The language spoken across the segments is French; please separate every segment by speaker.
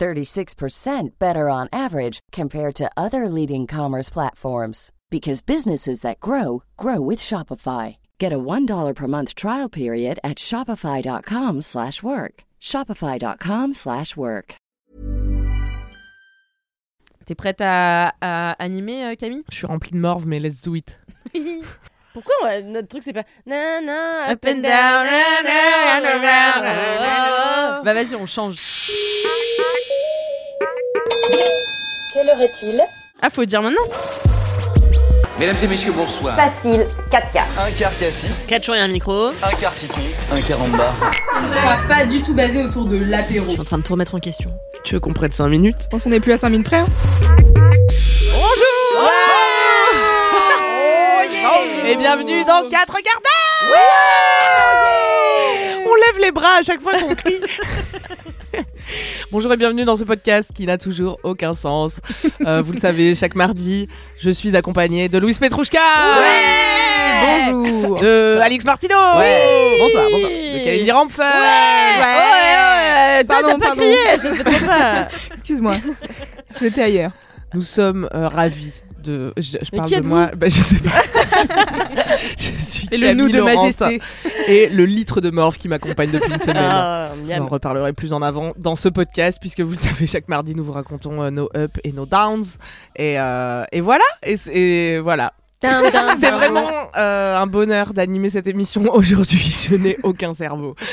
Speaker 1: 36% better on average compared to other leading commerce platforms because businesses that grow grow with Shopify. Get a $1 per month trial period at shopify.com/work. slash work. shopify.com/work. slash work.
Speaker 2: T'es prête à, à animer, euh, Camille
Speaker 3: Je suis remplie de morve, mais let's do it.
Speaker 2: Pourquoi on- notre truc c'est pas na na
Speaker 1: Up and down,
Speaker 2: na, na, na, na, na, na, na.
Speaker 3: Bah vas-y, on change.
Speaker 4: Quelle heure est-il
Speaker 3: Ah, faut dire maintenant
Speaker 5: Mesdames et messieurs, bonsoir.
Speaker 4: Facile, 4K.
Speaker 6: Un quart cassis,
Speaker 2: 4 jours et un micro. Je
Speaker 6: un quart citron, un quart bar.
Speaker 2: suis en train de tout remettre en question.
Speaker 3: Tu veux qu'on prenne 5 minutes
Speaker 7: Je pense qu'on est plus à 5000 près. hein.
Speaker 3: Et bienvenue dans 4 quarts d'heure
Speaker 2: Oh,
Speaker 3: On lève les bras à chaque fois qu'on crie. Bonjour et bienvenue dans ce podcast qui n'a toujours aucun sens. Euh, vous le savez, chaque mardi, je suis accompagnée de Louise Petrouchka
Speaker 2: Bonjour
Speaker 3: De Alix Martino
Speaker 2: Ouais.
Speaker 3: Bonsoir, bonsoir De Kalindi Rampfer
Speaker 2: ouais, Toi, t'as
Speaker 7: Pardon,
Speaker 2: pas
Speaker 7: pardon.
Speaker 2: crié, je sais pas.
Speaker 7: Excuse-moi. J'étais ailleurs.
Speaker 3: Nous sommes euh, ravis de. Je, je
Speaker 2: Mais
Speaker 3: parle
Speaker 2: qui
Speaker 3: de
Speaker 2: êtes-vous
Speaker 3: moi. Bah, je sais pas. je suis
Speaker 2: C'est le nous
Speaker 3: Camille
Speaker 2: de
Speaker 3: Laurent
Speaker 2: majesté.
Speaker 3: Et le litre de morve qui m'accompagne depuis une semaine.
Speaker 2: Ah, miam.
Speaker 3: J'en reparlerai plus en avant dans ce podcast, puisque vous le savez, chaque mardi, nous vous racontons euh, nos ups et nos downs. Et, euh, et voilà. Et, c'est- et voilà.
Speaker 2: Dun,
Speaker 7: Ah, bah
Speaker 2: dun,
Speaker 3: C'est
Speaker 2: dun.
Speaker 3: vraiment euh, un bonheur d'animer cette émission aujourd'hui. Je n'ai aucun cerveau.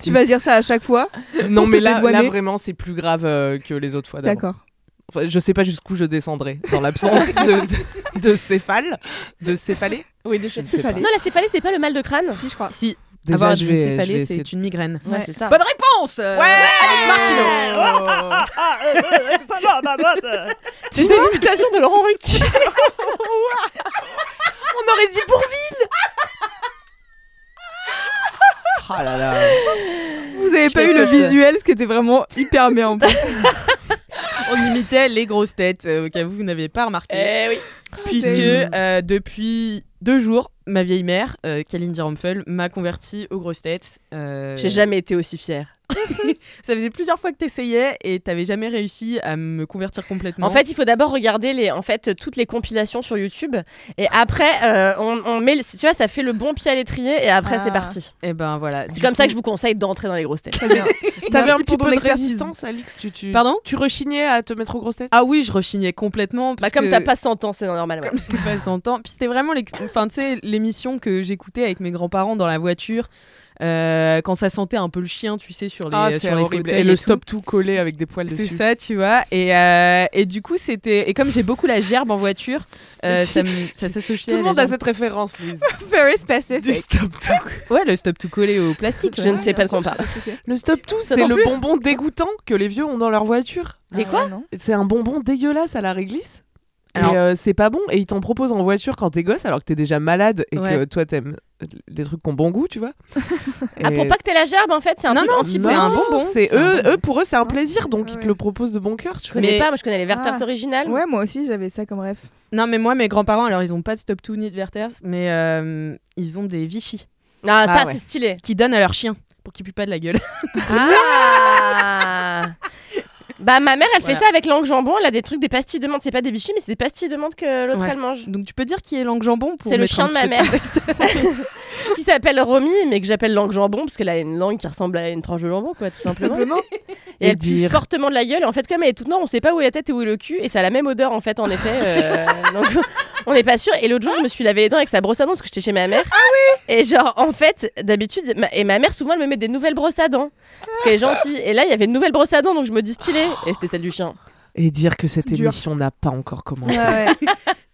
Speaker 7: Tu vas dire ça à chaque fois
Speaker 3: Non,
Speaker 7: te
Speaker 3: mais là, là
Speaker 7: dédouaner.
Speaker 3: vraiment, c'est plus grave euh, que les autres fois d'avant.
Speaker 7: D'accord.
Speaker 3: Enfin, je sais pas jusqu'où je descendrai dans l'absence de, de, de céphale, de céphalée.
Speaker 2: Oui, de
Speaker 3: Je
Speaker 2: chez
Speaker 3: ne sais pas.
Speaker 2: Non, la céphalée, c'est pas le mal de crâne
Speaker 7: Si, je crois.
Speaker 2: Si,
Speaker 3: Déjà,
Speaker 2: avoir
Speaker 3: je
Speaker 2: une
Speaker 3: vais- je vais
Speaker 2: céphalée,
Speaker 3: essayer
Speaker 2: c'est une migraine.
Speaker 7: Ouais.
Speaker 2: Ouais, c'est ça.
Speaker 3: Ah. Bonne euh,
Speaker 2: réponse Ouais Alex Martino
Speaker 3: Petite imitation de Laurent Ruquier.
Speaker 2: On aurait dit pour
Speaker 3: Oh là là.
Speaker 7: Vous avez pas eu le visuel, ce qui était vraiment hyper bien en plus.
Speaker 8: on imitait les grosses têtes, euh, au cas où vous n'avez pas remarqué.
Speaker 2: Eh oui
Speaker 8: Puisque
Speaker 7: terrible.
Speaker 8: euh, depuis deux jours, ma vieille mère, euh, Kalindi Rumpfel, m'a convertie aux grosses têtes. euh,
Speaker 2: J'ai jamais été aussi fière.
Speaker 8: Ça faisait plusieurs fois que t'essayais et t'avais jamais réussi à me convertir complètement.
Speaker 2: En fait, il faut d'abord regarder les, en fait, toutes les compilations sur YouTube. Et après, euh, on, on met. le- Tu vois, ça fait le bon pied à l'étrier. Et après,
Speaker 8: Ah.
Speaker 2: c'est parti.
Speaker 8: et ben voilà.
Speaker 2: C'est
Speaker 8: Du
Speaker 2: comme
Speaker 8: coup-
Speaker 2: ça que je vous conseille d'entrer dans les grosses têtes.
Speaker 3: T'avais un petit
Speaker 7: Merci pour ton
Speaker 3: peu de
Speaker 7: expertise.
Speaker 3: résistance, Alix. Tu, tu...
Speaker 8: Pardon
Speaker 3: Tu rechignais à te mettre aux grosses têtes
Speaker 8: Ah oui, je rechignais complètement.
Speaker 2: Bah,
Speaker 8: parce
Speaker 2: comme
Speaker 8: que-
Speaker 2: t'as pas 100 ans, c'est normal. ouais.
Speaker 8: comme je passe dans le temps. Puis c'était vraiment l'ex- enfin, tu sais, l'émission que j'écoutais avec mes grands-parents dans la voiture. euh, quand ça sentait un peu le chien, tu sais, sur les,
Speaker 3: Ah,
Speaker 8: sur
Speaker 3: c'est
Speaker 8: les
Speaker 3: horrible.
Speaker 8: fauteuils
Speaker 3: Et le
Speaker 8: tout.
Speaker 3: stop tout collé avec des poils
Speaker 8: C'est
Speaker 3: dessus.
Speaker 8: ça, tu vois. Et, euh, et du coup, c'était. Et comme j'ai beaucoup la gerbe en voiture, euh, ça, me- ça s'associait. à
Speaker 3: Tout le
Speaker 8: la
Speaker 3: monde a
Speaker 8: gerbe.
Speaker 3: cette référence, Lise.
Speaker 7: Very
Speaker 3: du
Speaker 7: specific.
Speaker 3: stop tout.
Speaker 8: Ouais, le stop tout collé au plastique.
Speaker 2: Je ne sais pas de quoi on parle.
Speaker 3: Le stop tout,
Speaker 2: Ça
Speaker 3: c'est
Speaker 2: non
Speaker 3: le
Speaker 2: plus.
Speaker 3: bonbon dégoûtant que les vieux ont dans leur voiture.
Speaker 2: Mais
Speaker 7: Ah
Speaker 2: quoi
Speaker 3: C'est un bonbon dégueulasse à la réglisse.
Speaker 8: Alors-
Speaker 3: Et euh, c'est pas bon. Et ils t'en proposent en voiture quand t'es gosse, alors que t'es déjà malade et que
Speaker 8: Ouais.
Speaker 3: toi t'aimes des trucs qui ont bon goût, tu vois.
Speaker 2: Ah, pour
Speaker 3: Et-
Speaker 2: pas que t'aies la gerbe, en fait, c'est un
Speaker 8: Non,
Speaker 2: truc
Speaker 8: non,
Speaker 2: anti
Speaker 8: c'est un bonbon.
Speaker 3: C'est
Speaker 8: C'est un
Speaker 3: eux,
Speaker 8: bonbon. Ah,
Speaker 3: eux, pour eux, c'est un
Speaker 7: Non,
Speaker 3: plaisir,
Speaker 7: c'est-
Speaker 3: donc
Speaker 7: ouais,
Speaker 3: ils te
Speaker 7: ouais.
Speaker 3: le proposent de bon cœur. Tu
Speaker 2: Je
Speaker 3: vois.
Speaker 2: connais
Speaker 8: Mais-
Speaker 2: pas, moi je connais les Werther's
Speaker 7: Ah.
Speaker 2: originales.
Speaker 7: Ouais, moi aussi j'avais ça comme ref.
Speaker 8: Non, mais moi, mes grands-parents, alors ils ont pas de stop tout ni de Werther's, mais euh, ils ont des Vichy
Speaker 2: Ah, ça
Speaker 3: Ah ouais.
Speaker 2: c'est stylé.
Speaker 8: qui donnent à leurs chiens pour qu'ils puent pas de la gueule.
Speaker 2: Ah Bah ma mère elle
Speaker 8: Voilà.
Speaker 2: fait ça avec langue jambon, elle a des trucs des pastilles de menthe, c'est pas des bichis mais c'est des pastilles de menthe que l'autre
Speaker 8: Ouais.
Speaker 2: elle mange.
Speaker 8: Donc tu peux dire qui est langue jambon pour
Speaker 2: C'est le
Speaker 8: mettre
Speaker 2: chien
Speaker 8: un
Speaker 2: de
Speaker 8: petit
Speaker 2: ma
Speaker 8: peu
Speaker 2: mère
Speaker 8: contexte.
Speaker 2: qui s'appelle Romy mais que j'appelle langue jambon parce qu'elle a une langue qui ressemble à une tranche de jambon quoi tout simplement.
Speaker 7: Simplement.
Speaker 2: Et,
Speaker 3: Et
Speaker 2: elle pue
Speaker 3: dire.
Speaker 2: fortement de la gueule. Et en fait, comme elle est toute noire, on sait pas où est la tête et où est le cul. Et ça a la même odeur, en fait, en effet. euh, donc, on n'est pas sûr. Et l'autre jour, je me suis lavé les dents avec sa brosse à dents parce que j'étais chez ma
Speaker 8: Ah
Speaker 2: mère. Et genre, en fait, d'habitude, ma- et ma mère, souvent, elle me met des nouvelles brosses à dents. Parce qu'elle est gentille. Et là, il y avait une nouvelle brosse à dents, donc je me dis stylé. Et c'était celle du chien.
Speaker 3: Et dire que cette
Speaker 7: Dur.
Speaker 3: émission n'a pas encore
Speaker 7: Ouais,
Speaker 3: commencé.
Speaker 7: ouais.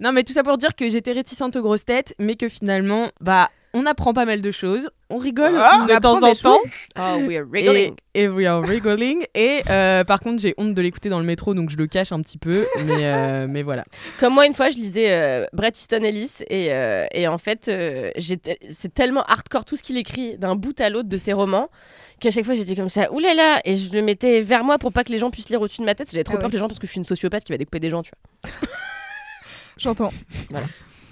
Speaker 8: Non, mais tout ça pour dire que j'étais réticente aux grosses têtes, mais que finalement, bah. on apprend pas mal de choses, on rigole
Speaker 3: Ah, on
Speaker 8: de
Speaker 3: apprend
Speaker 8: temps en
Speaker 3: des
Speaker 8: temps. Ah
Speaker 2: Oh, we are
Speaker 8: Et,
Speaker 2: wriggling.
Speaker 8: et we are wriggling. Et euh, par contre, j'ai honte de l'écouter dans le métro, donc je le cache un petit peu. Mais, euh, mais voilà.
Speaker 2: Comme moi, une fois, je lisais euh, Bret Easton Ellis et, euh, et en fait, euh, j'étais- c'est tellement hardcore tout ce qu'il écrit d'un bout à l'autre de ses romans qu'à chaque fois, j'étais comme ça, oulala, là là, et je le mettais vers moi pour pas que les gens puissent lire au-dessus de ma tête. J'avais trop
Speaker 7: Ah
Speaker 2: peur
Speaker 7: oui.
Speaker 2: que les gens, parce que je suis une sociopathe qui va découper des gens, tu vois.
Speaker 7: J'entends.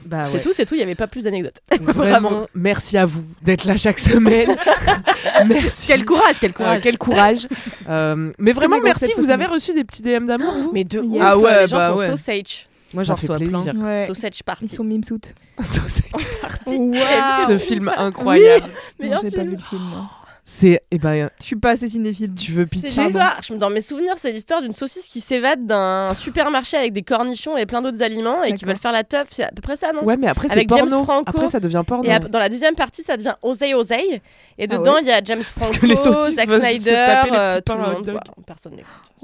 Speaker 8: Bah,
Speaker 2: C'est tout, c'est tout, il y avait pas plus d'anecdotes.
Speaker 3: Vraiment, merci à vous d'être là chaque semaine. merci.
Speaker 8: Quel courage, quel
Speaker 3: Euh,
Speaker 8: courage.
Speaker 3: quel courage. Euh, mais vraiment,
Speaker 7: mes
Speaker 3: merci.
Speaker 7: concepts
Speaker 3: Vous
Speaker 7: aussi.
Speaker 3: avez reçu des petits DM d'amour, vous
Speaker 2: Mais de ouf,
Speaker 3: Ah ouais,
Speaker 2: les gens
Speaker 3: bah
Speaker 2: sont
Speaker 3: ouais.
Speaker 2: sausage,
Speaker 8: Moi,
Speaker 3: Ça
Speaker 8: j'en
Speaker 3: fait
Speaker 8: reçois
Speaker 3: plaisir.
Speaker 8: plein.
Speaker 7: Ouais.
Speaker 2: sausage party.
Speaker 7: Ils sont mimesoutes.
Speaker 8: Ah,
Speaker 3: Ce film incroyable.
Speaker 2: Mais
Speaker 7: Non,
Speaker 2: un
Speaker 7: J'ai pas
Speaker 2: film.
Speaker 7: vu le film. moi.
Speaker 3: C'est. Eh ben,
Speaker 7: Je suis pas assez cinéphile.
Speaker 3: tu veux
Speaker 2: C'est
Speaker 3: pitcher
Speaker 2: l'histoire, je me- dans mes souvenirs, c'est l'histoire d'une saucisse qui s'évade d'un supermarché avec des cornichons et plein d'autres aliments et qui
Speaker 7: D'accord.
Speaker 2: veulent faire la teuf. C'est à peu près ça, non
Speaker 3: Ouais, mais après, c'est
Speaker 2: Avec James
Speaker 3: porno.
Speaker 2: Franco.
Speaker 3: Après, ça devient porno.
Speaker 2: Et ap- dans la deuxième partie, ça devient Oseille Oseille. Et
Speaker 7: Ah
Speaker 2: dedans, il y a James Franco,
Speaker 3: que les saucisses
Speaker 2: Zack
Speaker 3: veulent se
Speaker 2: Snyder,
Speaker 3: taper les
Speaker 2: euh,
Speaker 3: petits pains
Speaker 2: tout
Speaker 3: à
Speaker 2: le
Speaker 3: hot
Speaker 2: monde.
Speaker 3: dog.
Speaker 2: quoi. Personne n'écoute.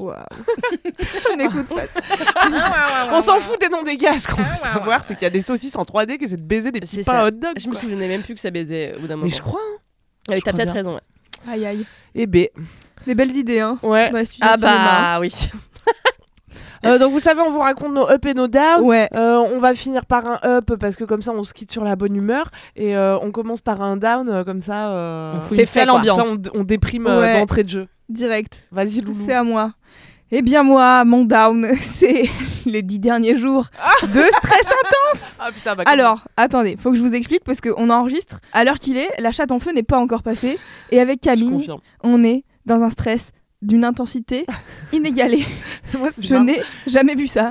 Speaker 7: Waouh. Ça n'écoute pas.
Speaker 3: Ah,
Speaker 7: Ah
Speaker 3: On s'en fout des noms des gars. Ce qu'on veut savoir, c'est qu'il y a des saucisses en 3D qui essaient de baiser des
Speaker 2: C'est
Speaker 3: petits pains
Speaker 2: ça.
Speaker 3: à hot dog.
Speaker 2: Je me
Speaker 3: quoi.
Speaker 2: souvenais même plus que ça baisait au bout d'un moment.
Speaker 3: Mais je crois. hein.
Speaker 2: Ah oui,
Speaker 3: je
Speaker 2: T'as
Speaker 3: crois
Speaker 2: peut-être
Speaker 3: bien.
Speaker 2: raison. ouais.
Speaker 7: Aïe aïe.
Speaker 3: Eh ben,
Speaker 7: Des belles idées hein.
Speaker 3: ouais.
Speaker 7: Bah, studio
Speaker 2: Ah
Speaker 7: de cinéma.
Speaker 2: bah oui.
Speaker 3: Euh, donc, vous savez, on vous raconte nos up et nos
Speaker 2: bah, oh.
Speaker 3: down.
Speaker 7: Ouais.
Speaker 3: Euh, on va finir par un up parce que comme ça on se quitte sur la bonne humeur et euh, on commence par un down euh, comme ça. euh,
Speaker 8: On fout une sale
Speaker 3: quoi.
Speaker 8: ambiance.
Speaker 3: Ça, on, on déprime euh,
Speaker 7: Ouais.
Speaker 3: d'entrée de jeu.
Speaker 7: Direct.
Speaker 3: Vas-y Loulou.
Speaker 7: C'est à moi. Eh bien moi, mon down, c'est les dix derniers jours de stress
Speaker 3: Ah putain. bah,
Speaker 7: Alors, attendez, faut que je vous explique parce qu'on enregistre à l'heure qu'il est, la chatte en feu n'est pas encore passée. Et avec
Speaker 3: je
Speaker 7: Camille,
Speaker 3: confirme.
Speaker 7: on est dans un stress d'une intensité inégalée.
Speaker 3: Moi, c'est
Speaker 7: je
Speaker 3: marrant.
Speaker 7: n'ai jamais vu ça.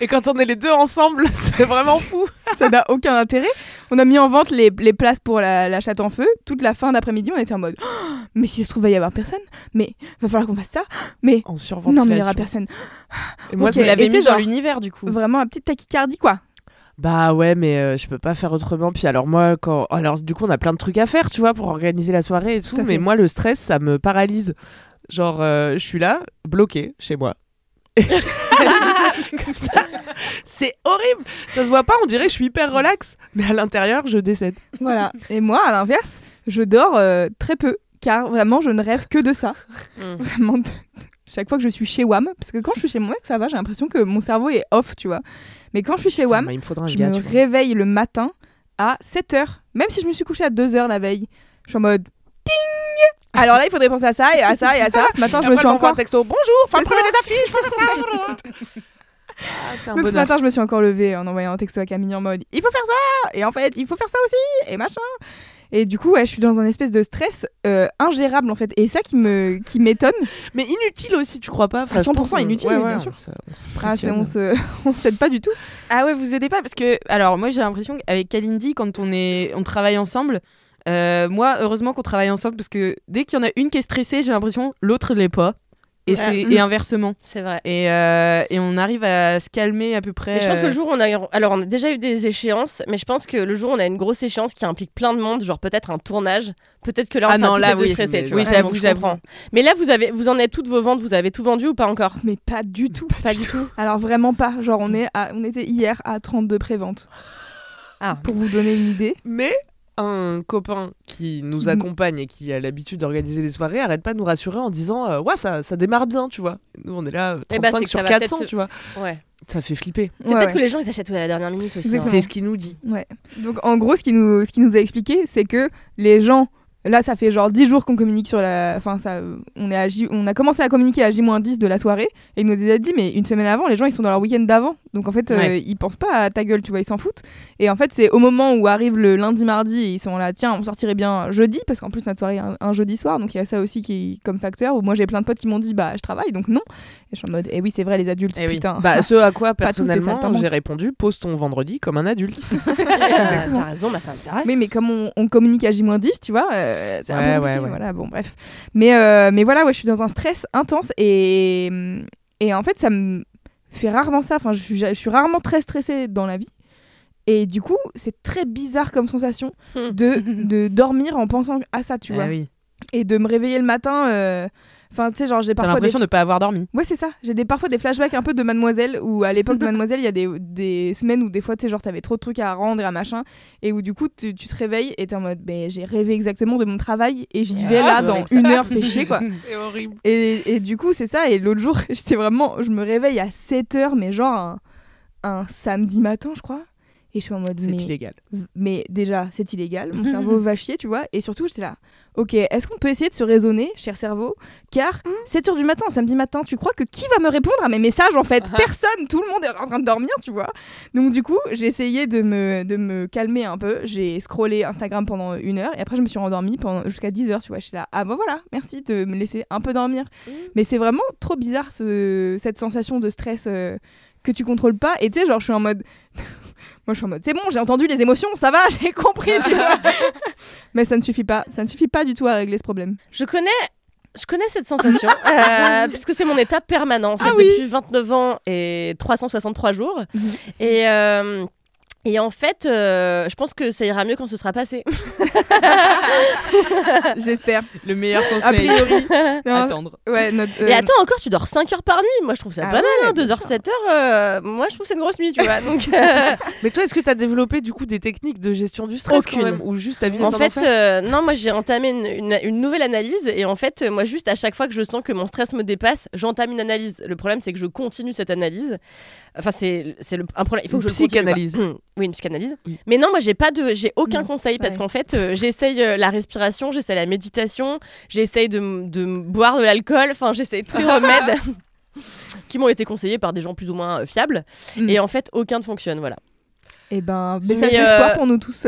Speaker 3: Et quand on est les deux ensemble, c'est vraiment fou.
Speaker 7: Ça n'a aucun intérêt. On a mis en vente les, les places pour la, la chatte en feu. Toute la fin d'après-midi, on était en mode Oh, Mais si ça se trouve, va y avoir personne. Mais va falloir qu'on fasse ça. Mais
Speaker 3: En surventilation.
Speaker 7: non, mais il y aura personne.
Speaker 3: Et moi,
Speaker 7: Ok.
Speaker 8: Vous
Speaker 3: c'est la...
Speaker 8: l'avez
Speaker 7: Et
Speaker 8: mis
Speaker 7: c'est
Speaker 8: dans
Speaker 7: genre-
Speaker 8: l'univers, du coup.
Speaker 7: Vraiment, un petit tachycardie, quoi.
Speaker 3: Bah ouais, mais euh, je peux pas faire autrement. Puis alors moi, quand alors du coup, on a plein de trucs à faire, tu vois, pour organiser la soirée et tout.
Speaker 7: à
Speaker 3: mais
Speaker 7: fait.
Speaker 3: moi, le stress, ça me paralyse. Genre, euh, je suis là, bloqué chez moi. Comme ça. C'est horrible. Ça se voit pas. On dirait que je suis hyper relax, mais à l'intérieur, je décède.
Speaker 7: Voilà. Et moi, à l'inverse, je dors euh, très peu, car vraiment, je ne rêve que de ça.
Speaker 2: Mm.
Speaker 7: Vraiment, de- de- chaque fois que je suis chez WAM, parce que quand je suis chez mon mec, ça va, j'ai l'impression que mon cerveau est off, tu vois. Mais quand je suis chez
Speaker 3: Putain,
Speaker 7: WAM,
Speaker 3: mais il me faudra un
Speaker 7: je
Speaker 3: gars.
Speaker 7: me
Speaker 3: tu vois.
Speaker 7: réveille le matin à 7h, même si je me suis couchée à 2h la veille. Je suis en mode ting Alors là, il faudrait penser à ça et à ça et à ça. Ce matin, je me
Speaker 3: Après,
Speaker 7: suis
Speaker 3: on m'envoie
Speaker 7: encore
Speaker 3: un texto. Bonjour. Fin de
Speaker 7: C'est
Speaker 3: premier des affiches. Faut faire ça. blablabla. Ah, c'est un
Speaker 7: Donc ce
Speaker 3: bonheur.
Speaker 7: matin, je me suis encore levée en envoyant un texto à Camille en mode il faut faire ça et en fait il faut faire ça aussi et machin. Et du coup, ouais, je suis dans un espèce de stress euh, ingérable en fait et ça qui me qui m'étonne.
Speaker 3: Mais inutile aussi, tu crois pas
Speaker 7: À
Speaker 3: je pense
Speaker 7: 100%
Speaker 3: qu'on-
Speaker 7: inutile, oui, bien
Speaker 3: on
Speaker 7: sûr.
Speaker 3: se- on se
Speaker 7: Ah, c'est-
Speaker 3: pressionne.
Speaker 7: on se on s'aide pas du tout.
Speaker 8: Ah ouais, vous aidez pas parce que alors moi j'ai l'impression qu'avec Kalindi quand on est on travaille ensemble euh, moi heureusement qu'on travaille ensemble parce que dès qu'il y en a une qui est stressée, j'ai l'impression l'autre l'est pas et
Speaker 2: Ouais.
Speaker 8: c'est
Speaker 7: Mm.
Speaker 8: et inversement
Speaker 2: C'est vrai.
Speaker 8: et, euh, et on arrive à se calmer à peu près.
Speaker 2: Mais je pense que
Speaker 8: euh,
Speaker 2: le jour où on a eu... alors on a déjà eu des échéances, mais je pense que le jour où on a une grosse échéance qui implique plein de monde, genre peut-être un tournage, peut-être que là on
Speaker 8: Ah
Speaker 2: sera
Speaker 8: non,
Speaker 2: toutes
Speaker 8: là,
Speaker 2: les deux
Speaker 8: oui,
Speaker 2: stressées,
Speaker 8: mais
Speaker 2: tu
Speaker 8: oui,
Speaker 2: vois.
Speaker 8: j'avoue,
Speaker 2: Donc, je
Speaker 8: j'avoue.
Speaker 2: comprends. Mais là vous avez, vous en êtes toutes vos ventes, vous avez tout vendu ou pas encore
Speaker 7: Mais pas du tout.
Speaker 2: Pas du tout.
Speaker 7: Alors vraiment pas. Genre on est à- on était hier à 32 préventes.
Speaker 2: Ah.
Speaker 7: Pour vous donner une idée.
Speaker 3: Mais un copain qui nous
Speaker 7: Qui-
Speaker 3: accompagne et qui a l'habitude d'organiser des soirées arrête pas de nous rassurer en disant euh, Ouais, ça, ça démarre bien, tu vois. Nous, on est là euh,
Speaker 2: Eh bah,
Speaker 3: 35
Speaker 2: c'est que ça
Speaker 3: sur
Speaker 2: va peut-être
Speaker 3: 400,
Speaker 2: se-
Speaker 3: tu vois.
Speaker 2: Ouais.
Speaker 3: Ça fait flipper.
Speaker 2: C'est
Speaker 7: Ouais,
Speaker 2: peut-être
Speaker 7: ouais.
Speaker 2: que les gens ils achètent ouais, à la dernière minute aussi. hein.
Speaker 7: Exactement.
Speaker 3: C'est ce qu'il nous dit.
Speaker 7: Ouais. Donc en gros, ce qui nous, ce qui nous a expliqué, c'est que les gens, là, ça fait genre 10 jours qu'on communique sur la. Enfin, ça, on, est à J- on a commencé à communiquer à J-10 de la soirée, et ils nous ont déjà dit, mais une semaine avant, les gens, ils sont dans leur week-end d'avant. Donc en fait, euh,
Speaker 3: Ouais.
Speaker 7: ils pensent pas à ta gueule, tu vois, ils s'en foutent. Et en fait, c'est au moment où arrive le lundi, mardi, et ils sont là, tiens, on sortirait bien jeudi, parce qu'en plus, notre soirée est un, un jeudi soir, donc il y a ça aussi qui est comme facteur, où moi, j'ai plein de potes qui m'ont dit, bah, je travaille, donc non. Et je suis en mode, eh oui, c'est vrai, les adultes,
Speaker 2: Eh oui.
Speaker 7: putain.
Speaker 3: Bah, ce à quoi,
Speaker 7: Hein. Pas tous des
Speaker 3: personnellement,
Speaker 7: saltimbanques.
Speaker 3: j'ai répondu Pose ton vendredi comme un adulte.
Speaker 2: Ah, T'as raison, ma femme, c'est vrai.
Speaker 7: Oui, mais comme on, on communique à J-10, tu vois, euh, c'est un peu
Speaker 3: Ouais,
Speaker 7: compliqué,
Speaker 3: ouais, ouais.
Speaker 7: Voilà, bon, bref. Mais, euh, mais voilà, ouais, je suis dans un stress intense et, et en fait, ça me fait rarement ça. Enfin, je suis, je suis rarement très stressée dans la vie. Et du coup, c'est très bizarre comme sensation de, de dormir en pensant à ça, tu
Speaker 8: ah
Speaker 3: Eh
Speaker 7: vois.
Speaker 8: oui.
Speaker 7: Et de me réveiller le matin. euh, Enfin, tu sais, genre, j'ai
Speaker 8: T'as
Speaker 7: parfois. des-
Speaker 8: l'impression de ne pas avoir dormi.
Speaker 7: Ouais, c'est ça. J'ai des, parfois des flashbacks un peu de Mademoiselle, où à l'époque de Mademoiselle, il y a des, des semaines où des fois, tu sais, genre, t'avais trop de trucs à rendre et à machin, et où du coup, tu, tu te réveilles et t'es en mode, mais j'ai rêvé exactement de mon travail, et j'y vais là
Speaker 2: Ah, c'est
Speaker 7: dans
Speaker 2: horrible, ça.
Speaker 7: une heure, fait chier, quoi.
Speaker 3: C'est horrible.
Speaker 7: Et, et du coup, c'est ça. Et l'autre jour, j'étais vraiment. Je me réveille à 7h, mais genre un, un samedi matin, je crois. Et je suis en mode.
Speaker 3: C'est
Speaker 7: Mais,
Speaker 3: illégal.
Speaker 7: mais déjà, c'est illégal. Mon cerveau va chier, tu vois. Et surtout, j'étais là. Ok, est-ce qu'on peut essayer de se raisonner, cher cerveau Car 7h du matin, samedi matin, tu crois que qui va me répondre à mes messages en fait Personne Tout le monde est en train de dormir, tu vois. Donc, du coup, j'ai essayé de me, de me calmer un peu. J'ai scrollé Instagram pendant une heure. Et après, je me suis rendormie pendant- jusqu'à 10h, tu vois. J'étais là. Ah bah voilà, merci de me laisser un peu dormir. Mais c'est vraiment trop bizarre ce- cette sensation de stress euh, que tu contrôles pas. Et tu sais, genre, je suis en mode. Moi, je suis en mode, c'est bon, j'ai entendu les émotions, ça va, j'ai compris, tu vois. Mais ça ne suffit pas, ça ne suffit pas du tout à régler ce problème.
Speaker 2: Je connais, je connais cette sensation, euh, parce que c'est mon état permanent, en fait,
Speaker 7: Ah
Speaker 2: depuis 29 ans et 363 jours.
Speaker 7: Mhm.
Speaker 2: et, euh, et en fait, euh, je pense que ça ira mieux quand ce sera passé.
Speaker 7: Euh. J'espère.
Speaker 8: Le meilleur
Speaker 7: A
Speaker 8: conseil,
Speaker 7: priori. Non,
Speaker 2: hein.
Speaker 8: attendre.
Speaker 7: Ouais, notre,
Speaker 2: Et
Speaker 7: euh,
Speaker 2: attends, encore, tu dors 5 heures par nuit. Moi, je trouve ça
Speaker 7: Ah
Speaker 2: pas
Speaker 7: ouais,
Speaker 2: mal,
Speaker 7: bien
Speaker 2: 2 heures,
Speaker 7: sûr.
Speaker 2: 7 heures. euh, moi, je trouve que c'est une grosse nuit, tu vois. Donc, euh,
Speaker 3: Mais toi, est-ce que t'as développé du coup des techniques de gestion du stress quand
Speaker 2: Aucune.
Speaker 3: même Ou juste ta vie
Speaker 2: en fait, euh, non, moi, j'ai entamé une, une- une nouvelle analyse. Et en fait, euh, moi, juste à chaque fois que je sens que mon stress me dépasse, j'entame une analyse. Le problème, c'est que je continue cette analyse. Enfin, c'est c'est le- un problème. Il faut
Speaker 3: Une
Speaker 2: que je le continue,
Speaker 3: psychanalyse.
Speaker 2: quoi. Hum, oui, une psychanalyse.
Speaker 3: Oui.
Speaker 2: Mais non, moi, j'ai pas de, j'ai aucun
Speaker 7: Non,
Speaker 2: conseil parce
Speaker 7: pareil.
Speaker 2: qu'en fait, euh, j'essaye euh, la respiration, j'essaye la méditation, j'essaye de, m- de m- boire de l'alcool. Enfin, j'essaye tous les remèdes qui m'ont été conseillés par des gens plus ou moins euh, fiables.
Speaker 7: Mm.
Speaker 2: Et en fait, aucun ne fonctionne, voilà.
Speaker 7: eh ben, message
Speaker 2: Mais, euh,
Speaker 7: d'espoir pour nous tous.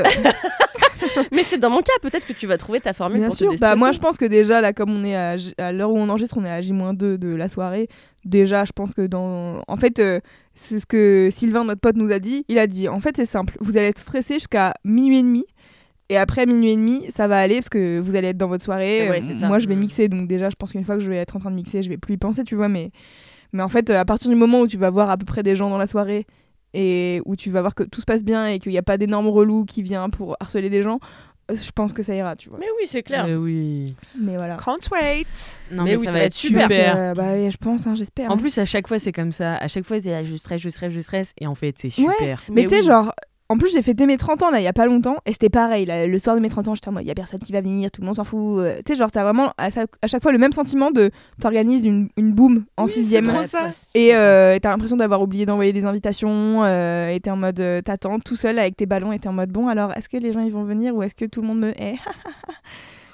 Speaker 2: Mais c'est dans mon cas, peut-être que tu vas trouver ta formule
Speaker 7: Bien
Speaker 2: pour
Speaker 7: sûr.
Speaker 2: te
Speaker 7: Bah,
Speaker 2: déstresser.
Speaker 7: moi, je pense que déjà, là, comme on est à, J- à l'heure où on enregistre, on est à J-2 de la soirée. Déjà, je pense que dans. En fait, euh, c'est ce que Sylvain, notre pote, nous a dit. Il a dit en fait, c'est simple. Vous allez être stressé jusqu'à minuit et demi. Et après minuit et demi, ça va aller parce que vous allez être dans votre soirée.
Speaker 2: Ouais,
Speaker 7: Euh,
Speaker 2: c'est ça.
Speaker 7: moi, je vais
Speaker 2: Mm.
Speaker 7: mixer. Donc, déjà, je pense qu'une fois que je vais être en train de mixer, je vais plus y penser, tu vois. Mais, mais en fait, euh, à partir du moment où tu vas voir à peu près des gens dans la soirée et où tu vas voir que tout se passe bien et qu'il n'y a pas d'énorme relou qui vient pour harceler des gens, euh, je pense que ça ira, tu vois.
Speaker 2: Mais oui, c'est clair.
Speaker 8: Euh, oui.
Speaker 7: Mais voilà.
Speaker 3: Can't wait.
Speaker 8: Non,
Speaker 2: Mais
Speaker 8: mais,
Speaker 2: oui,
Speaker 8: ça, va être super.
Speaker 7: Euh, bah oui, je pense, hein, j'espère.
Speaker 8: En
Speaker 7: hein.
Speaker 8: plus, à chaque fois, c'est comme ça. À chaque fois, t'es là, je stresse, je stresse, je stresse. Et en fait, c'est super.
Speaker 7: mais tu sais,
Speaker 2: oui.
Speaker 7: genre, en plus, j'ai fêté mes 30 ans, là, il y a pas longtemps, et c'était pareil. là, le soir de mes 30 ans, j'étais en mode, il y a personne qui va venir, tout le monde s'en fout. euh, Tu sais, genre, t'as vraiment à, sa- à chaque fois le même sentiment de t'organises une, une boom en
Speaker 3: Oui, c'est
Speaker 7: sixième.
Speaker 3: trop
Speaker 2: Ouais,
Speaker 3: ça.
Speaker 7: Et euh, t'as l'impression d'avoir oublié d'envoyer des invitations, euh, et t'es en mode, euh, t'attends tout seul avec tes ballons, et t'es en mode, bon, alors, est-ce que les gens ils vont venir ou est-ce que tout le monde me hait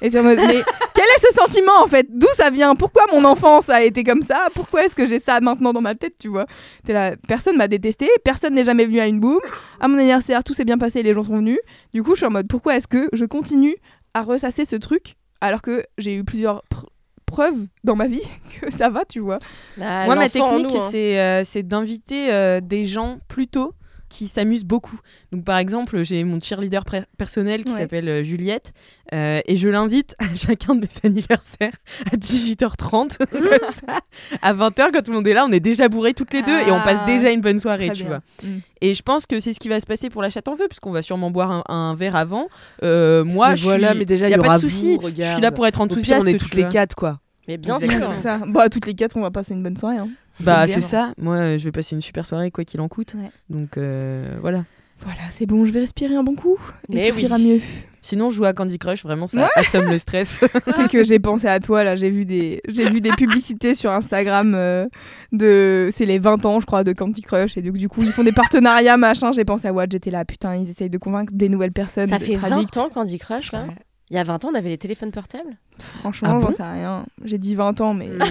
Speaker 7: Et t'es en mode, mais quel est ce sentiment en fait D'où ça vient Pourquoi mon enfance a été comme ça Pourquoi est-ce que j'ai ça maintenant dans ma tête, tu vois T'es là, personne m'a détesté, personne n'est jamais venu à une boum. À mon anniversaire, tout s'est bien passé, les gens sont venus. Du coup, je suis en mode, pourquoi est-ce que je continue à ressasser ce truc alors que j'ai eu plusieurs pr- preuves dans ma vie que ça va, tu vois
Speaker 2: Là,
Speaker 8: Moi, ma
Speaker 2: l'enfant en
Speaker 8: technique,
Speaker 2: nous, hein.
Speaker 8: c'est euh, c'est d'inviter euh, des gens plus tôt qui s'amusent beaucoup. Donc, par exemple, j'ai mon cheerleader pré- personnel qui
Speaker 7: Ouais.
Speaker 8: s'appelle euh, Juliette euh, et je l'invite à chacun de mes anniversaires à 18h30. comme ça. À 20h, quand tout le monde est là, on est déjà bourrés toutes les deux et on passe
Speaker 7: Ah.
Speaker 8: déjà une bonne soirée,
Speaker 7: Très
Speaker 8: tu
Speaker 7: bien.
Speaker 8: vois.
Speaker 7: Mm.
Speaker 8: Et je pense que c'est ce qui va se passer pour la chatte en feu, puisqu'on va sûrement boire un, un verre avant. Euh, moi,
Speaker 3: Mais
Speaker 8: je
Speaker 3: voilà,
Speaker 8: suis-
Speaker 3: mais déjà,
Speaker 8: y a
Speaker 3: il y
Speaker 8: pas
Speaker 3: aura
Speaker 8: de souci. Je suis
Speaker 3: vous, regarde.
Speaker 8: là pour être
Speaker 3: Au pire,
Speaker 8: enthousiaste.
Speaker 3: on est
Speaker 8: tu
Speaker 3: toutes les
Speaker 8: vois.
Speaker 3: quatre, quoi.
Speaker 2: Mais bien
Speaker 7: Ouais,
Speaker 2: sûr.
Speaker 7: c'est ça. Bah, toutes les quatre, on va passer une bonne soirée. hein.
Speaker 8: Bah,
Speaker 7: Bien.
Speaker 8: c'est ça. Moi, euh, je vais passer une super soirée, quoi qu'il en coûte.
Speaker 7: Ouais.
Speaker 8: Donc, euh, voilà.
Speaker 7: Voilà, c'est bon, je vais respirer un bon coup. Et
Speaker 2: Mais
Speaker 7: tout
Speaker 2: Eh oui.
Speaker 7: ira mieux.
Speaker 8: Sinon, je joue à Candy Crush, vraiment, ça assomme le stress.
Speaker 7: C'est que j'ai pensé à toi, là. J'ai vu des, j'ai vu des publicités sur Instagram euh, de. C'est les 20 ans, je crois, de Candy Crush. Et donc, du coup, ils font des partenariats, machin. J'ai pensé à Watt, j'étais là, putain, ils essayent de convaincre des nouvelles personnes.
Speaker 2: Ça
Speaker 7: d'être
Speaker 2: fait
Speaker 7: addicts.
Speaker 2: 20 ans Candy Crush, là.
Speaker 7: Ouais.
Speaker 2: Il y a 20 ans, on avait les téléphones portables.
Speaker 7: Franchement,
Speaker 8: Ah bon
Speaker 7: j'en sais rien. J'ai dit 20 ans,
Speaker 2: Hmm.
Speaker 7: mais.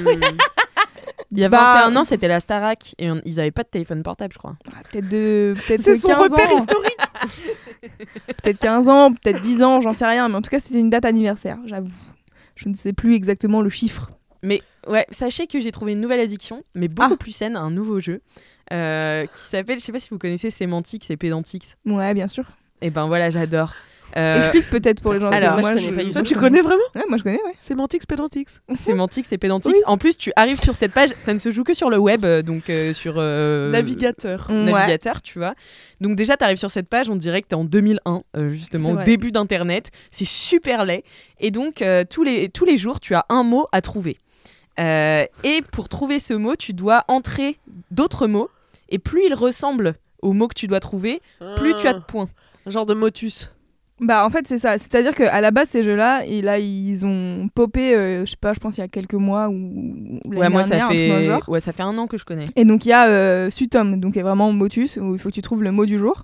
Speaker 8: Il y a
Speaker 7: Bah,
Speaker 8: 21 ans, c'était la Starac et on- ils avaient pas de téléphone portable, je crois.
Speaker 7: ah, Peut-être de. Peut-être
Speaker 3: C'est
Speaker 7: de
Speaker 3: son
Speaker 7: 15
Speaker 3: repère
Speaker 7: ans.
Speaker 3: historique.
Speaker 7: Peut-être 15 ans, peut-être 10 ans, j'en sais rien. Mais en tout cas, c'était une date anniversaire, j'avoue. Je ne sais plus exactement le chiffre.
Speaker 8: Mais ouais, sachez que j'ai trouvé une nouvelle addiction, mais beaucoup
Speaker 7: Ah.
Speaker 8: plus saine, un nouveau jeu euh, qui s'appelle, je sais pas si vous connaissez Sémantix et Pédantix.
Speaker 7: Ouais, bien sûr.
Speaker 8: Et ben voilà, j'adore. Euh,
Speaker 7: Explique peut-être pour les gens.
Speaker 2: Alors,
Speaker 7: parce que
Speaker 2: moi, je connais pas du
Speaker 3: Toi,
Speaker 2: tout.
Speaker 3: tu connais vraiment
Speaker 7: Ouais, moi je connais, ouais.
Speaker 3: Sémantix, Pédantix.
Speaker 8: Sémantix et Pédantix.
Speaker 7: Oui.
Speaker 8: En plus, tu arrives sur cette page, ça ne se joue que sur le web, euh, donc euh, sur euh,
Speaker 3: Navigateur.
Speaker 7: Ouais.
Speaker 8: navigateur, tu vois. Donc déjà, t'arrives sur cette page, on dirait que t'es en 2001, euh,
Speaker 7: C'est
Speaker 8: justement, au
Speaker 7: vrai.
Speaker 8: début d'Internet. C'est super laid. Et donc, euh, tous, les, tous les jours, tu as un mot à trouver. Euh, et pour trouver ce mot, tu dois entrer d'autres mots. Et plus ils ressemblent au mot que tu dois trouver, plus tu as de points.
Speaker 7: Ah.
Speaker 3: Un genre de motus.
Speaker 7: Bah en fait c'est ça, c'est-à-dire qu'à la base ces jeux-là, et là ils ont popé, euh, je sais pas, je pense il y a quelques mois ou ou l'année dernière, un truc dans le genre.
Speaker 8: ouais, ça fait un an que je connais.
Speaker 7: Et donc il y a euh, Sutom, donc est vraiment motus où il faut que tu trouves le mot du jour.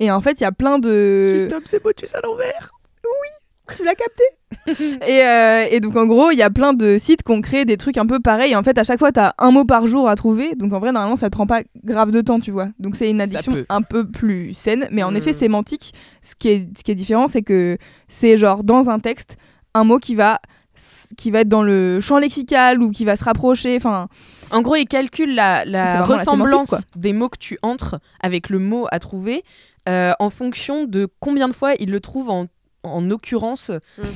Speaker 7: Et en fait il y a plein
Speaker 8: Euh,
Speaker 7: de,
Speaker 3: Tom, c'est motus à l'envers.
Speaker 7: tu l'as capté et, euh, et donc en gros il y a plein de sites qui ont créé des trucs un peu pareils. Et en fait à chaque fois t'as un mot par jour à trouver, donc en vrai normalement ça te prend pas grave de temps, tu vois. Donc c'est une
Speaker 3: Ça
Speaker 7: addiction
Speaker 3: peut.
Speaker 7: un peu plus saine, mais en
Speaker 3: Mm.
Speaker 7: effet sémantique, ce qui est ce qui est différent c'est que c'est genre dans un texte un mot qui va qui va être dans le champ lexical ou qui va se rapprocher, enfin
Speaker 8: En gros, ils calculent la, la
Speaker 7: C'est vraiment la
Speaker 8: ressemblance
Speaker 7: sémantique,
Speaker 8: des mots que tu entres avec le mot à trouver euh, en fonction de combien de fois ils le trouvent en, en occurrence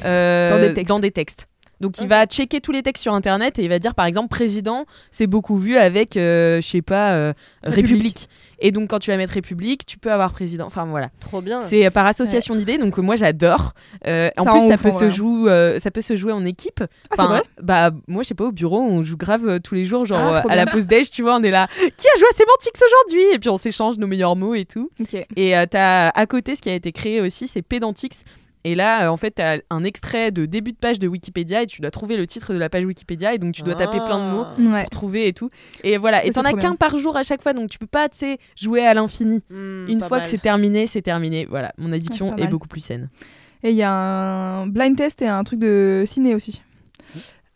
Speaker 8: euh,
Speaker 7: Dans des textes.
Speaker 8: textes. Donc il
Speaker 2: Ok.
Speaker 8: va checker tous les textes sur internet et il va dire par exemple président, c'est beaucoup vu avec euh, je sais pas euh,
Speaker 7: République.
Speaker 8: République. Et donc quand tu vas mettre République, tu peux avoir président. Enfin voilà.
Speaker 2: Trop bien.
Speaker 8: C'est euh, par association d'idées, donc euh, moi j'adore. Euh, en
Speaker 7: Ça
Speaker 8: plus,
Speaker 7: rend
Speaker 8: ça
Speaker 7: ouf, en
Speaker 8: peut, se
Speaker 7: vrai.
Speaker 8: jouer, euh, ça peut se jouer en équipe.
Speaker 7: Ah, c'est vrai
Speaker 8: bah, moi, je sais pas, au bureau, on joue grave euh, tous les jours, genre
Speaker 7: Ah,
Speaker 8: euh,
Speaker 7: trop
Speaker 8: à la pause déj, tu vois, on est là. Qui a joué à Sémantics aujourd'hui Et puis on s'échange nos meilleurs mots et tout. Et euh, t'as à côté ce qui a été créé aussi, c'est Pédantix. Et là, euh, en fait, t'as un extrait de début de page de Wikipédia et tu dois trouver le titre de la page Wikipédia et donc tu dois taper plein de mots
Speaker 3: Ah.
Speaker 7: Ouais.
Speaker 8: pour trouver et tout. Et voilà,
Speaker 7: Ah.
Speaker 8: et
Speaker 7: Ça, c'est
Speaker 8: t'en as
Speaker 7: trop bien.
Speaker 8: qu'un par jour à chaque fois, donc tu peux pas, tu sais, jouer à l'infini.
Speaker 7: Hmm,
Speaker 3: Hmm.
Speaker 8: Une fois que c'est terminé, c'est terminé. Voilà, mon
Speaker 7: c'est
Speaker 8: addiction
Speaker 7: pas
Speaker 8: est
Speaker 7: mal.
Speaker 8: beaucoup plus saine.
Speaker 7: Et il y a un blind test et un truc de ciné aussi.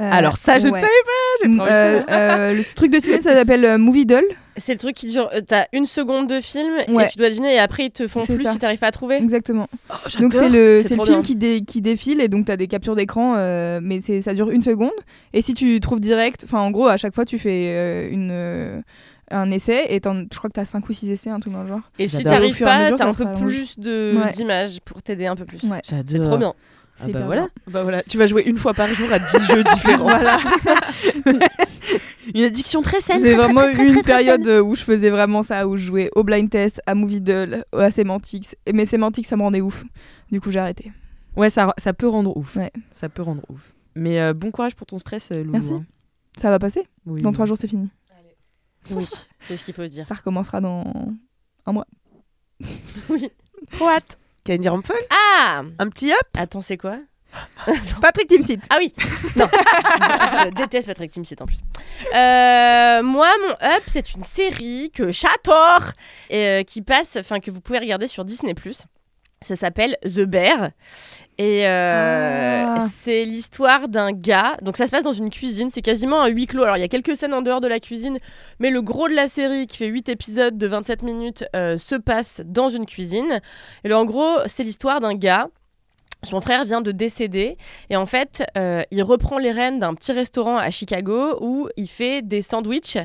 Speaker 7: Euh,
Speaker 8: Alors ça, je ne
Speaker 7: ouais.
Speaker 8: savais pas. J'ai
Speaker 7: Mm,
Speaker 8: trop envie de
Speaker 7: euh, euh, le truc de ciné, ça s'appelle euh, Movie Doll.
Speaker 2: C'est le truc qui dure. euh, T'as une seconde de film et
Speaker 7: Ouais.
Speaker 2: tu dois deviner et après ils te font
Speaker 7: C'est
Speaker 2: plus
Speaker 7: ça. Mm.
Speaker 2: si t'arrives pas à trouver.
Speaker 7: Exactement.
Speaker 8: Oh,
Speaker 7: donc c'est le,
Speaker 2: C'est
Speaker 7: c'est le
Speaker 2: trop
Speaker 7: film
Speaker 2: bien.
Speaker 7: qui, dé- qui défile et donc t'as des captures d'écran, euh, mais c'est, ça dure une seconde. Et si tu trouves direct, enfin en gros, à chaque fois tu fais euh, une, euh, un essai et t'en- je crois que t'as 5 ou 6 essais, un truc dans le genre.
Speaker 2: Et si
Speaker 8: J'adore.
Speaker 7: Au
Speaker 2: t'arrives
Speaker 7: fur et à
Speaker 2: pas,
Speaker 7: mesure,
Speaker 2: t'as
Speaker 7: ça
Speaker 2: un
Speaker 7: se
Speaker 2: peu
Speaker 7: rallonge.
Speaker 2: plus de-
Speaker 7: Ouais.
Speaker 2: d'images pour t'aider un peu plus.
Speaker 7: Ouais.
Speaker 8: J'adore.
Speaker 2: C'est trop bien.
Speaker 8: Ah
Speaker 7: C'est
Speaker 8: bah
Speaker 7: hyper
Speaker 8: voilà.
Speaker 7: bien.
Speaker 3: Bah voilà, tu vas jouer une fois par jour à 10 jeux différents.
Speaker 8: Une addiction très saine.
Speaker 7: J'ai
Speaker 8: très, très,
Speaker 7: vraiment
Speaker 8: très,
Speaker 7: eu
Speaker 8: très,
Speaker 7: une
Speaker 8: très
Speaker 7: période euh, où je faisais vraiment ça, où je jouais au blind test, à Movie Doll, à Semantics. Et- Mais Semantics, ça me rendait ouf. Du coup, j'ai arrêté.
Speaker 8: saine. Ouais, ça, ça peut rendre ouf.
Speaker 7: Ouais.
Speaker 8: Ça peut rendre ouf. Mais euh, bon courage pour ton stress, euh, Loulou.
Speaker 7: Merci.
Speaker 8: hein.
Speaker 7: Ça va passer
Speaker 8: Oui.
Speaker 7: Dans 3 jours, c'est fini.
Speaker 2: Oui, c'est ce qu'il faut se dire.
Speaker 7: Ça recommencera dans.
Speaker 3: Trop hâte. Candy Rumpel,
Speaker 2: Ah
Speaker 3: un petit up.
Speaker 2: Attends, c'est quoi
Speaker 7: Patrick Timsit
Speaker 2: Ah oui Non Je déteste Patrick Timsit en plus. Euh, moi, mon up, c'est une série que j'adore et euh, qui passe, enfin que vous pouvez regarder sur Disney+. Ça s'appelle The Bear. Et euh,
Speaker 7: Ah.
Speaker 2: c'est l'histoire d'un gars. Donc ça se passe dans une cuisine. C'est quasiment un huis clos. Alors il y a quelques scènes en dehors de la cuisine. Mais le gros de la série, qui fait 8 épisodes de 27 minutes, euh, se passe dans une cuisine. Et là, en gros, c'est l'histoire d'un gars. Son frère vient de décéder et en fait, euh, il reprend les rênes d'un petit restaurant à Chicago où il fait des sandwichs.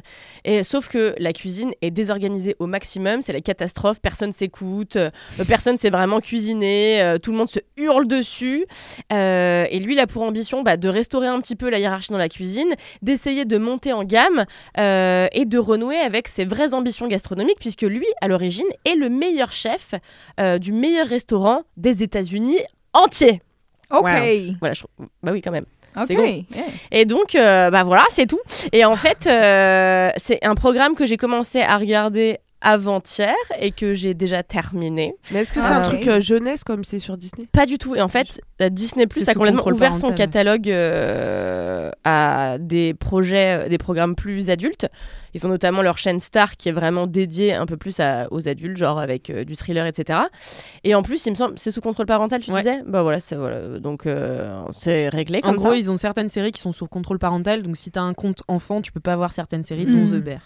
Speaker 2: Et sauf que la cuisine est désorganisée au maximum, c'est la catastrophe. Personne s'écoute, euh, personne sait vraiment cuisiner, euh, tout le monde se hurle dessus. Euh, et lui, il a pour ambition bah, de restaurer un petit peu la hiérarchie dans la cuisine, d'essayer de monter en gamme euh, et de renouer avec ses vraies ambitions gastronomiques, puisque lui, à l'origine, est le meilleur chef euh, du meilleur restaurant des États-Unis entier.
Speaker 7: Ok.
Speaker 2: Wow. Voilà, je... trouve- bah oui, quand même.
Speaker 7: Ok.
Speaker 2: C'est bon. Et donc, euh, bah voilà, c'est tout. Et en fait, euh, c'est un programme que j'ai commencé à regarder avant-hier et que j'ai déjà terminé.
Speaker 3: Mais est-ce que
Speaker 7: Ah,
Speaker 3: c'est un
Speaker 7: ouais.
Speaker 3: truc euh, jeunesse comme c'est sur Disney
Speaker 2: Pas du tout. Et en fait, euh, Disney Plus
Speaker 8: C'est
Speaker 2: a
Speaker 8: sous
Speaker 2: complètement
Speaker 8: contrôle
Speaker 2: ouvert son
Speaker 8: parental.
Speaker 2: catalogue euh, à des projets, euh, des programmes plus adultes. Ils ont notamment leur chaîne Star qui est vraiment dédiée un peu plus à- aux adultes, genre avec euh, du thriller, etc. Et en plus, il me semble, c'est sous contrôle parental, tu
Speaker 8: Ouais.
Speaker 2: disais Bah voilà, c'est- voilà. donc euh, c'est réglé
Speaker 8: En
Speaker 2: comme
Speaker 8: gros,
Speaker 2: ça.
Speaker 8: ils ont certaines séries qui sont sous contrôle parental, donc si t'as un compte enfant, tu peux pas voir certaines séries,
Speaker 7: Mm.
Speaker 8: dont The Bear.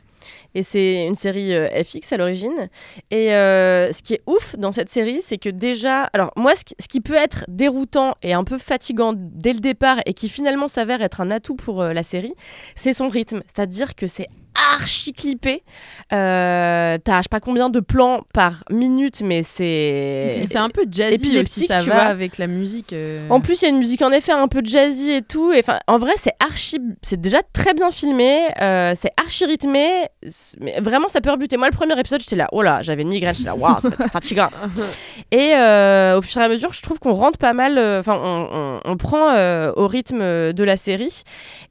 Speaker 2: Et c'est une série euh, FX à l'origine. Et euh, ce qui est ouf dans cette série, c'est que déjà. Alors, moi, ce qui, ce qui peut être déroutant et un peu fatigant dès le départ, et qui finalement s'avère être un atout pour euh, la série, c'est son rythme. C'est-à-dire que c'est archi clippé. Euh, T'as je sais pas combien de plans par minute, mais c'est.
Speaker 8: Mais C'est un peu jazzy aussi,
Speaker 2: épileptique,
Speaker 8: ça
Speaker 2: tu
Speaker 8: va
Speaker 2: vois.
Speaker 8: avec la musique. euh.
Speaker 2: En plus, il y a une musique en effet un peu jazzy et tout. Et, Enfin, en vrai, c'est archi, c'est déjà très bien filmé, euh, c'est archi rythmé. c'est- Mais vraiment, ça peut rebuter. Moi, le premier épisode, j'étais là, oh là, j'avais une migraine, j'étais là, waouh, c'est fatigant. et euh, au fur et à mesure, je trouve qu'on rentre pas mal. euh, Enfin, on, on- on prend euh, au rythme euh, de la série.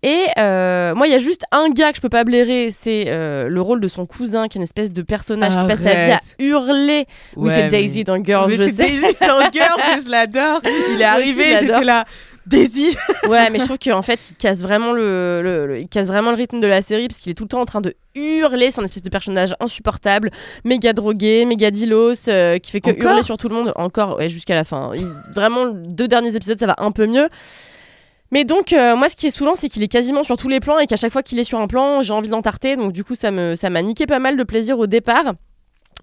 Speaker 2: Et euh, moi, il y a juste un gars que je peux pas blairer, c'est euh, le rôle de son cousin, qui est une espèce de personnage qui passe sa vie à
Speaker 8: Arrête.
Speaker 2: hurler. oui,
Speaker 8: Ouais,
Speaker 2: c'est
Speaker 8: mais-
Speaker 2: Daisy dans Girls,
Speaker 8: Mais
Speaker 2: je
Speaker 8: c'est
Speaker 2: sais.
Speaker 8: Daisy dans Girls, je l'adore. Il est arrivé,
Speaker 2: j'adore.
Speaker 8: j'étais là. Daisy
Speaker 2: Ouais, mais je trouve qu'en fait, il casse vraiment le, le- le- il casse vraiment le rythme de la série parce qu'il est tout le temps en train de hurler. C'est un espèce de personnage insupportable, méga drogué, méga dilos, euh, qui fait que
Speaker 8: Encore
Speaker 2: hurler sur tout le monde. Encore, ouais, jusqu'à la fin. Il- vraiment, les deux derniers épisodes, ça va un peu mieux. Mais donc, euh, moi, ce qui est saoulant, c'est qu'il est quasiment sur tous les plans et qu'à chaque fois qu'il est sur un plan, j'ai envie de l'entarter. Donc, du coup, ça me, ça m'a niqué pas mal de plaisir au départ.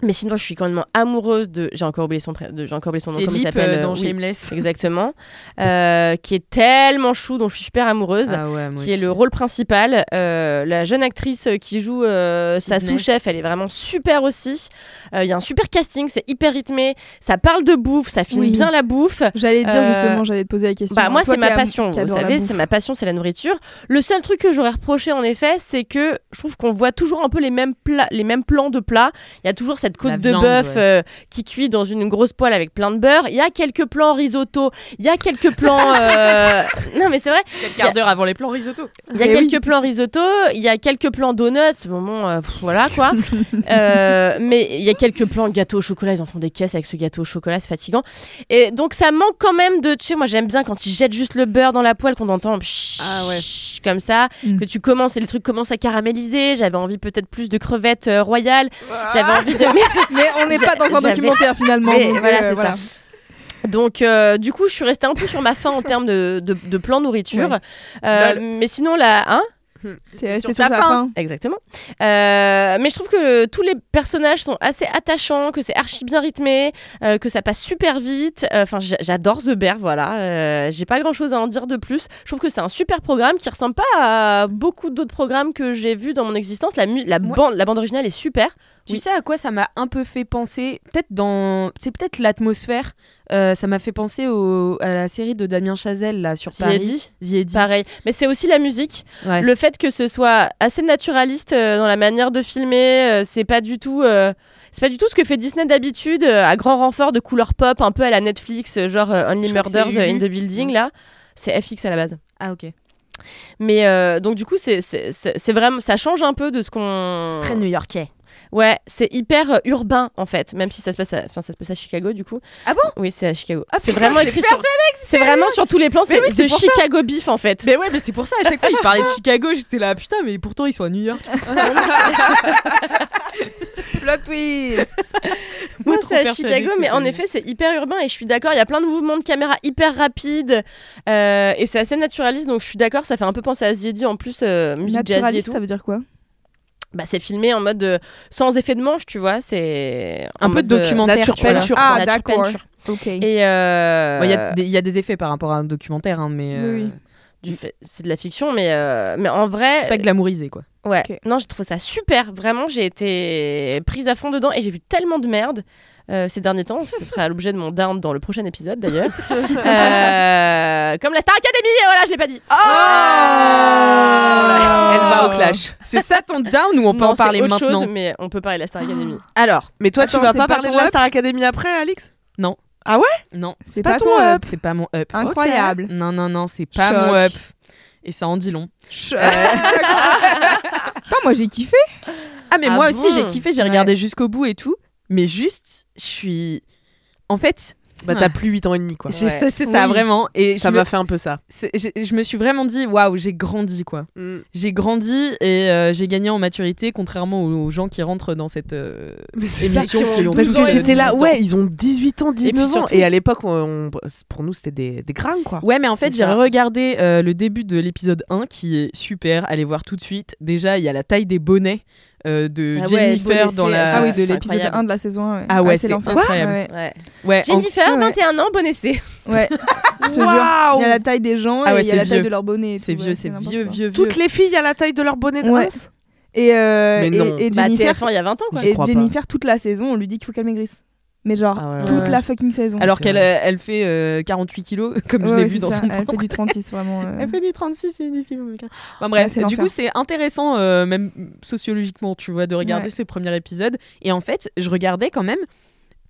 Speaker 2: Mais sinon, je suis quand même amoureuse de. J'ai encore oublié son, pré- de- j'ai encore oublié son nom.
Speaker 8: C'est
Speaker 2: Comment il
Speaker 8: Lip
Speaker 2: s'appelle
Speaker 8: euh, dans
Speaker 2: euh, oui.
Speaker 8: Shameless.
Speaker 2: Exactement. Euh, qui est tellement chou, dont je suis super amoureuse.
Speaker 8: Ah ouais, moi
Speaker 2: qui est
Speaker 8: aussi.
Speaker 2: le rôle principal. Euh, la jeune actrice euh, qui joue euh, sa
Speaker 8: Sydney.
Speaker 2: sous-chef, elle est vraiment super aussi. Euh, Il y a un super casting, c'est hyper rythmé. Ça parle de bouffe, ça filme
Speaker 7: Oui.
Speaker 2: bien la bouffe.
Speaker 7: J'allais dire
Speaker 2: Euh,
Speaker 7: justement, j'allais te poser la question. hein.
Speaker 2: Bah, moi,
Speaker 7: Toi
Speaker 2: c'est
Speaker 7: qui
Speaker 2: ma
Speaker 7: am-
Speaker 2: passion.
Speaker 7: qui
Speaker 2: Vous
Speaker 7: adore la
Speaker 2: savez,
Speaker 7: bouffe.
Speaker 2: c'est ma passion, c'est la nourriture. Le seul truc que j'aurais reproché, en effet, c'est que je trouve qu'on voit toujours un peu les mêmes plats, les mêmes plans de plats. Il y a toujours cette côte
Speaker 8: La
Speaker 2: de
Speaker 8: viande,
Speaker 2: bœuf
Speaker 8: ouais.
Speaker 2: euh, qui cuit dans une grosse poêle avec plein de beurre. Il y a quelques plans risotto. Il y a quelques plans. euh, Non, mais c'est vrai.
Speaker 8: Quel quart d'heure avant les plans risotto.
Speaker 2: Il y a
Speaker 7: Mais
Speaker 2: quelques plans risotto. Il y a quelques plans donuts. Bon, bon, euh, pff, voilà quoi. Euh, mais il y a quelques plans gâteau au chocolat. Ils en font des caisses avec ce gâteau au chocolat. C'est fatigant. Et donc, ça manque quand même de. Tu sais, moi, j'aime bien quand ils jettent juste le beurre dans la poêle, qu'on entend. pshhh,
Speaker 8: Ah ouais.
Speaker 2: Comme ça.
Speaker 7: Mm.
Speaker 2: Que tu commences et le truc commence à caraméliser. J'avais envie peut-être plus de crevettes euh, royales. J'avais envie de.
Speaker 8: Ah.
Speaker 2: Mais-
Speaker 7: Mais on n'est pas dans un
Speaker 2: J'avais-
Speaker 7: documentaire finalement.
Speaker 2: Mais
Speaker 7: donc, euh,
Speaker 2: voilà, c'est Donc, euh, du coup, je suis restée un peu sur ma faim en termes de, de, de plan nourriture.
Speaker 8: Bah,
Speaker 2: Euh, mais sinon, là, hein
Speaker 7: T'es resté
Speaker 8: Sur
Speaker 7: sur
Speaker 8: ta
Speaker 7: ta
Speaker 8: faim.
Speaker 7: faim.
Speaker 2: Exactement. Euh, mais je trouve que euh, tous les personnages sont assez attachants, que c'est archi bien rythmé, euh, que ça passe super vite. Euh, Enfin, j'a- j'adore The Bear, voilà. Euh, J'ai pas grand chose à en dire de plus. Je trouve que c'est un super programme qui ressemble pas à beaucoup d'autres programmes que j'ai vus dans mon existence. La, mu- la,
Speaker 8: Moi-
Speaker 2: bande, la bande originale est super.
Speaker 8: Tu
Speaker 2: Oui.
Speaker 8: sais à quoi ça m'a un peu fait penser Peut-être dans. C'est peut-être l'atmosphère. Euh, ça m'a fait penser au... à la série de Damien Chazelle là sur
Speaker 2: J'y ai
Speaker 8: Paris.
Speaker 2: dit.
Speaker 8: J'y ai dit.
Speaker 2: Pareil. Mais c'est aussi la musique.
Speaker 8: Ouais.
Speaker 2: Le fait que ce soit assez naturaliste euh, dans la manière de filmer, euh, c'est pas du tout. euh, c'est pas du tout ce que fait Disney d'habitude, euh, à grand renfort de couleur pop, un peu à la Netflix, euh, genre euh, Only
Speaker 8: Je crois que
Speaker 2: Murders
Speaker 8: c'est
Speaker 2: in the
Speaker 8: Hulu.
Speaker 2: Building, là. C'est FX à la base.
Speaker 8: Ah ok.
Speaker 2: Mais euh, donc, du coup, c'est- c'est c'est- c'est vraiment. Ça change un peu de ce qu'on.
Speaker 8: C'est très new-yorkais.
Speaker 2: Ouais, c'est hyper euh, urbain, en fait, même si ça se passe à, enfin, ça se passe à Chicago, du coup.
Speaker 8: Ah bon
Speaker 2: Oui, c'est à Chicago.
Speaker 8: Ah,
Speaker 2: c'est
Speaker 8: putain,
Speaker 2: vraiment
Speaker 8: je l'ai
Speaker 2: écrit sur. C'est vraiment sur tous les plans, c'est
Speaker 8: oui, c'est
Speaker 2: de
Speaker 8: pour ça.
Speaker 2: Chicago Beef, en fait.
Speaker 8: Mais ouais, mais c'est pour ça, à chaque fois il parlait de Chicago, j'étais là, putain, mais pourtant ils sont à New York.
Speaker 7: Plot twist.
Speaker 8: Moi,
Speaker 2: Moi,
Speaker 8: trop
Speaker 2: c'est à
Speaker 8: persuadée
Speaker 2: Chicago,
Speaker 8: que c'est
Speaker 2: mais
Speaker 8: pas
Speaker 2: en
Speaker 8: lui.
Speaker 2: effet, c'est hyper urbain et je suis d'accord. Il y a plein de mouvements de caméra hyper rapides euh, et c'est assez naturaliste, donc je suis d'accord. Ça fait un peu penser à Ziedi en plus, euh, musique jazzy et
Speaker 7: Naturaliste,
Speaker 2: tout.
Speaker 7: ça veut dire quoi
Speaker 2: Bah, c'est filmé en mode euh, sans effet de manche, tu vois. C'est
Speaker 8: Un
Speaker 2: en
Speaker 8: peu
Speaker 2: mode,
Speaker 8: de
Speaker 2: euh,
Speaker 8: documentaire,
Speaker 2: nature
Speaker 8: tu vois.
Speaker 2: peinture,
Speaker 7: Ah,
Speaker 2: quoi, nature
Speaker 7: d'accord.
Speaker 2: peinture.
Speaker 7: Ok.
Speaker 2: Et euh,
Speaker 8: Il y, a des- y a des effets par rapport à un documentaire, hein, mais euh,
Speaker 7: Oui, oui.
Speaker 2: du fait- c'est de la fiction, mais euh, mais en vrai,
Speaker 8: c'est pas glamourisé quoi.
Speaker 2: Ouais.
Speaker 7: Ok.
Speaker 2: Non, j'ai trouvé ça super. Vraiment, j'ai été prise à fond dedans et j'ai vu tellement de merde euh, ces derniers temps. Ce sera l'objet de mon down dans le prochain épisode d'ailleurs. Euh, comme la Star Academy, et voilà, je l'ai pas dit.
Speaker 8: Elle va au
Speaker 2: Oh.
Speaker 8: clash. C'est ça ton down ou on peut
Speaker 2: Non,
Speaker 8: en parler
Speaker 2: c'est autre
Speaker 8: maintenant
Speaker 2: chose, mais on peut parler de la Star Academy.
Speaker 8: Alors,
Speaker 3: Mais toi,
Speaker 7: Attends,
Speaker 3: tu vas
Speaker 7: c'est
Speaker 3: pas
Speaker 7: pas
Speaker 3: parler
Speaker 7: ton
Speaker 3: de la
Speaker 7: up
Speaker 3: Star Academy après, Alix
Speaker 8: non,
Speaker 7: C'est pas ton up.
Speaker 8: C'est pas mon up.
Speaker 7: Incroyable.
Speaker 8: Non, non, non, c'est pas
Speaker 7: Choc.
Speaker 8: mon up. Et ça en dit long.
Speaker 7: Attends, euh, moi j'ai kiffé.
Speaker 8: Ah mais
Speaker 2: Ah
Speaker 8: moi
Speaker 2: bon
Speaker 8: aussi j'ai kiffé, j'ai
Speaker 7: Ouais.
Speaker 8: regardé jusqu'au bout et tout. Mais juste, je suis... En fait,
Speaker 3: Bah, t'as plus 8 ans et demi, quoi.
Speaker 8: j'ai-
Speaker 2: Ouais.
Speaker 8: c'est c'est ça
Speaker 3: Oui.
Speaker 8: vraiment. Et
Speaker 3: Ça
Speaker 8: je, me,
Speaker 3: m'a fait un peu ça.
Speaker 8: c'est- j'ai- je me suis vraiment dit, waouh, j'ai grandi quoi.
Speaker 3: Mm.
Speaker 8: J'ai grandi et euh, j'ai gagné en maturité, contrairement aux, aux gens qui rentrent dans cette euh, émission
Speaker 2: qui ont
Speaker 8: qui l'ont
Speaker 3: Parce
Speaker 2: Parce
Speaker 8: tous,
Speaker 2: que
Speaker 3: que
Speaker 8: euh,
Speaker 3: j'étais là,
Speaker 8: 18 ans.
Speaker 3: ouais, ils ont 18 ans, 19 ans.
Speaker 2: surtout-
Speaker 3: Et à l'époque, on- on- pour nous, c'était des, des gringues, quoi.
Speaker 8: Ouais, mais en fait,
Speaker 2: Ah, C'est
Speaker 8: j'ai
Speaker 2: ça.
Speaker 8: regardé euh, le début de l'épisode 1 qui est super. Allez voir tout de suite. Déjà, il y a la taille des bonnets euh, de
Speaker 2: Ah ouais,
Speaker 8: Jennifer
Speaker 2: bonnet,
Speaker 8: dans
Speaker 2: c'est-
Speaker 8: la.
Speaker 7: Ah oui, de
Speaker 2: c'est
Speaker 7: l'épisode
Speaker 2: incroyable.
Speaker 7: 1 de la saison 1.
Speaker 8: Ah ouais, c'est
Speaker 7: l'enfer.
Speaker 8: incroyable.
Speaker 7: Ouais,
Speaker 2: Ouais.
Speaker 8: Ouais, Bah, en-
Speaker 2: Jennifer,
Speaker 7: Ouais.
Speaker 2: 21 ans, bon essai.
Speaker 7: Ouais, je te jure. Il y a la taille des gens
Speaker 8: Ah ouais,
Speaker 7: et il y a
Speaker 8: c'est
Speaker 7: la taille
Speaker 8: vieux.
Speaker 7: de leur bonnet. et
Speaker 8: c'est
Speaker 7: tout,
Speaker 8: vieux,
Speaker 7: ouais,
Speaker 8: c'est
Speaker 7: n'importe
Speaker 8: vieux,
Speaker 7: quoi.
Speaker 8: vieux, vieux.
Speaker 3: Toutes les filles à la taille de leur bonnet de
Speaker 7: Ouais.
Speaker 3: Hans.
Speaker 7: Et, euh,
Speaker 3: Mais
Speaker 7: et-
Speaker 3: non.
Speaker 7: et,
Speaker 2: Bah,
Speaker 7: Jennifer,
Speaker 2: TF1, il y a 20 ans, quoi.
Speaker 3: J'y
Speaker 7: et
Speaker 3: crois pas.
Speaker 7: Jennifer, toute la saison, on lui dit qu'il faut qu'elle maigrisse. Mais genre,
Speaker 3: Ah ouais, ouais,
Speaker 7: toute
Speaker 2: ouais.
Speaker 7: la fucking saison.
Speaker 3: Alors
Speaker 8: Alors
Speaker 3: C'est qu'elle,
Speaker 8: qu'elle
Speaker 3: vrai.
Speaker 8: fait 48 kilos, comme je
Speaker 7: Ouais,
Speaker 8: l'ai
Speaker 7: ouais,
Speaker 8: vu
Speaker 7: c'est
Speaker 8: dans
Speaker 7: ça.
Speaker 8: son
Speaker 7: Elle fait du 36, vraiment. euh.
Speaker 8: Elle fait du 36 et du 6, mon mec. Enfin,
Speaker 7: Ouais,
Speaker 8: bref,
Speaker 7: c'est
Speaker 8: du
Speaker 7: l'enfer.
Speaker 8: coup, c'est intéressant, euh, même sociologiquement, tu vois, de regarder
Speaker 7: Ouais.
Speaker 8: ce premier épisode. Et en fait, je regardais quand même.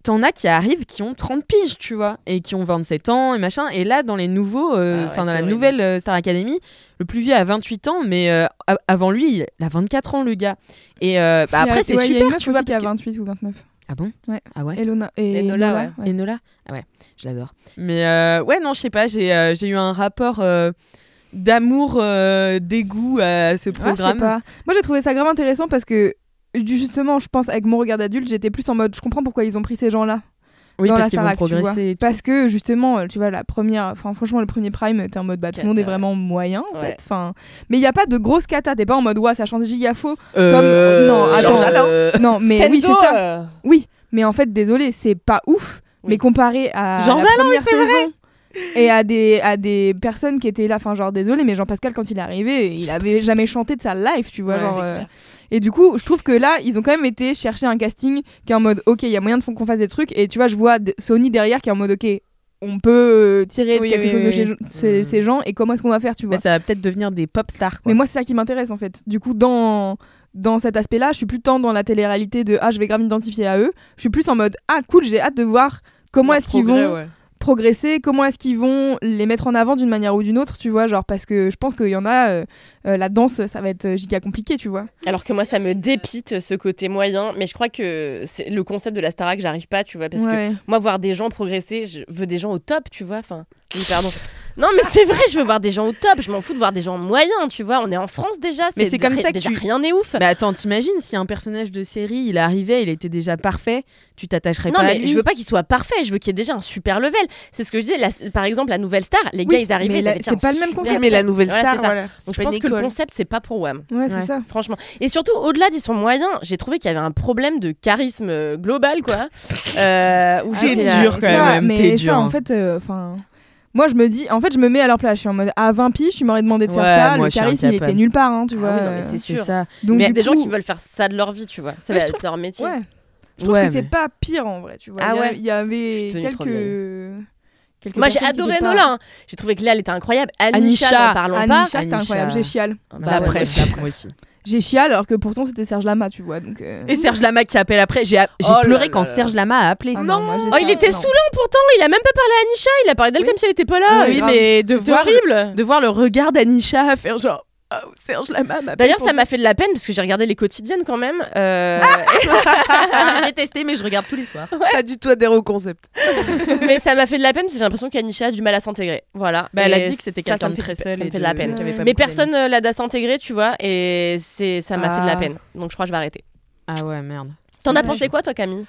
Speaker 8: T'en as qui arrivent qui ont 30 piges, tu vois, et qui ont 27 ans et machin. Et là, dans les nouveaux,
Speaker 2: Ah
Speaker 8: euh,
Speaker 2: ouais,
Speaker 8: enfin,
Speaker 2: c'est
Speaker 8: dans la
Speaker 2: horrible.
Speaker 8: nouvelle euh, Star Academy, le plus vieux a 28 ans, mais euh, a- avant lui, il a 24 ans, le gars. Et euh, bah,
Speaker 7: Il y a-
Speaker 8: après, c'est
Speaker 7: ouais, Il y a
Speaker 8: super,
Speaker 7: une meuf
Speaker 8: tu vois.
Speaker 7: aussi qui a
Speaker 8: parce que-
Speaker 7: 28 ou 29.
Speaker 8: Ah bon
Speaker 7: Ouais.
Speaker 8: Ah ouais
Speaker 7: Et Lona. Et
Speaker 2: Et Lola,
Speaker 7: Lola, ouais.
Speaker 8: et Nola Ah ouais, je l'adore. Mais euh, ouais, non, je sais pas, j'ai euh, j'ai eu un rapport euh, d'amour, euh, dégoût à ce
Speaker 7: Ah, je sais
Speaker 8: programme.
Speaker 7: pas. Moi, j'ai trouvé ça grave intéressant parce que du- justement, je pense avec mon regard d'adulte, j'étais plus en mode, je comprends pourquoi ils ont pris ces gens-là
Speaker 8: oui,
Speaker 7: dans
Speaker 8: parce
Speaker 7: la
Speaker 8: qu'ils vont
Speaker 7: Starac, tu vois.
Speaker 8: progresser. et tout.
Speaker 7: Parce que justement, tu vois, la première, enfin franchement, le premier prime, t'es en mode, bah tout le monde est
Speaker 2: Cata.
Speaker 7: vraiment moyen en
Speaker 2: Ouais.
Speaker 7: fait. Enfin, mais il y a pas de grosse cata. T'es pas en mode, ouais, ça change giga faux.
Speaker 8: Euh,
Speaker 7: Non,
Speaker 8: genre,
Speaker 7: attends.
Speaker 8: euh,
Speaker 7: Non, mais oui, c'est
Speaker 8: Senzo,
Speaker 7: ça.
Speaker 8: euh,
Speaker 7: Oui, mais en fait, désolé, c'est pas ouf.
Speaker 2: Oui.
Speaker 7: Mais comparé à
Speaker 8: Jean
Speaker 7: la
Speaker 8: Jalon,
Speaker 7: première saison et à des, à des personnes qui étaient là, enfin genre désolé, mais Jean-Pascal quand il est arrivé, il avait jamais chanté de sa live, tu vois.
Speaker 2: Ouais,
Speaker 7: genre,
Speaker 2: c'est
Speaker 7: euh,
Speaker 2: clair.
Speaker 7: Et du coup, je trouve que là, ils ont quand même été chercher un casting qui est en mode ok, il y a moyen de fon- qu'on fasse des trucs. Et tu vois, je vois d- Sony derrière qui est en mode ok, on peut euh, tirer
Speaker 8: Oui,
Speaker 7: quelque
Speaker 8: oui,
Speaker 7: chose de
Speaker 8: oui,
Speaker 7: chez
Speaker 8: oui.
Speaker 7: ces,
Speaker 8: Mm.
Speaker 7: ces gens et comment est-ce qu'on va faire, tu vois.
Speaker 8: bah, ça va peut-être devenir des pop stars. Quoi.
Speaker 7: Mais moi, c'est ça qui m'intéresse en fait. Du coup, dans, dans cet aspect-là, je suis plus tant dans la télé-réalité de ah, je vais grave m'identifier à eux. Je suis plus en mode ah, cool, j'ai hâte de voir comment est-ce qu'ils vont progresser, comment est-ce qu'ils vont les mettre en avant d'une manière ou d'une autre, tu vois. Genre, parce que je pense qu'il y en a, euh, euh, la danse, ça va être giga compliqué, tu vois.
Speaker 2: Alors que moi, ça me dépite ce côté moyen, mais je crois que c'est le concept de la Starac, j'arrive pas, tu vois, parce que
Speaker 7: Ouais.
Speaker 2: Moi, voir des gens progresser, je veux des gens au top, tu vois. Enfin, oui, pardon. Non, mais c'est vrai, je veux voir des gens au top. Je m'en fous de voir des gens moyens, tu vois. On est en France déjà.
Speaker 8: Mais c'est comme
Speaker 2: dé-
Speaker 8: ça que
Speaker 2: déjà
Speaker 8: tu- Bah,
Speaker 2: rien n'est ouf.
Speaker 8: Mais attends, t'imagines si un personnage de série, il arrivait, il était déjà parfait, tu t'attacherais
Speaker 2: non,
Speaker 8: pas à
Speaker 2: mais
Speaker 8: lui.
Speaker 2: je veux pas qu'il soit parfait. Je veux qu'il y ait déjà un super level. C'est ce que je disais. la- par exemple, la nouvelle star, les
Speaker 7: Oui,
Speaker 2: gars, ils arrivaient.
Speaker 7: mais
Speaker 2: ils
Speaker 7: la-
Speaker 2: avaient déjà
Speaker 7: c'est
Speaker 2: un
Speaker 7: pas le même
Speaker 2: super
Speaker 7: concept.
Speaker 3: Mais la nouvelle
Speaker 2: Voilà,
Speaker 3: star,
Speaker 2: c'est ça.
Speaker 3: voilà.
Speaker 2: Donc,
Speaker 3: pas
Speaker 2: je
Speaker 3: une
Speaker 2: pense que le
Speaker 3: école.
Speaker 2: concept, c'est pas pour Wham.
Speaker 7: Ouais, c'est
Speaker 8: Ouais.
Speaker 7: ça.
Speaker 2: Franchement. Et surtout, au-delà de son moyen, j'ai trouvé qu'il y avait un problème de charisme euh, global, quoi. euh, où
Speaker 7: Ah,
Speaker 2: j'étais
Speaker 7: mais
Speaker 2: là-
Speaker 8: dur, quand
Speaker 7: ça,
Speaker 8: même,
Speaker 7: Mais
Speaker 8: t'es
Speaker 7: ça,
Speaker 8: dur,
Speaker 7: en
Speaker 8: hein.
Speaker 7: fait, euh, enfin. moi, je me dis, en fait, je me mets à leur place. Je suis en mode, à 20 piges, tu m'aurais demandé de faire
Speaker 8: Ouais,
Speaker 7: ça.
Speaker 8: moi,
Speaker 7: le
Speaker 8: je suis
Speaker 7: charisme, il était
Speaker 8: incapable.
Speaker 7: nulle part, hein, tu
Speaker 2: Ah
Speaker 7: vois.
Speaker 2: oui, non, mais
Speaker 7: euh.
Speaker 2: c'est
Speaker 8: C'est
Speaker 2: sûr.
Speaker 8: ça.
Speaker 7: Donc,
Speaker 2: Mais
Speaker 7: du
Speaker 2: des gens
Speaker 7: coup-
Speaker 2: qui veulent faire ça de leur vie, tu vois. Ça
Speaker 7: Mais
Speaker 2: va
Speaker 7: je
Speaker 2: être leur métier.
Speaker 7: Ouais. Je trouve
Speaker 8: Ouais,
Speaker 7: que c'est
Speaker 8: mais-
Speaker 7: pas pire en vrai, tu vois.
Speaker 2: Ah
Speaker 7: il, y a-
Speaker 2: ouais.
Speaker 7: il y avait
Speaker 2: Je suis devenue trop
Speaker 7: quelques... quelques
Speaker 2: Moi, j'ai
Speaker 7: personnes qui
Speaker 2: adoré
Speaker 7: étaient pas-
Speaker 2: Nola. hein. J'ai trouvé que là, elle était incroyable.
Speaker 8: Anisha,
Speaker 2: Anisha, n'en parlons
Speaker 7: Anisha,
Speaker 2: pas.
Speaker 7: c'était
Speaker 8: Anisha.
Speaker 7: incroyable, j'ai chial.
Speaker 2: Bah
Speaker 8: la
Speaker 2: ouais,
Speaker 8: presse,
Speaker 2: ouais.
Speaker 8: la presse aussi.
Speaker 7: J'ai chial alors que pourtant c'était Serge Lama, tu vois. Donc, euh,
Speaker 8: Et Serge Lama qui appelle après. J'ai a- j'ai
Speaker 3: Oh là
Speaker 8: pleuré
Speaker 3: là
Speaker 8: quand
Speaker 3: là.
Speaker 8: Serge Lama a appelé.
Speaker 7: ah non, moi, j'ai
Speaker 2: Oh, il
Speaker 7: chialé.
Speaker 2: était
Speaker 7: Non.
Speaker 2: saoulant pourtant. Il a même pas parlé à Anisha. Il a parlé d'elle comme si elle était pas là.
Speaker 3: Ah,
Speaker 7: Ouais,
Speaker 8: ah oui,
Speaker 7: grave.
Speaker 8: mais de
Speaker 2: C'était
Speaker 8: voir,
Speaker 2: horrible.
Speaker 8: de voir le regard d'Anisha à faire genre oh, Serge Lama m'appelle
Speaker 2: D'ailleurs,
Speaker 8: pour
Speaker 2: ça
Speaker 8: dire-
Speaker 2: m'a fait de la peine parce que j'ai regardé les quotidiennes quand même. euh,
Speaker 8: j'ai détesté mais je regarde tous les soirs.
Speaker 3: Pas du tout adhérent au concept.
Speaker 8: Ah.
Speaker 2: mais ça m'a fait de la peine parce que j'ai l'impression qu'Anisha a du mal à s'intégrer. Voilà.
Speaker 8: Bah, elle a
Speaker 2: Et
Speaker 8: dit que c'était
Speaker 2: ça,
Speaker 8: quelqu'un
Speaker 2: ça me
Speaker 8: de
Speaker 2: fait-
Speaker 8: très
Speaker 2: Ça
Speaker 8: seul
Speaker 2: me
Speaker 8: et
Speaker 2: fait de
Speaker 8: de-
Speaker 2: la peine.
Speaker 8: qui avait pas
Speaker 2: Mais
Speaker 8: beaucoup
Speaker 2: personne euh, l'a d'a s'intégrer, tu vois. Et c'est ça m'a fait de
Speaker 3: Ah.
Speaker 2: la peine. Donc, je crois que je vais arrêter.
Speaker 8: Ah ouais merde.
Speaker 2: T'en as
Speaker 7: dommage.
Speaker 2: pensé quoi, toi, Camille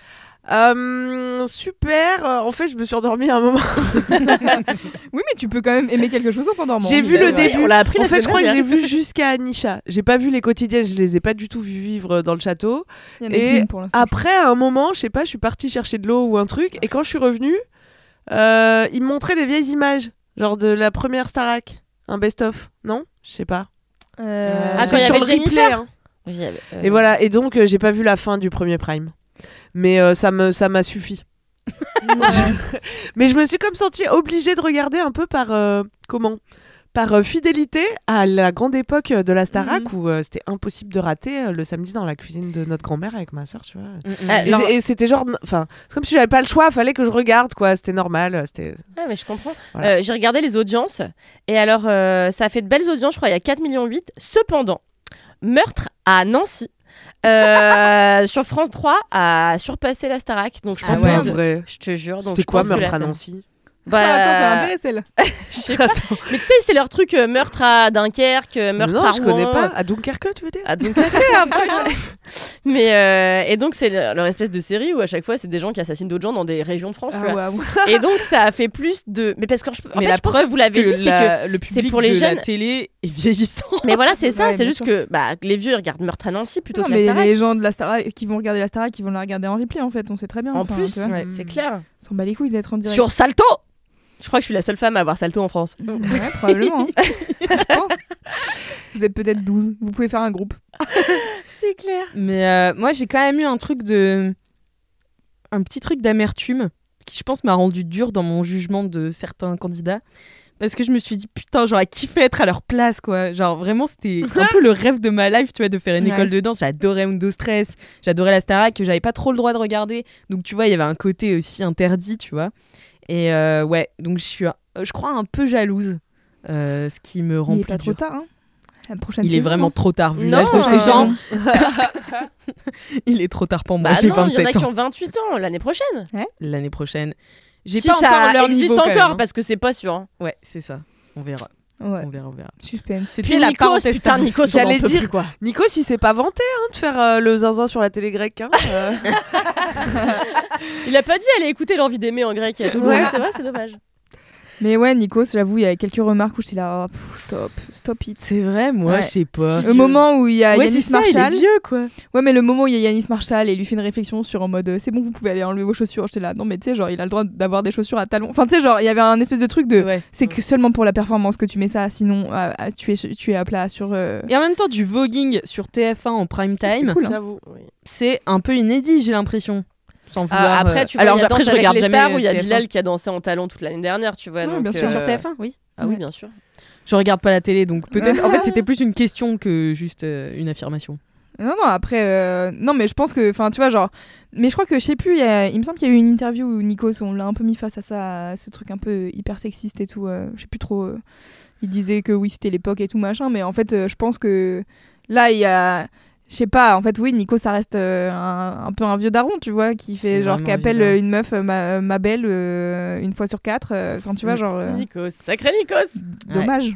Speaker 3: Euh, super. euh, En fait, je me suis endormie à un moment.
Speaker 2: hein.
Speaker 7: Oui, mais tu peux quand même aimer quelque chose en t'endormant.
Speaker 3: J'ai vu
Speaker 7: Oui,
Speaker 3: le
Speaker 7: bah, ouais.
Speaker 3: début.
Speaker 2: l'a appris
Speaker 3: En fait, je crois que j'ai vu jusqu'à Anisha. J'ai pas vu les quotidiennes, je les ai pas du tout vu vivre dans le château.
Speaker 7: Il y en a
Speaker 3: Et
Speaker 7: qu'une pour l'instant.
Speaker 3: Après, à un moment, je sais pas, je suis partie chercher de l'eau ou un truc, et quand je suis revenue, euh, ils me montraient des vieilles images, genre de la première Starac, un best-of, non Je sais pas.
Speaker 7: Euh,
Speaker 2: Ah, quand
Speaker 3: C'est
Speaker 2: il y
Speaker 3: sur
Speaker 2: avait
Speaker 3: le replay,
Speaker 2: Jennifer
Speaker 3: hein. Et voilà, et donc euh, j'ai pas vu la fin du premier Prime. Mais euh, ça me ça m'a suffi. Mais je me suis comme sentie obligée de regarder un peu par euh, comment par euh, fidélité à la grande époque de la Starac
Speaker 2: Mhm.
Speaker 3: où euh, c'était impossible de rater euh, le samedi dans la cuisine de notre grand-mère avec ma soeur, tu vois.
Speaker 2: Ah,
Speaker 3: Et
Speaker 8: euh,
Speaker 2: Laure-
Speaker 3: j'ai- Et c'était genre, enfin, c'est comme si j'avais pas le choix, fallait que je regarde quoi, c'était normal, euh, c'était.
Speaker 2: Ouais, mais je comprends.
Speaker 3: Voilà.
Speaker 2: Euh, j'ai regardé les audiences et alors euh, ça a fait de belles audiences, je crois, il y a 4,8 millions. Cependant, meurtre à Nancy euh, sur France 3 a surpassé la Starac. Donc je
Speaker 8: Ah
Speaker 2: pense
Speaker 8: ouais.
Speaker 2: que-
Speaker 3: vrai.
Speaker 2: je te jure. donc
Speaker 3: C'était
Speaker 2: je
Speaker 3: quoi
Speaker 2: pense que
Speaker 3: meurtre
Speaker 2: la-
Speaker 3: à Nancy
Speaker 2: Bah,
Speaker 7: Ah, attends, ça m'intéresse elle.
Speaker 2: je sais pas. Mais tu sais, c'est leur truc euh, meurtre à Dunkerque, euh, meurtre
Speaker 3: Non,
Speaker 2: à Rouen.
Speaker 3: je connais pas. À Dunkerque, tu veux dire
Speaker 2: Ah, donc, un peu. Mais euh, et donc c'est leur leur espèce de série où à chaque fois c'est des gens qui assassinent d'autres gens dans des régions de France. tu vois.
Speaker 7: Ah, ouais, ouais.
Speaker 2: Et donc ça a fait plus de. Mais parce que je, en
Speaker 8: Mais
Speaker 2: fait,
Speaker 8: la
Speaker 2: je pense que vous l'avez dit, c'est que
Speaker 8: le public
Speaker 2: pour les
Speaker 8: de la
Speaker 2: jeunes.
Speaker 8: télé est vieillissant.
Speaker 2: Mais voilà, c'est ça,
Speaker 7: Ouais,
Speaker 2: c'est
Speaker 7: bien
Speaker 2: juste
Speaker 7: sûr.
Speaker 2: que bah, les vieux ils regardent Meurtre à Nancy plutôt
Speaker 7: Non,
Speaker 2: que la
Speaker 7: mais
Speaker 2: Starac.
Speaker 7: les gens de la Starac qui vont regarder la Starac, qui vont la regarder en replay en fait, on sait très bien.
Speaker 2: En
Speaker 7: enfin,
Speaker 2: plus,
Speaker 7: tu vois.
Speaker 2: ouais, c'est clair.
Speaker 7: on s'en bat les couilles d'être en direct.
Speaker 2: Sur Salto Je crois que je suis la seule femme à avoir Salto en France.
Speaker 7: Ouais, probablement. hein. Je pense. Vous êtes peut-être 12, vous pouvez faire un groupe.
Speaker 2: C'est clair.
Speaker 8: Mais euh, moi, j'ai quand même eu un truc de. Un petit truc d'amertume qui, je pense, m'a rendu dur dans mon jugement de certains candidats. Parce que je me suis dit, putain, j'aurais kiffé être à leur place, quoi. Genre, vraiment, c'était un peu le rêve de ma life, tu vois, de faire une
Speaker 7: Ouais.
Speaker 8: école de danse. J'adorais Undo Stress, j'adorais la Starac, que j'avais pas trop le droit de regarder. Donc, tu vois, il y avait un côté aussi interdit, tu vois. Et euh, ouais, donc je suis, un- je crois, un peu jalouse. euh, ce qui me rend
Speaker 7: Il est
Speaker 8: plus
Speaker 7: pas trop
Speaker 8: dure.
Speaker 7: tard, hein. La prochaine
Speaker 8: Il est
Speaker 7: saison,
Speaker 8: vraiment
Speaker 7: hein.
Speaker 8: trop tard vu
Speaker 2: Non,
Speaker 8: l'âge de ces
Speaker 2: euh,
Speaker 8: gens. Il est trop tard pour moi.
Speaker 2: Bah
Speaker 8: J'ai
Speaker 2: non, il y en a
Speaker 8: 27
Speaker 2: qui
Speaker 8: ans.
Speaker 2: ont 28 ans l'année prochaine.
Speaker 8: L'année prochaine. J'ai
Speaker 2: si
Speaker 8: pas
Speaker 2: ça
Speaker 8: encore leur
Speaker 2: existe
Speaker 8: niveau, quand
Speaker 2: encore,
Speaker 8: même, hein.
Speaker 2: parce que c'est pas sûr. hein.
Speaker 8: Ouais, c'est ça. On verra.
Speaker 7: Ouais,
Speaker 8: On verra, on verra.
Speaker 7: suspense.
Speaker 8: C'était
Speaker 2: Puis
Speaker 8: la
Speaker 2: Nikos,
Speaker 8: parenthèse
Speaker 2: putain,
Speaker 8: tabou.
Speaker 2: Nikos, on en
Speaker 3: J'allais
Speaker 2: peut
Speaker 3: dire-
Speaker 2: plus, quoi.
Speaker 3: Nico, il s'est pas vanté hein, de faire euh, le zinzin sur la télé grecque. hein, euh.
Speaker 2: Il a pas dit aller écouter l'envie d'aimer en grec. Il y a tout le
Speaker 3: Ouais.
Speaker 2: monde. C'est vrai, c'est dommage. Euh,
Speaker 7: Mais ouais, Nikos, j'avoue, il y a quelques remarques où j'étais là, oh, pff, stop, stop it.
Speaker 8: C'est vrai, moi,
Speaker 7: Ouais.
Speaker 8: je sais pas.
Speaker 7: Si- Au moment où il y a
Speaker 8: ouais, c'est
Speaker 7: Yanis
Speaker 8: ça, il est
Speaker 7: Marshall.
Speaker 8: vieux,
Speaker 3: Euh,
Speaker 8: quoi.
Speaker 7: Ouais, mais le moment où il y a Yanis Marshall et il lui fait une réflexion sur en mode euh, c'est bon, vous pouvez aller enlever vos chaussures. J'étais là, non, mais tu sais, genre, il a le droit d'avoir des chaussures à talons. Enfin, tu sais, genre, il y avait un espèce de truc de.
Speaker 8: Ouais.
Speaker 7: C'est que seulement pour la performance que tu mets ça, sinon à- à- tu, es, tu es à plat sur. euh,
Speaker 8: Et en même temps, du voguing sur TF1 en prime
Speaker 7: c'est
Speaker 8: time,
Speaker 7: cool, hein.
Speaker 2: J'avoue. oui.
Speaker 8: c'est un peu inédit, j'ai l'impression. Sans
Speaker 2: Ah,
Speaker 8: vouloir.
Speaker 2: après,
Speaker 8: euh,
Speaker 2: tu vois, il y a
Speaker 8: après,
Speaker 2: Danse avec les
Speaker 8: jamais euh,
Speaker 2: stars où il y a
Speaker 8: TF1.
Speaker 2: Bilal qui a dansé en talons toute l'année dernière, tu vois.
Speaker 7: Ouais,
Speaker 2: donc,
Speaker 7: bien
Speaker 8: C'est
Speaker 7: sûr.
Speaker 8: sur
Speaker 2: euh,
Speaker 8: TF1, oui.
Speaker 2: Ah oui, bien sûr.
Speaker 8: Je regarde pas la télé, donc peut-être. en fait, c'était plus une question que juste euh, une affirmation.
Speaker 7: Non, non, après, euh, non, mais je pense que, enfin, tu vois, genre, mais je crois que, je sais plus, il y a- il me semble qu'il y a eu une interview où Nikos, on l'a un peu mis face à ça, à ce truc un peu hyper sexiste et tout, euh, je sais plus trop, euh, il disait que oui, c'était l'époque et tout, machin, mais en fait, euh, je pense que là, il y a, je sais pas, en fait, oui, Nikos, ça reste euh, un, un peu un vieux daron, tu vois, qui
Speaker 8: C'est
Speaker 7: fait, genre,
Speaker 8: vraiment
Speaker 7: qui appelle
Speaker 8: vieux daron.
Speaker 7: euh, une meuf, euh, ma, euh, ma belle, euh, une fois sur quatre, euh, enfin, tu vois,
Speaker 8: Mm.
Speaker 7: genre, euh,
Speaker 2: Nikos, sacré Nikos.
Speaker 7: dommage.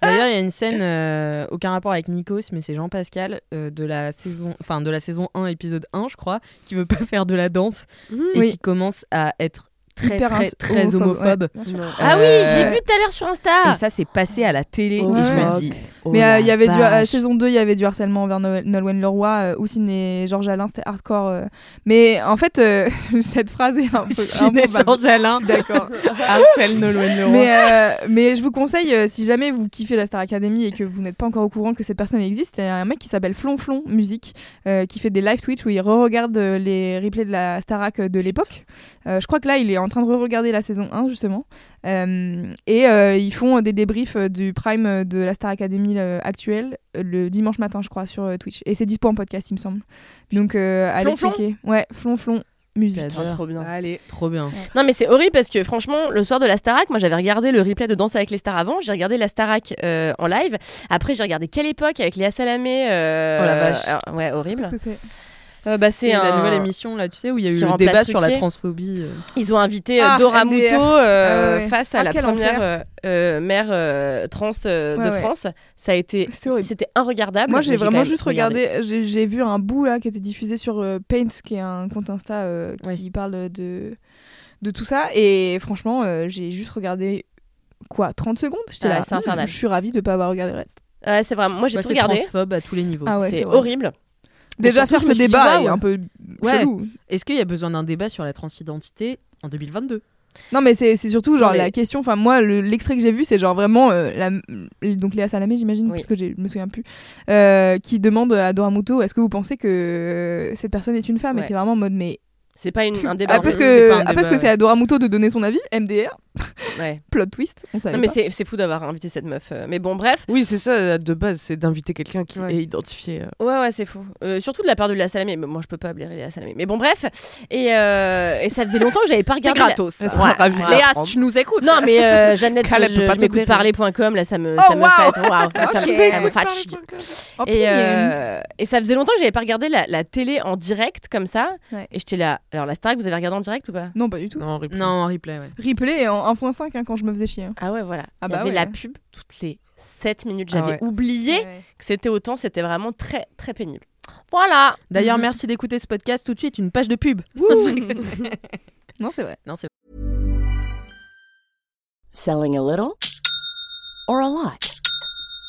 Speaker 8: D'ailleurs, il y a une scène, euh, aucun rapport avec Nikos, mais c'est Jean Pascal euh, de la saison, enfin de la saison 1, épisode 1, je crois, qui veut pas faire de la danse et
Speaker 7: Oui.
Speaker 8: qui commence à être très
Speaker 7: Hyper
Speaker 8: très
Speaker 7: ins-
Speaker 8: très
Speaker 7: homophobe,
Speaker 8: homophobe.
Speaker 7: ouais, bien sûr.
Speaker 2: Ah oui,
Speaker 8: Euh,
Speaker 2: j'ai vu tout à l'heure sur Insta.
Speaker 8: Et ça, c'est passé à la télé.
Speaker 2: Oh,
Speaker 8: et je me
Speaker 7: fuck.
Speaker 8: dis. oh
Speaker 7: Mais euh, il y
Speaker 8: la
Speaker 7: avait du, à la
Speaker 8: vache.
Speaker 7: saison 2, il y avait du harcèlement envers Nol- Nolwenn Leroy, euh, Houssine et Georges Alain, c'était hardcore. euh. Mais en fait, euh, cette phrase est un peu. bah,
Speaker 8: Ciné
Speaker 7: improbable.
Speaker 8: Georges Alain. D'accord. Marcel Nolwenn Leroy.
Speaker 7: Mais, euh, mais je vous conseille, euh, si jamais vous kiffez la Star Academy et que vous n'êtes pas encore au courant que cette personne existe, il y a un mec qui s'appelle Flonflon Musique euh, qui fait des live Twitch où il re-regarde euh, les replays de la Starac euh, de l'époque. Euh, je crois que là, il est en train de re-regarder la saison 1, justement. Euh, et euh, ils font euh, des débriefs euh, du prime euh, de la Star Academy euh, actuelle euh, le dimanche matin, je crois, sur euh, Twitch. Et c'est dispo en podcast, il me semble. Donc, euh, allez
Speaker 2: Flonflon
Speaker 7: checker. Ouais, Flonflon Musique.
Speaker 8: J'adore.
Speaker 2: trop bien.
Speaker 8: Allez,
Speaker 7: euh,
Speaker 8: trop bien.
Speaker 2: Non mais c'est horrible parce que franchement le soir de la Starac, moi j'avais regardé le replay de Danse avec les stars avant, j'ai regardé la Starac euh, en live. Après j'ai regardé Quelle époque avec Léa Salamé. euh,
Speaker 8: Oh la vache.
Speaker 2: euh, ouais horrible.
Speaker 7: Qu'est-ce que c'est
Speaker 2: Euh, bah, c'est
Speaker 8: la
Speaker 2: un-
Speaker 8: nouvelle émission là, tu sais, où il y a eu
Speaker 2: Sur
Speaker 8: le
Speaker 2: un
Speaker 8: débat
Speaker 2: place
Speaker 8: sur la
Speaker 2: Ruquier.
Speaker 8: transphobie. euh.
Speaker 2: Ils ont invité euh,
Speaker 7: Ah,
Speaker 2: Dora
Speaker 7: MDR.
Speaker 2: Muto euh,
Speaker 7: Ah ouais, ouais.
Speaker 2: face à
Speaker 7: Ah,
Speaker 2: la
Speaker 7: quel
Speaker 2: première
Speaker 7: enfer.
Speaker 2: euh, euh, mère euh, trans euh, de
Speaker 7: Ouais, ouais.
Speaker 2: France. Ça a été,
Speaker 7: C'est horrible.
Speaker 2: c'était inregardable.
Speaker 7: Moi,
Speaker 2: Ah, mais
Speaker 7: j'ai
Speaker 2: quand
Speaker 7: vraiment
Speaker 2: même
Speaker 7: juste regardé. j'ai- J'ai vu un bout là qui était diffusé sur euh, Paint, qui est un compte Insta euh, qui
Speaker 8: Ouais.
Speaker 7: parle de de tout ça. Et franchement, euh, j'ai juste regardé quoi 30 secondes. J'étais
Speaker 2: Ah,
Speaker 7: là.
Speaker 2: c'est
Speaker 7: hmm,
Speaker 2: infernal.
Speaker 7: Je suis ravie de pas avoir regardé le reste.
Speaker 2: Ouais, c'est vraiment, moi j'ai
Speaker 8: Bah,
Speaker 2: tout
Speaker 8: c'est
Speaker 2: regardé.
Speaker 8: transphobe à tous les niveaux.
Speaker 7: Ah ouais,
Speaker 2: c'est
Speaker 7: c'est horrible.
Speaker 2: horrible.
Speaker 7: Déjà
Speaker 8: surtout,
Speaker 7: faire
Speaker 8: je
Speaker 7: ce
Speaker 8: me suis dit,
Speaker 7: débat
Speaker 8: waouh.
Speaker 7: est un peu
Speaker 8: Ouais.
Speaker 7: chelou.
Speaker 8: Est-ce qu'il y a besoin d'un débat sur la transidentité en 2022
Speaker 7: Non, mais c'est c'est surtout genre
Speaker 2: Non, mais-
Speaker 7: la question. Enfin, moi, le- l'extrait que j'ai vu, c'est genre vraiment euh, la, donc Léa Salamé, j'imagine,
Speaker 2: Oui.
Speaker 7: parce que j'ai- je me souviens plus, euh, qui demande à Dora Muto Est-ce que vous pensez que euh, cette personne est une femme
Speaker 2: Ouais.
Speaker 7: Et t'es vraiment en mode mais
Speaker 2: C'est pas une, Mm, un débat.
Speaker 7: Ah, parce
Speaker 2: en-
Speaker 8: c'est
Speaker 7: que,
Speaker 8: pas un
Speaker 7: ah, parce
Speaker 8: débat,
Speaker 7: que c'est à Dora Muto de donner son avis, MDR,
Speaker 2: Ouais.
Speaker 7: plot twist, on savait
Speaker 2: Non mais
Speaker 7: pas.
Speaker 2: c'est c'est fou d'avoir invité cette meuf. euh, Mais bon bref.
Speaker 3: oui, c'est ça euh, de base, c'est d'inviter quelqu'un qui
Speaker 8: Ouais.
Speaker 3: est identifié. euh.
Speaker 2: Ouais, ouais, c'est fou. Euh, surtout de la part de la Salamé. Mais moi, je peux pas blairer Léa Salamé. Mais bon, bref. Et, euh, et ça faisait longtemps que j'avais pas regardé. la-
Speaker 3: Elle sera ravie de
Speaker 8: Léa,
Speaker 3: l'apprendre.
Speaker 8: si tu nous écoutes.
Speaker 2: Non, mais euh, Jeannette,
Speaker 3: Caleb
Speaker 2: je,
Speaker 3: peut pas
Speaker 2: je
Speaker 3: te
Speaker 2: m'écoute
Speaker 3: blairer.
Speaker 2: parler.com, là, ça me,
Speaker 8: Oh,
Speaker 2: ça me
Speaker 8: waouh
Speaker 2: fait. Waouh, là, ça me fait.
Speaker 7: Ok. Ah, Je
Speaker 2: Ah, elle me fatigue.
Speaker 7: Oh,
Speaker 2: Et, euh, et ça faisait longtemps que j'avais pas regardé la, la télé en direct comme ça.
Speaker 7: Ouais.
Speaker 2: Et j'étais là. Alors, la Starac, vous avez regardé en direct ou pas
Speaker 7: Non, pas du tout.
Speaker 3: Non, replay.
Speaker 8: Non, en replay, ouais.
Speaker 7: Replay en 1.5 hein, quand je me faisais chier. hein.
Speaker 2: Ah ouais, voilà. Il
Speaker 7: Ah
Speaker 2: y
Speaker 7: bah
Speaker 2: avait
Speaker 7: ouais.
Speaker 2: la pub toutes les 7 minutes.
Speaker 8: Ah
Speaker 2: J'avais
Speaker 8: ouais.
Speaker 2: oublié que c'était autant. C'était vraiment très, très pénible. Voilà. Mhm.
Speaker 8: D'ailleurs, merci d'écouter ce podcast. Tout de suite, une page de pub.
Speaker 7: Non, c'est vrai.
Speaker 8: non, c'est
Speaker 1: Selling a little or a lot?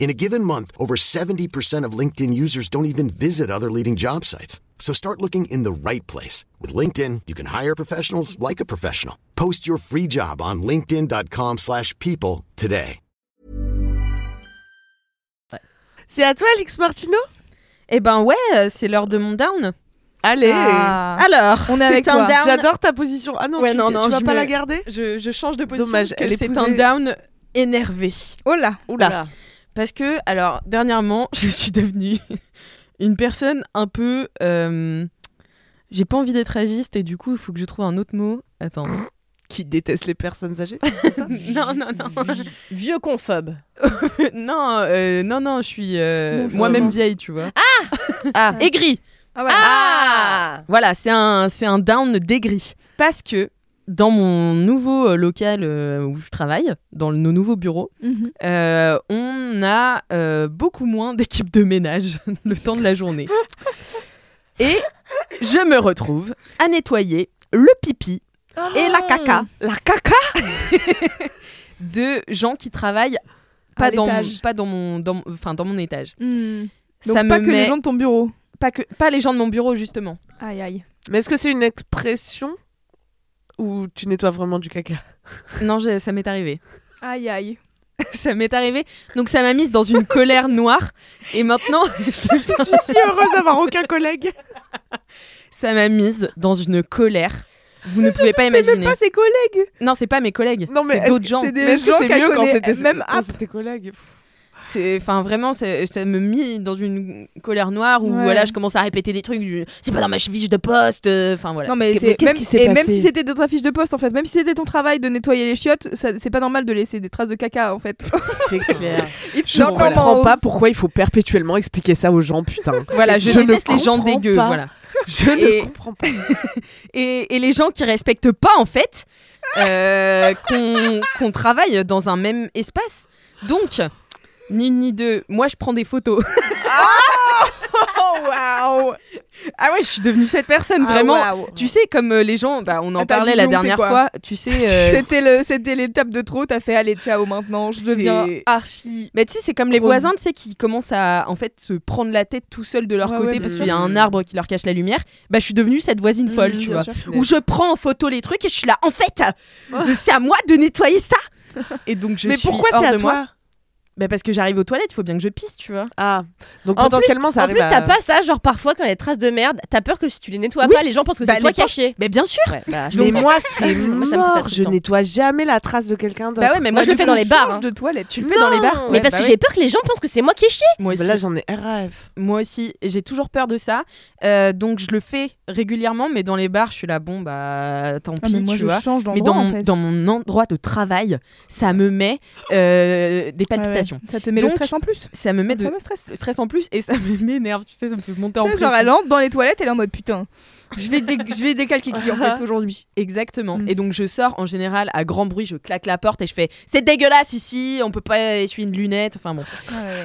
Speaker 9: In a given month, over 70% of LinkedIn users don't even visit other leading job sites. So start looking in the right place. With LinkedIn, you can hire professionals like a professional. Post your free job on linkedin.com/people slash people today.
Speaker 8: C'est à toi, Alex Martino Eh ben ouais, euh, c'est l'heure de mon down. Allez
Speaker 7: Ah.
Speaker 8: Alors,
Speaker 7: On est
Speaker 8: c'est
Speaker 7: avec
Speaker 8: un
Speaker 7: toi.
Speaker 8: down.
Speaker 3: J'adore ta position. Ah non,
Speaker 8: Ouais,
Speaker 3: tu,
Speaker 8: non,
Speaker 3: tu
Speaker 8: non,
Speaker 3: vas
Speaker 8: je
Speaker 3: pas
Speaker 8: me-
Speaker 3: la garder
Speaker 8: Je, je change de position.
Speaker 3: Dommage,
Speaker 8: parce
Speaker 3: elle
Speaker 8: que
Speaker 3: est
Speaker 8: c'est un
Speaker 3: posée.
Speaker 8: down énervé.
Speaker 7: Oh là
Speaker 8: Oula. Parce que, alors, dernièrement, je suis devenue une personne un peu. euh, J'ai pas envie d'être agiste et du coup, il faut que je trouve un autre mot. Attends.
Speaker 3: Qui déteste les personnes âgées
Speaker 8: non, non, non.
Speaker 2: Vieux confobes.
Speaker 8: non, euh, non, non, je suis euh,
Speaker 7: Non,
Speaker 8: moi-même
Speaker 7: vraiment.
Speaker 8: vieille, tu vois. Ah Ah Aigri
Speaker 7: Ah
Speaker 2: Ah
Speaker 8: Voilà, c'est un, c'est un down dégris. Parce que dans mon nouveau euh, local euh, où je travaille, dans le- nos nouveaux bureaux,
Speaker 7: Mhm.
Speaker 8: euh, on a euh, beaucoup moins d'équipes de ménage le temps de la journée. Et je me retrouve à nettoyer le pipi et la
Speaker 7: Ah,
Speaker 8: caca. La caca De gens qui travaillent pas,
Speaker 7: À
Speaker 8: dans, mon-
Speaker 7: l'étage.
Speaker 8: pas dans, mon, dans, mon- enfin, dans mon étage.
Speaker 7: Donc
Speaker 8: Ça me
Speaker 7: pas que
Speaker 8: met-
Speaker 7: les gens de ton bureau.
Speaker 8: Pas, que, pas les gens de mon bureau, justement.
Speaker 7: Aïe aïe.
Speaker 3: Mais est-ce que c'est une expression ou tu nettoies vraiment du caca
Speaker 8: Non, j'ai- ça m'est arrivé.
Speaker 7: Aïe aïe.
Speaker 8: ça m'est arrivé. Donc ça m'a mise dans une colère noire. Et maintenant, je
Speaker 3: Je
Speaker 8: suis
Speaker 3: suis si heureuse d'avoir aucun collègue.
Speaker 8: ça m'a mise dans une colère. Vous ne pouvez pas
Speaker 7: C'est
Speaker 8: imaginer.
Speaker 7: même pas ses collègues.
Speaker 8: Non, c'est pas mes collègues.
Speaker 3: Non, mais
Speaker 8: c'est
Speaker 3: est-ce
Speaker 8: d'autres
Speaker 3: que
Speaker 8: gens.
Speaker 7: c'est des
Speaker 3: Mais est-ce que
Speaker 7: gens
Speaker 3: c'est
Speaker 7: qu'elle
Speaker 3: mieux quand
Speaker 7: connaît
Speaker 3: c'était
Speaker 7: même
Speaker 3: quand
Speaker 7: app.
Speaker 3: c'était collègue
Speaker 8: C'est, enfin, vraiment, c'est- ça me mis dans une colère noire où
Speaker 7: Ouais.
Speaker 8: voilà, je commence à répéter des trucs. du- C'est pas dans ma fiche de poste. euh, Enfin voilà.
Speaker 7: Non mais,
Speaker 2: Mais
Speaker 7: c'est-
Speaker 2: qu'est-ce
Speaker 7: même,
Speaker 2: qui s'est
Speaker 7: et même
Speaker 2: passé
Speaker 7: si c'était d'autres affiches de poste en fait, même si c'était ton travail de nettoyer les chiottes, ça- c'est pas normal de laisser des traces de caca en fait.
Speaker 2: C'est clair.
Speaker 3: Je ne
Speaker 7: Encore
Speaker 3: comprends
Speaker 7: moins.
Speaker 3: pas pourquoi il faut perpétuellement expliquer ça aux gens, putain.
Speaker 8: Voilà, je,
Speaker 3: Je ne
Speaker 8: déteste les gens
Speaker 3: comprends
Speaker 8: dégueux.
Speaker 3: pas.
Speaker 8: Voilà.
Speaker 3: Je
Speaker 8: Et-
Speaker 3: ne comprends pas.
Speaker 8: et, et les gens qui respectent pas en fait euh, qu'on qu'on travaille dans un même espace. Donc, ni une ni deux, moi je prends des photos.
Speaker 7: Ah
Speaker 8: Oh waouh Ah ouais, je suis devenue cette personne vraiment.
Speaker 7: Ah, waouh.
Speaker 8: Tu sais, comme euh, les gens, bah, on en
Speaker 7: Ah, t'as
Speaker 8: parlait la
Speaker 7: disjoncté,
Speaker 8: dernière
Speaker 7: quoi.
Speaker 8: fois, tu sais. euh,
Speaker 7: C'était le c'était l'étape de trop, t'as fait allez ciao maintenant, je deviens
Speaker 8: C'est-
Speaker 7: archi.
Speaker 8: Mais tu sais, c'est comme les
Speaker 7: Relou.
Speaker 8: voisins, tu sais, qui commencent à en fait se prendre la tête tout seuls de leur
Speaker 7: Ouais,
Speaker 8: côté
Speaker 7: ouais, bien
Speaker 8: parce
Speaker 7: sûr.
Speaker 8: qu'il y a un arbre qui leur cache la lumière. Bah, je suis devenue cette voisine folle,
Speaker 7: Mmh,
Speaker 8: tu
Speaker 7: bien
Speaker 8: vois.
Speaker 7: sûr.
Speaker 8: où je prends en photo les trucs et je suis là. En fait, euh, c'est à moi de nettoyer ça. Et donc je
Speaker 3: Mais
Speaker 8: suis
Speaker 3: pourquoi
Speaker 8: hors
Speaker 3: c'est à
Speaker 8: de moi.
Speaker 3: toi
Speaker 8: Bah, parce que j'arrive aux toilettes, il faut bien que je pisse, tu vois.
Speaker 3: Ah, donc
Speaker 2: En
Speaker 3: potentiellement ça
Speaker 2: En
Speaker 3: arrive.
Speaker 2: plus,
Speaker 3: à-
Speaker 2: t'as pas ça, genre parfois quand il y a des traces de merde, t'as peur que si tu les nettoies
Speaker 8: Oui.
Speaker 2: pas, les gens pensent que
Speaker 8: Bah,
Speaker 2: c'est toi
Speaker 8: les
Speaker 2: qui as chié.
Speaker 8: Mais bien sûr.
Speaker 2: Ouais, bah, je
Speaker 3: Mais
Speaker 2: comprends.
Speaker 3: moi, c'est
Speaker 2: Ça me fait ça tout le
Speaker 3: mort. Je
Speaker 2: temps.
Speaker 3: nettoie jamais la trace de quelqu'un d'autre.
Speaker 8: Bah ouais, mais
Speaker 2: Moi,
Speaker 8: moi,
Speaker 2: je le
Speaker 8: du
Speaker 2: fais
Speaker 8: coup,
Speaker 2: dans les bars.
Speaker 7: Change
Speaker 2: hein.
Speaker 7: de toilette, tu
Speaker 8: Je le fais dans les bars.
Speaker 2: Mais
Speaker 8: Ouais,
Speaker 2: parce
Speaker 8: bah
Speaker 2: que
Speaker 8: ouais.
Speaker 2: j'ai peur que les gens pensent que c'est moi qui ai chié.
Speaker 8: Moi aussi.
Speaker 3: Bah là, j'en ai RAF.
Speaker 8: Moi aussi, et j'ai toujours peur de ça. Euh, donc je le fais régulièrement, mais dans les bars, je suis là, bon, bah tant
Speaker 7: Ah,
Speaker 8: pis,
Speaker 7: mais moi
Speaker 8: tu
Speaker 7: je
Speaker 8: vois.
Speaker 7: change
Speaker 8: Mais dans
Speaker 7: d'endroit
Speaker 8: mon,
Speaker 7: en fait.
Speaker 8: dans mon endroit de travail, ça me met euh, des
Speaker 7: Ouais, ouais.
Speaker 8: palpitations.
Speaker 7: Ça te met
Speaker 8: Donc,
Speaker 7: le stress en plus.
Speaker 8: Ça me met
Speaker 7: Le
Speaker 8: de
Speaker 7: fameux stress.
Speaker 8: stress en plus et ça me- m'énerve, tu sais, ça me fait monter en
Speaker 7: Tu sais, Genre
Speaker 8: pression.
Speaker 7: elle entre dans les toilettes, elle est en mode putain. Je vais, dé- je vais décalquer qui en fait aujourd'hui.
Speaker 8: Exactement.
Speaker 7: Mm.
Speaker 8: Et donc je sors en général à grand bruit, je claque la porte et je fais c'est dégueulasse ici, on peut pas essuyer une lunette. Enfin bon.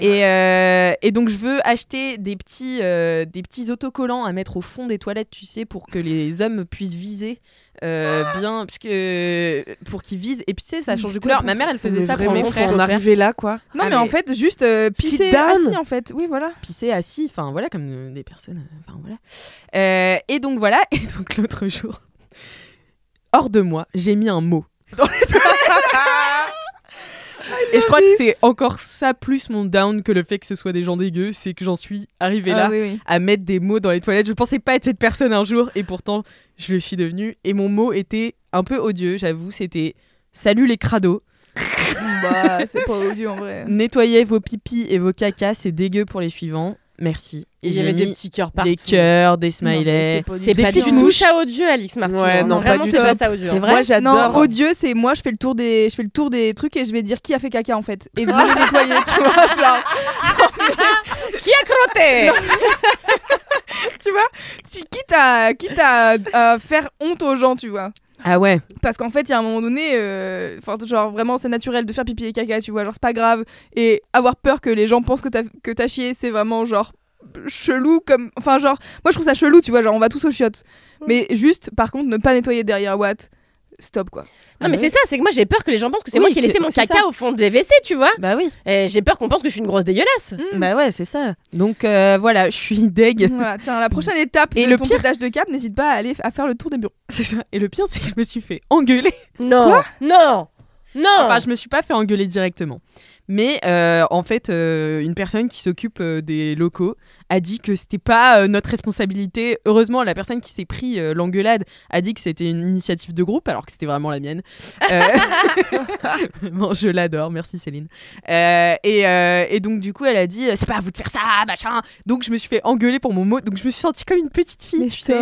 Speaker 8: Et, euh, et donc je veux acheter des petits, euh, des petits autocollants à mettre au fond des toilettes, tu sais, pour que les hommes puissent viser. euh, bien puisque pour qu'ils visent et puis tu sais ça
Speaker 7: Mais
Speaker 8: change de
Speaker 7: c'est
Speaker 8: couleur
Speaker 7: pas
Speaker 8: ma mère elle faisait
Speaker 3: Mais
Speaker 8: ça pour
Speaker 3: vraiment,
Speaker 8: mes
Speaker 3: faut
Speaker 8: frères
Speaker 3: en arriver là, quoi.
Speaker 7: Non
Speaker 8: Ah,
Speaker 7: mais, en
Speaker 8: mais-
Speaker 7: fait juste euh, pisser
Speaker 3: down.
Speaker 7: assis en fait. Oui voilà.
Speaker 8: pisser assis enfin voilà comme euh, des personnes euh, enfin voilà Euh, et donc voilà et donc l'autre jour hors de moi j'ai mis un mot dans les toilettes. et je crois que c'est encore ça plus mon down que le fait que ce soit des gens dégueux c'est que j'en suis arrivée
Speaker 7: Ah,
Speaker 8: là
Speaker 7: oui, oui.
Speaker 8: à mettre des mots dans les toilettes je pensais pas être cette personne un jour et pourtant je le suis devenue et mon mot était un peu odieux j'avoue c'était salut les crados
Speaker 7: bah, c'est pas odieux en vrai.
Speaker 8: nettoyez vos pipis et vos cacas c'est dégueu pour les suivants Merci. Et
Speaker 2: Il y
Speaker 8: j'ai
Speaker 2: avait des
Speaker 8: mis
Speaker 2: petits cœurs partout.
Speaker 8: des cœurs, des
Speaker 7: mais
Speaker 8: smileys.
Speaker 2: C'est
Speaker 8: des
Speaker 2: pas du
Speaker 8: petites
Speaker 2: tout
Speaker 8: touches.
Speaker 2: ça odieux, Alex Martin.
Speaker 3: Ouais, non, pas
Speaker 2: vraiment,
Speaker 3: du
Speaker 2: c'est
Speaker 3: tout.
Speaker 2: pas ça odieux.
Speaker 3: C'est vrai Moi, j'adore.
Speaker 7: Non, odieux, c'est moi, je fais le tour des, je fais le tour des trucs et je vais dire qui a fait caca en fait. Et vous les nettoyer, tu vois, genre,
Speaker 2: Qui a crotté
Speaker 7: tu vois, tu- quitte à, quitte à, à faire honte aux gens, tu vois.
Speaker 8: Ah ouais.
Speaker 7: Parce qu'en fait, il y a un moment donné, euh, enfin, genre vraiment, c'est naturel de faire pipi et caca, tu vois, genre c'est pas grave. Et avoir peur que les gens pensent que t'as que t'as chié, c'est vraiment genre chelou comme enfin genre moi je trouve ça chelou tu vois genre on va tous aux chiottes mais juste par contre ne pas nettoyer derrière Watt stop quoi
Speaker 2: Non, mais c'est ça, c'est que moi j'ai peur que les gens pensent que c'est
Speaker 8: Oui,
Speaker 2: moi qui ai laissé
Speaker 8: que-
Speaker 2: mon
Speaker 8: c'est
Speaker 2: caca
Speaker 8: ça.
Speaker 2: au fond des WC, tu vois.
Speaker 8: Bah oui.
Speaker 2: Et J'ai peur qu'on pense que je suis une grosse dégueulasse.
Speaker 8: Bah ouais, c'est ça. Donc euh, voilà, je suis deg.
Speaker 7: Hmm. Voilà, tiens la prochaine étape
Speaker 8: Et
Speaker 7: de
Speaker 8: le
Speaker 7: ton
Speaker 8: pire-
Speaker 7: pétage de câble n'hésite pas à aller à faire le tour des bureaux
Speaker 8: C'est ça. Et le pire, c'est que je me suis fait engueuler.
Speaker 2: Non, non, non.
Speaker 8: Enfin, je me suis pas fait engueuler directement. Mais euh, en fait, euh, une personne qui s'occupe euh, des locaux a dit que c'était pas euh, notre responsabilité. Heureusement, la personne qui s'est pris euh, l'engueulade a dit que c'était une initiative de groupe, alors que c'était vraiment la mienne. Euh, Vraiment, je l'adore, merci Céline. Euh, et, euh, et donc, du coup, elle a dit c'est pas à vous de faire ça, machin. Donc, je me suis fait engueuler pour mon mot. Donc, je me suis sentie comme une petite fille, tu sais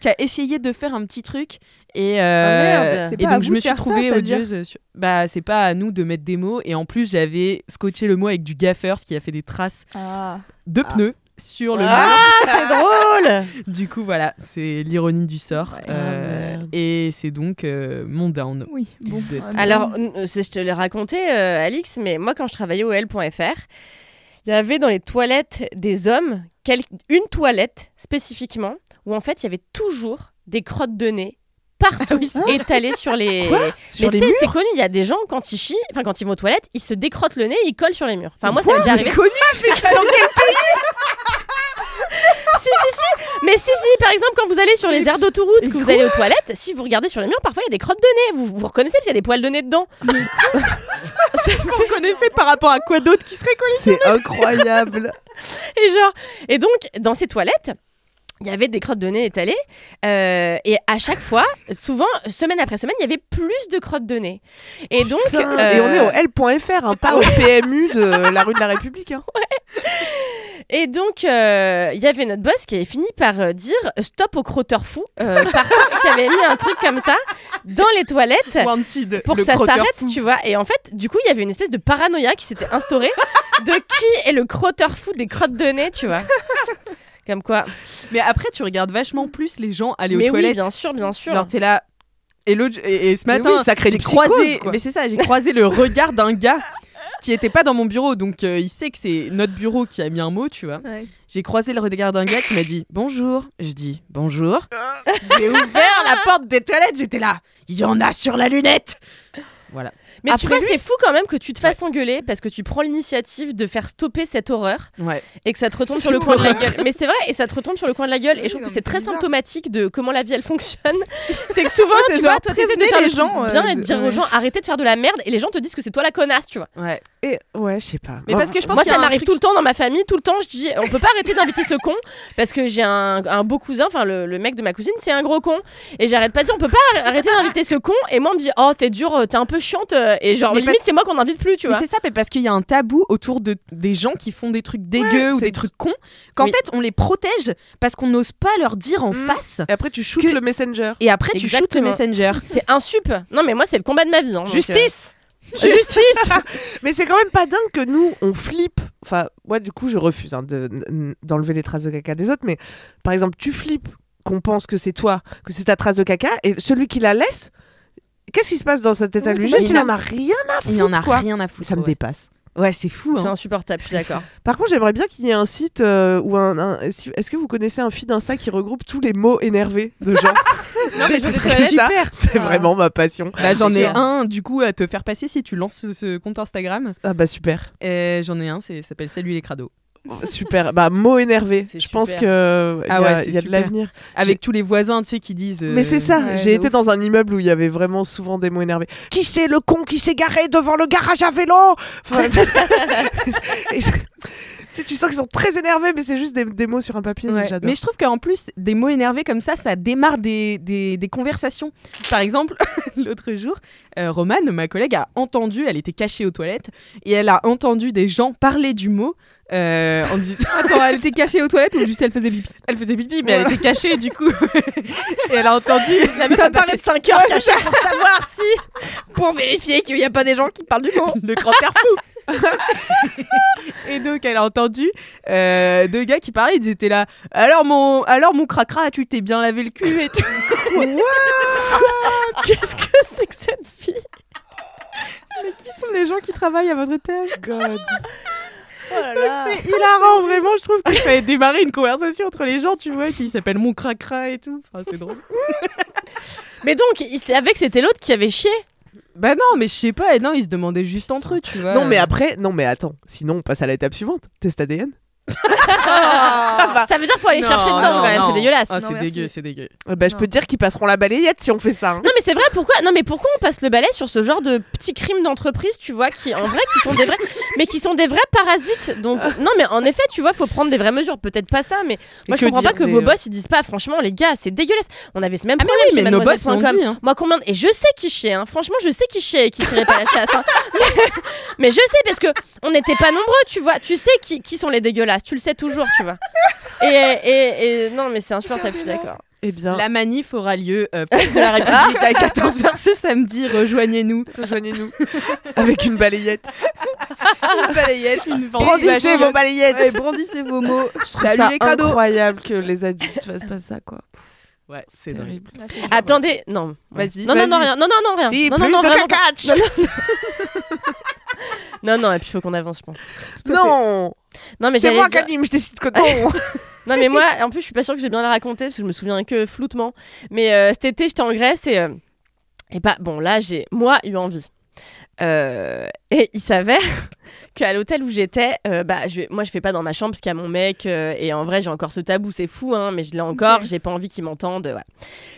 Speaker 8: qui a essayé de faire un petit truc et, euh,
Speaker 2: Ah, merde.
Speaker 7: C'est
Speaker 8: et
Speaker 7: pas à
Speaker 8: donc
Speaker 7: vous
Speaker 8: je me
Speaker 7: de
Speaker 8: suis
Speaker 7: faire ça,
Speaker 8: trouvée
Speaker 7: c'est-à-dire
Speaker 8: odieuse. sur- Bah c'est pas à nous de mettre des mots et en plus j'avais scotché le mot avec du gaffeur ce qui a fait des traces
Speaker 7: ah.
Speaker 8: de pneus sur le
Speaker 2: Ah, c'est drôle.
Speaker 8: mur. Du coup voilà c'est l'ironie du sort euh, et c'est donc euh, mon down.
Speaker 7: oui bon Ah,
Speaker 8: Des-
Speaker 7: en même temps.
Speaker 2: Alors, n- euh, c'est- je te l'ai raconté, euh, Alix, mais moi, quand je travaillais au L.fr, il y avait dans les toilettes des hommes quel- une toilette spécifiquement où en fait il y avait toujours des crottes de nez partout étalées sur les.
Speaker 8: Ah Sur
Speaker 2: mais
Speaker 8: les
Speaker 2: tu sais, c'est connu, il y a des gens quand ils chient, enfin quand ils vont aux toilettes, ils se décrottent le nez et ils collent sur les murs. Enfin, Ah, moi, ça m'est déjà arrivé.
Speaker 7: connu
Speaker 2: si, si, si. Mais si, si, par exemple, quand vous allez sur les aires d'autoroute, que vous allez aux toilettes, si vous regardez sur les murs, parfois il y a des crottes de nez. Vous, vous reconnaissez parce qu'il y a des poils de nez dedans.
Speaker 8: Vous connaissez par rapport à quoi d'autre qui serait collé
Speaker 3: C'est incroyable.
Speaker 2: Et genre, et donc dans ces toilettes, il y avait des crottes de nez étalées euh, et à chaque fois, souvent semaine après semaine, il y avait plus de crottes de nez. Et donc,
Speaker 3: Et on est au
Speaker 2: euh,
Speaker 3: L.fr, hein, pas au PMU de la rue de la République. hein.
Speaker 2: et donc euh, il y avait notre boss qui avait fini par euh, dire stop au crotteur fou, euh, partout, qui avait mis un truc comme ça dans les toilettes.
Speaker 8: Wanted,
Speaker 2: pour
Speaker 8: le
Speaker 2: que ça
Speaker 8: crotteur
Speaker 2: s'arrête,
Speaker 8: fou.
Speaker 2: tu vois. Et en fait, du coup, il y avait une espèce de paranoïa qui s'était instaurée de qui est le crotteur fou des crottes de nez, tu vois. Comme quoi.
Speaker 8: Mais après tu regardes vachement plus les gens aller
Speaker 2: Mais
Speaker 8: aux
Speaker 2: oui,
Speaker 8: toilettes.
Speaker 2: bien sûr, bien sûr.
Speaker 8: Genre t'es là. Et, l'autre- et, et ce
Speaker 3: Mais
Speaker 8: matin,
Speaker 3: oui, sacré
Speaker 8: j'ai
Speaker 3: psychose,
Speaker 8: croisé.
Speaker 3: quoi.
Speaker 8: Mais c'est ça, j'ai croisé le regard d'un gars qui était pas dans mon bureau, donc euh, il sait que c'est notre bureau qui a mis un mot, tu vois.
Speaker 7: Ouais.
Speaker 8: J'ai croisé le regard d'un gars qui m'a dit bonjour. Je dis bonjour. J'ai ouvert la porte des toilettes, j'étais là. Il y en a sur la lunette.
Speaker 2: Mais tu
Speaker 8: Après
Speaker 2: vois, c'est fou quand même que tu te fasses engueuler parce que tu prends l'initiative de faire stopper cette horreur
Speaker 8: Ouais.
Speaker 2: et que ça te retombe
Speaker 8: C'est
Speaker 2: sur le coin de la
Speaker 8: horreur.
Speaker 2: gueule. Mais c'est vrai, et ça te retombe sur le coin de la gueule. et je
Speaker 7: Oui,
Speaker 2: trouve
Speaker 7: non,
Speaker 2: que
Speaker 7: mais
Speaker 2: c'est
Speaker 7: c'est
Speaker 2: très
Speaker 7: bizarre.
Speaker 2: symptomatique de comment la vie elle fonctionne. c'est que souvent,
Speaker 7: c'est
Speaker 2: tu
Speaker 7: genre
Speaker 2: vois, toi t'essaies de
Speaker 7: prévenez
Speaker 2: faire
Speaker 7: les
Speaker 2: les
Speaker 7: gens,
Speaker 2: gens
Speaker 7: euh,
Speaker 2: bien et de
Speaker 7: de-
Speaker 2: dire aux
Speaker 7: ouais.
Speaker 2: gens arrêtez de faire de la merde et les gens te disent que c'est toi la connasse, tu vois.
Speaker 8: Ouais.
Speaker 3: Et ouais, je sais pas.
Speaker 8: Mais parce que je pense
Speaker 2: Moi,
Speaker 8: qu'il y a
Speaker 2: ça
Speaker 8: un
Speaker 2: m'arrive
Speaker 8: truc-
Speaker 2: tout le temps dans ma famille. Tout le temps, je dis, on peut pas arrêter d'inviter ce con parce que j'ai un, un beau cousin, enfin le, le mec de ma cousine, c'est un gros con. Et j'arrête pas de dire, on peut pas arrêter d'inviter ce con. Et moi, on me dit, oh, t'es dur, euh, t'es un peu chiante. euh, Et genre,
Speaker 8: Mais
Speaker 2: limite,
Speaker 8: parce-
Speaker 2: c'est moi qu'on invite plus, tu
Speaker 8: Mais
Speaker 2: vois.
Speaker 8: c'est ça, mais parce qu'il y a un tabou autour de, des gens qui font des trucs dégueux ou
Speaker 3: c'est-
Speaker 8: des trucs cons, qu'en
Speaker 2: Oui.
Speaker 8: fait on les protège parce qu'on n'ose pas leur dire en
Speaker 3: Mm.
Speaker 8: face.
Speaker 3: Et après, tu shootes
Speaker 8: Que-
Speaker 3: le messenger.
Speaker 8: Et après tu shootes le
Speaker 2: Exactement. Oh
Speaker 8: messenger.
Speaker 2: C'est un sup. Non, mais moi, c'est le combat de ma vie. hein, donc,
Speaker 3: Justice Justice Mais c'est quand même pas dingue que nous, on flippe. Enfin, moi, du coup, je refuse hein, de- n- d'enlever les traces de caca des autres. Mais par exemple, tu flippes qu'on pense que c'est toi, que c'est ta trace de caca, et celui qui la laisse, qu'est-ce qui se passe dans cet état de
Speaker 8: c'est
Speaker 3: Juste, il
Speaker 8: pas-
Speaker 3: en a rien à foutre.
Speaker 8: Il y en a
Speaker 3: quoi.
Speaker 8: rien à foutre.
Speaker 3: Ça me
Speaker 8: ouais.
Speaker 3: dépasse.
Speaker 8: Ouais, c'est fou.
Speaker 2: euh, C'est
Speaker 8: hein.
Speaker 2: insupportable, je suis d'accord.
Speaker 3: Par contre, j'aimerais bien qu'il y ait un site euh, ou un. un- si- Est-ce que vous connaissez un feed Insta qui regroupe tous les mots énervés de gens Non,
Speaker 2: mais je
Speaker 3: c'est
Speaker 2: connais
Speaker 3: super.
Speaker 8: Ah.
Speaker 3: C'est vraiment ma passion.
Speaker 8: Bah, j'en ai
Speaker 2: Sûr.
Speaker 8: un du coup à te faire passer si tu lances ce, ce compte Instagram.
Speaker 3: Ah bah super,
Speaker 8: Euh, j'en ai un, c'est ça s'appelle Salut les crados.
Speaker 3: super. Bah mots énervés.
Speaker 2: C'est
Speaker 3: Je pense
Speaker 2: super.
Speaker 3: que il
Speaker 8: Ah
Speaker 3: y a,
Speaker 8: ouais, c'est
Speaker 3: il y a de
Speaker 8: super.
Speaker 3: l'avenir.
Speaker 8: Avec tous les voisins tu sais qui disent. euh,
Speaker 3: Mais c'est ça,
Speaker 7: ouais,
Speaker 3: j'ai
Speaker 7: de
Speaker 3: été dans un immeuble où il y avait vraiment souvent des mots énervés. Qui c'est le con qui s'est garé devant le garage à vélo Enfin, et c'est- sais, tu sens qu'ils sont très énervés, mais c'est juste des, des mots sur un papier. ça,
Speaker 8: Ouais.
Speaker 3: J'adore.
Speaker 8: Mais je trouve qu'en plus, des mots énervés comme ça, ça démarre des, des, des conversations. Par exemple, l'autre jour, euh, Romane, ma collègue, a entendu, elle était cachée aux toilettes, et elle a entendu des gens parler du mot euh, en disant.
Speaker 7: Attends, elle était cachée aux toilettes ou juste elle faisait pipi
Speaker 8: Elle faisait pipi, mais elle était cachée, du coup. et elle a entendu.
Speaker 2: ça me paraît 5 heures cachées pour savoir si. Pour vérifier qu'il n'y a pas des gens qui parlent du mot.
Speaker 8: le grand air fou. et donc elle a entendu euh, deux gars qui parlaient, ils étaient là. Alors mon, alors mon cracra, tu t'es bien lavé le cul et tout.
Speaker 2: Qu'est-ce que c'est que cette fille
Speaker 7: Qui sont les gens qui travaillent à votre étage
Speaker 3: God.
Speaker 8: C'est hilarant, vraiment. Je trouve que ça a démarré une conversation entre les gens, tu vois, qui s'appelle mon cracra et tout. Enfin, c'est drôle.
Speaker 2: Mais donc, il savait que c'était l'autre qui avait chié.
Speaker 8: Bah non, mais je sais pas. Non, ils se demandaient juste entre eux, tu vois.
Speaker 3: Non, mais après, non, mais attends. Sinon, on passe à l'étape suivante. Test ADN.
Speaker 8: Bah,
Speaker 2: Ça veut dire qu'il faut aller chercher dedans quand même, c'est dégueulasse.
Speaker 8: Ah,
Speaker 7: Non,
Speaker 8: c'est
Speaker 7: merci.
Speaker 8: dégueu, c'est dégueu.
Speaker 3: Eh ben, je peux te dire qu'ils passeront la balayette si on fait ça. hein.
Speaker 2: Non mais c'est vrai pourquoi non mais pourquoi on passe le balai sur ce genre de petits crimes d'entreprise tu vois qui en vrai qui sont des vrais mais qui sont des vrais parasites donc non mais en effet tu vois faut prendre des vraies mesures peut-être pas ça mais moi je
Speaker 8: que
Speaker 2: comprends pas
Speaker 8: dire
Speaker 2: que
Speaker 8: des- euh
Speaker 2: vos boss ils disent pas franchement les gars c'est dégueulasse on avait ce même
Speaker 8: Ah, mais
Speaker 2: problème
Speaker 8: oui,
Speaker 2: chez
Speaker 8: mais nos boss
Speaker 2: mademoiselle.com.
Speaker 8: l'ont dit, hein.
Speaker 2: moi combien de- et je sais qui chiait hein. franchement je sais qui chiait et qui tirait pas la chasse hein. mais, mais je sais parce que on n'était pas nombreux tu vois tu sais qui, qui sont les dégueulasses tu le sais toujours tu vois et, et, et- non mais c'est insupportable je suis d'accord
Speaker 3: Eh bien,
Speaker 8: La manif aura lieu euh, place de la République à 14h ce samedi. Rejoignez-nous.
Speaker 3: rejoignez-nous avec une balayette.
Speaker 7: Une balayette, une
Speaker 3: Brandissez vos balayettes.
Speaker 7: Ouais, brandissez vos mots.
Speaker 3: C'est
Speaker 7: Salut les cadeaux.
Speaker 3: incroyable que les adultes fassent pas ça, quoi.
Speaker 8: Ouais, c'est
Speaker 3: Terrible.
Speaker 2: Attendez, non.
Speaker 8: Vas-y,
Speaker 2: Non,
Speaker 8: vas-y.
Speaker 2: non, non, rien. Non, non, non, rien.
Speaker 3: Si,
Speaker 2: non,
Speaker 3: plus
Speaker 2: non, non,
Speaker 3: de
Speaker 2: vraiment pas.
Speaker 3: cacache.
Speaker 2: Non, non, non. non, non, et puis il faut qu'on avance, je pense.
Speaker 3: Non,
Speaker 2: Non, mais
Speaker 3: c'est
Speaker 2: j'allais
Speaker 3: moi qui
Speaker 2: dire-
Speaker 3: anime, je décide que non.
Speaker 2: Non, mais moi, en plus, je suis pas sûre que je vais bien la raconter parce que je me souviens que floutement. Mais euh, cet été, j'étais en Grèce et. euh, et bah, bon, là, j'ai, moi, eu envie. Euh, et il s'avère qu'à l'hôtel où j'étais, euh, bah, je vais- moi, je fais pas dans ma chambre parce qu'il y a mon mec. euh, et en vrai, j'ai encore ce tabou, c'est fou, hein, mais je l'ai encore, j'ai pas envie qu'il m'entende. voilà.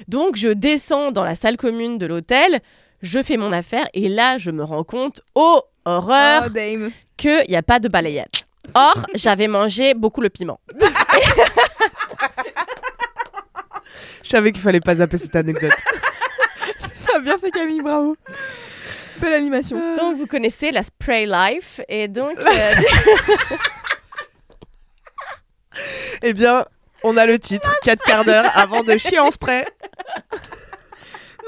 Speaker 2: Donc, je descends dans la salle commune de l'hôtel, je fais mon affaire et là, je me rends compte, oh, horreur,
Speaker 7: Oh, dame.
Speaker 2: qu'il n'y a pas de balayette. Or, j'avais mangé beaucoup le piment.
Speaker 3: Je savais qu'il fallait pas zapper cette anecdote.
Speaker 7: T'as bien fait Camille, bravo. Belle animation.
Speaker 2: Donc vous connaissez la spray life et donc euh,
Speaker 3: eh bien, on a le titre 4 quarts d'heure avant de chier en spray.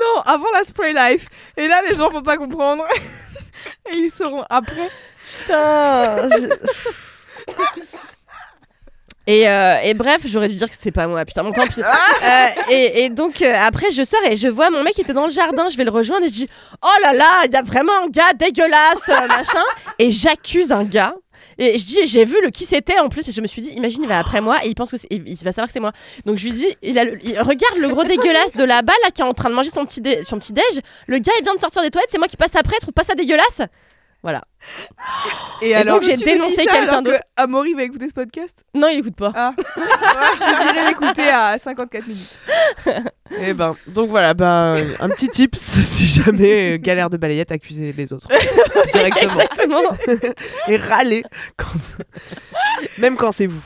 Speaker 7: Non, avant la spray life. Et là, les gens vont pas comprendre. Et ils sauront après.
Speaker 2: et, euh, et bref j'aurais dû dire que c'était pas moi putain mon temps
Speaker 7: Ah
Speaker 2: pis. Euh, et, et donc euh, après je sors et je vois mon mec qui était dans le jardin je vais le rejoindre et je dis oh là là il y a vraiment un gars dégueulasse euh, machin et j'accuse un gars et je dis j'ai vu le qui c'était en plus et je me suis dit imagine il va après moi et il pense que c'est- il il va savoir que c'est moi donc je lui dis il a le- il- regarde le gros dégueulasse de là-bas là qui est en train de manger son petit dé- son petit déj le gars il vient de sortir des toilettes c'est moi qui passe après trouve pas ça dégueulasse voilà
Speaker 7: Et,
Speaker 2: alors- donc, j'ai
Speaker 7: tu nous dis
Speaker 2: dénoncé
Speaker 7: ça
Speaker 2: quelqu'un
Speaker 7: alors que
Speaker 2: d'autre.
Speaker 7: Amaury va écouter ce podcast.
Speaker 2: non il écoute pas
Speaker 7: Ah. Moi, je dirais l'écouter à 54 minutes.
Speaker 3: Eh ben, donc voilà, ben, un petit tips si jamais euh, galère de balayette, accusez les autres directement
Speaker 2: Exactement.
Speaker 3: et râlez quand- même quand c'est vous.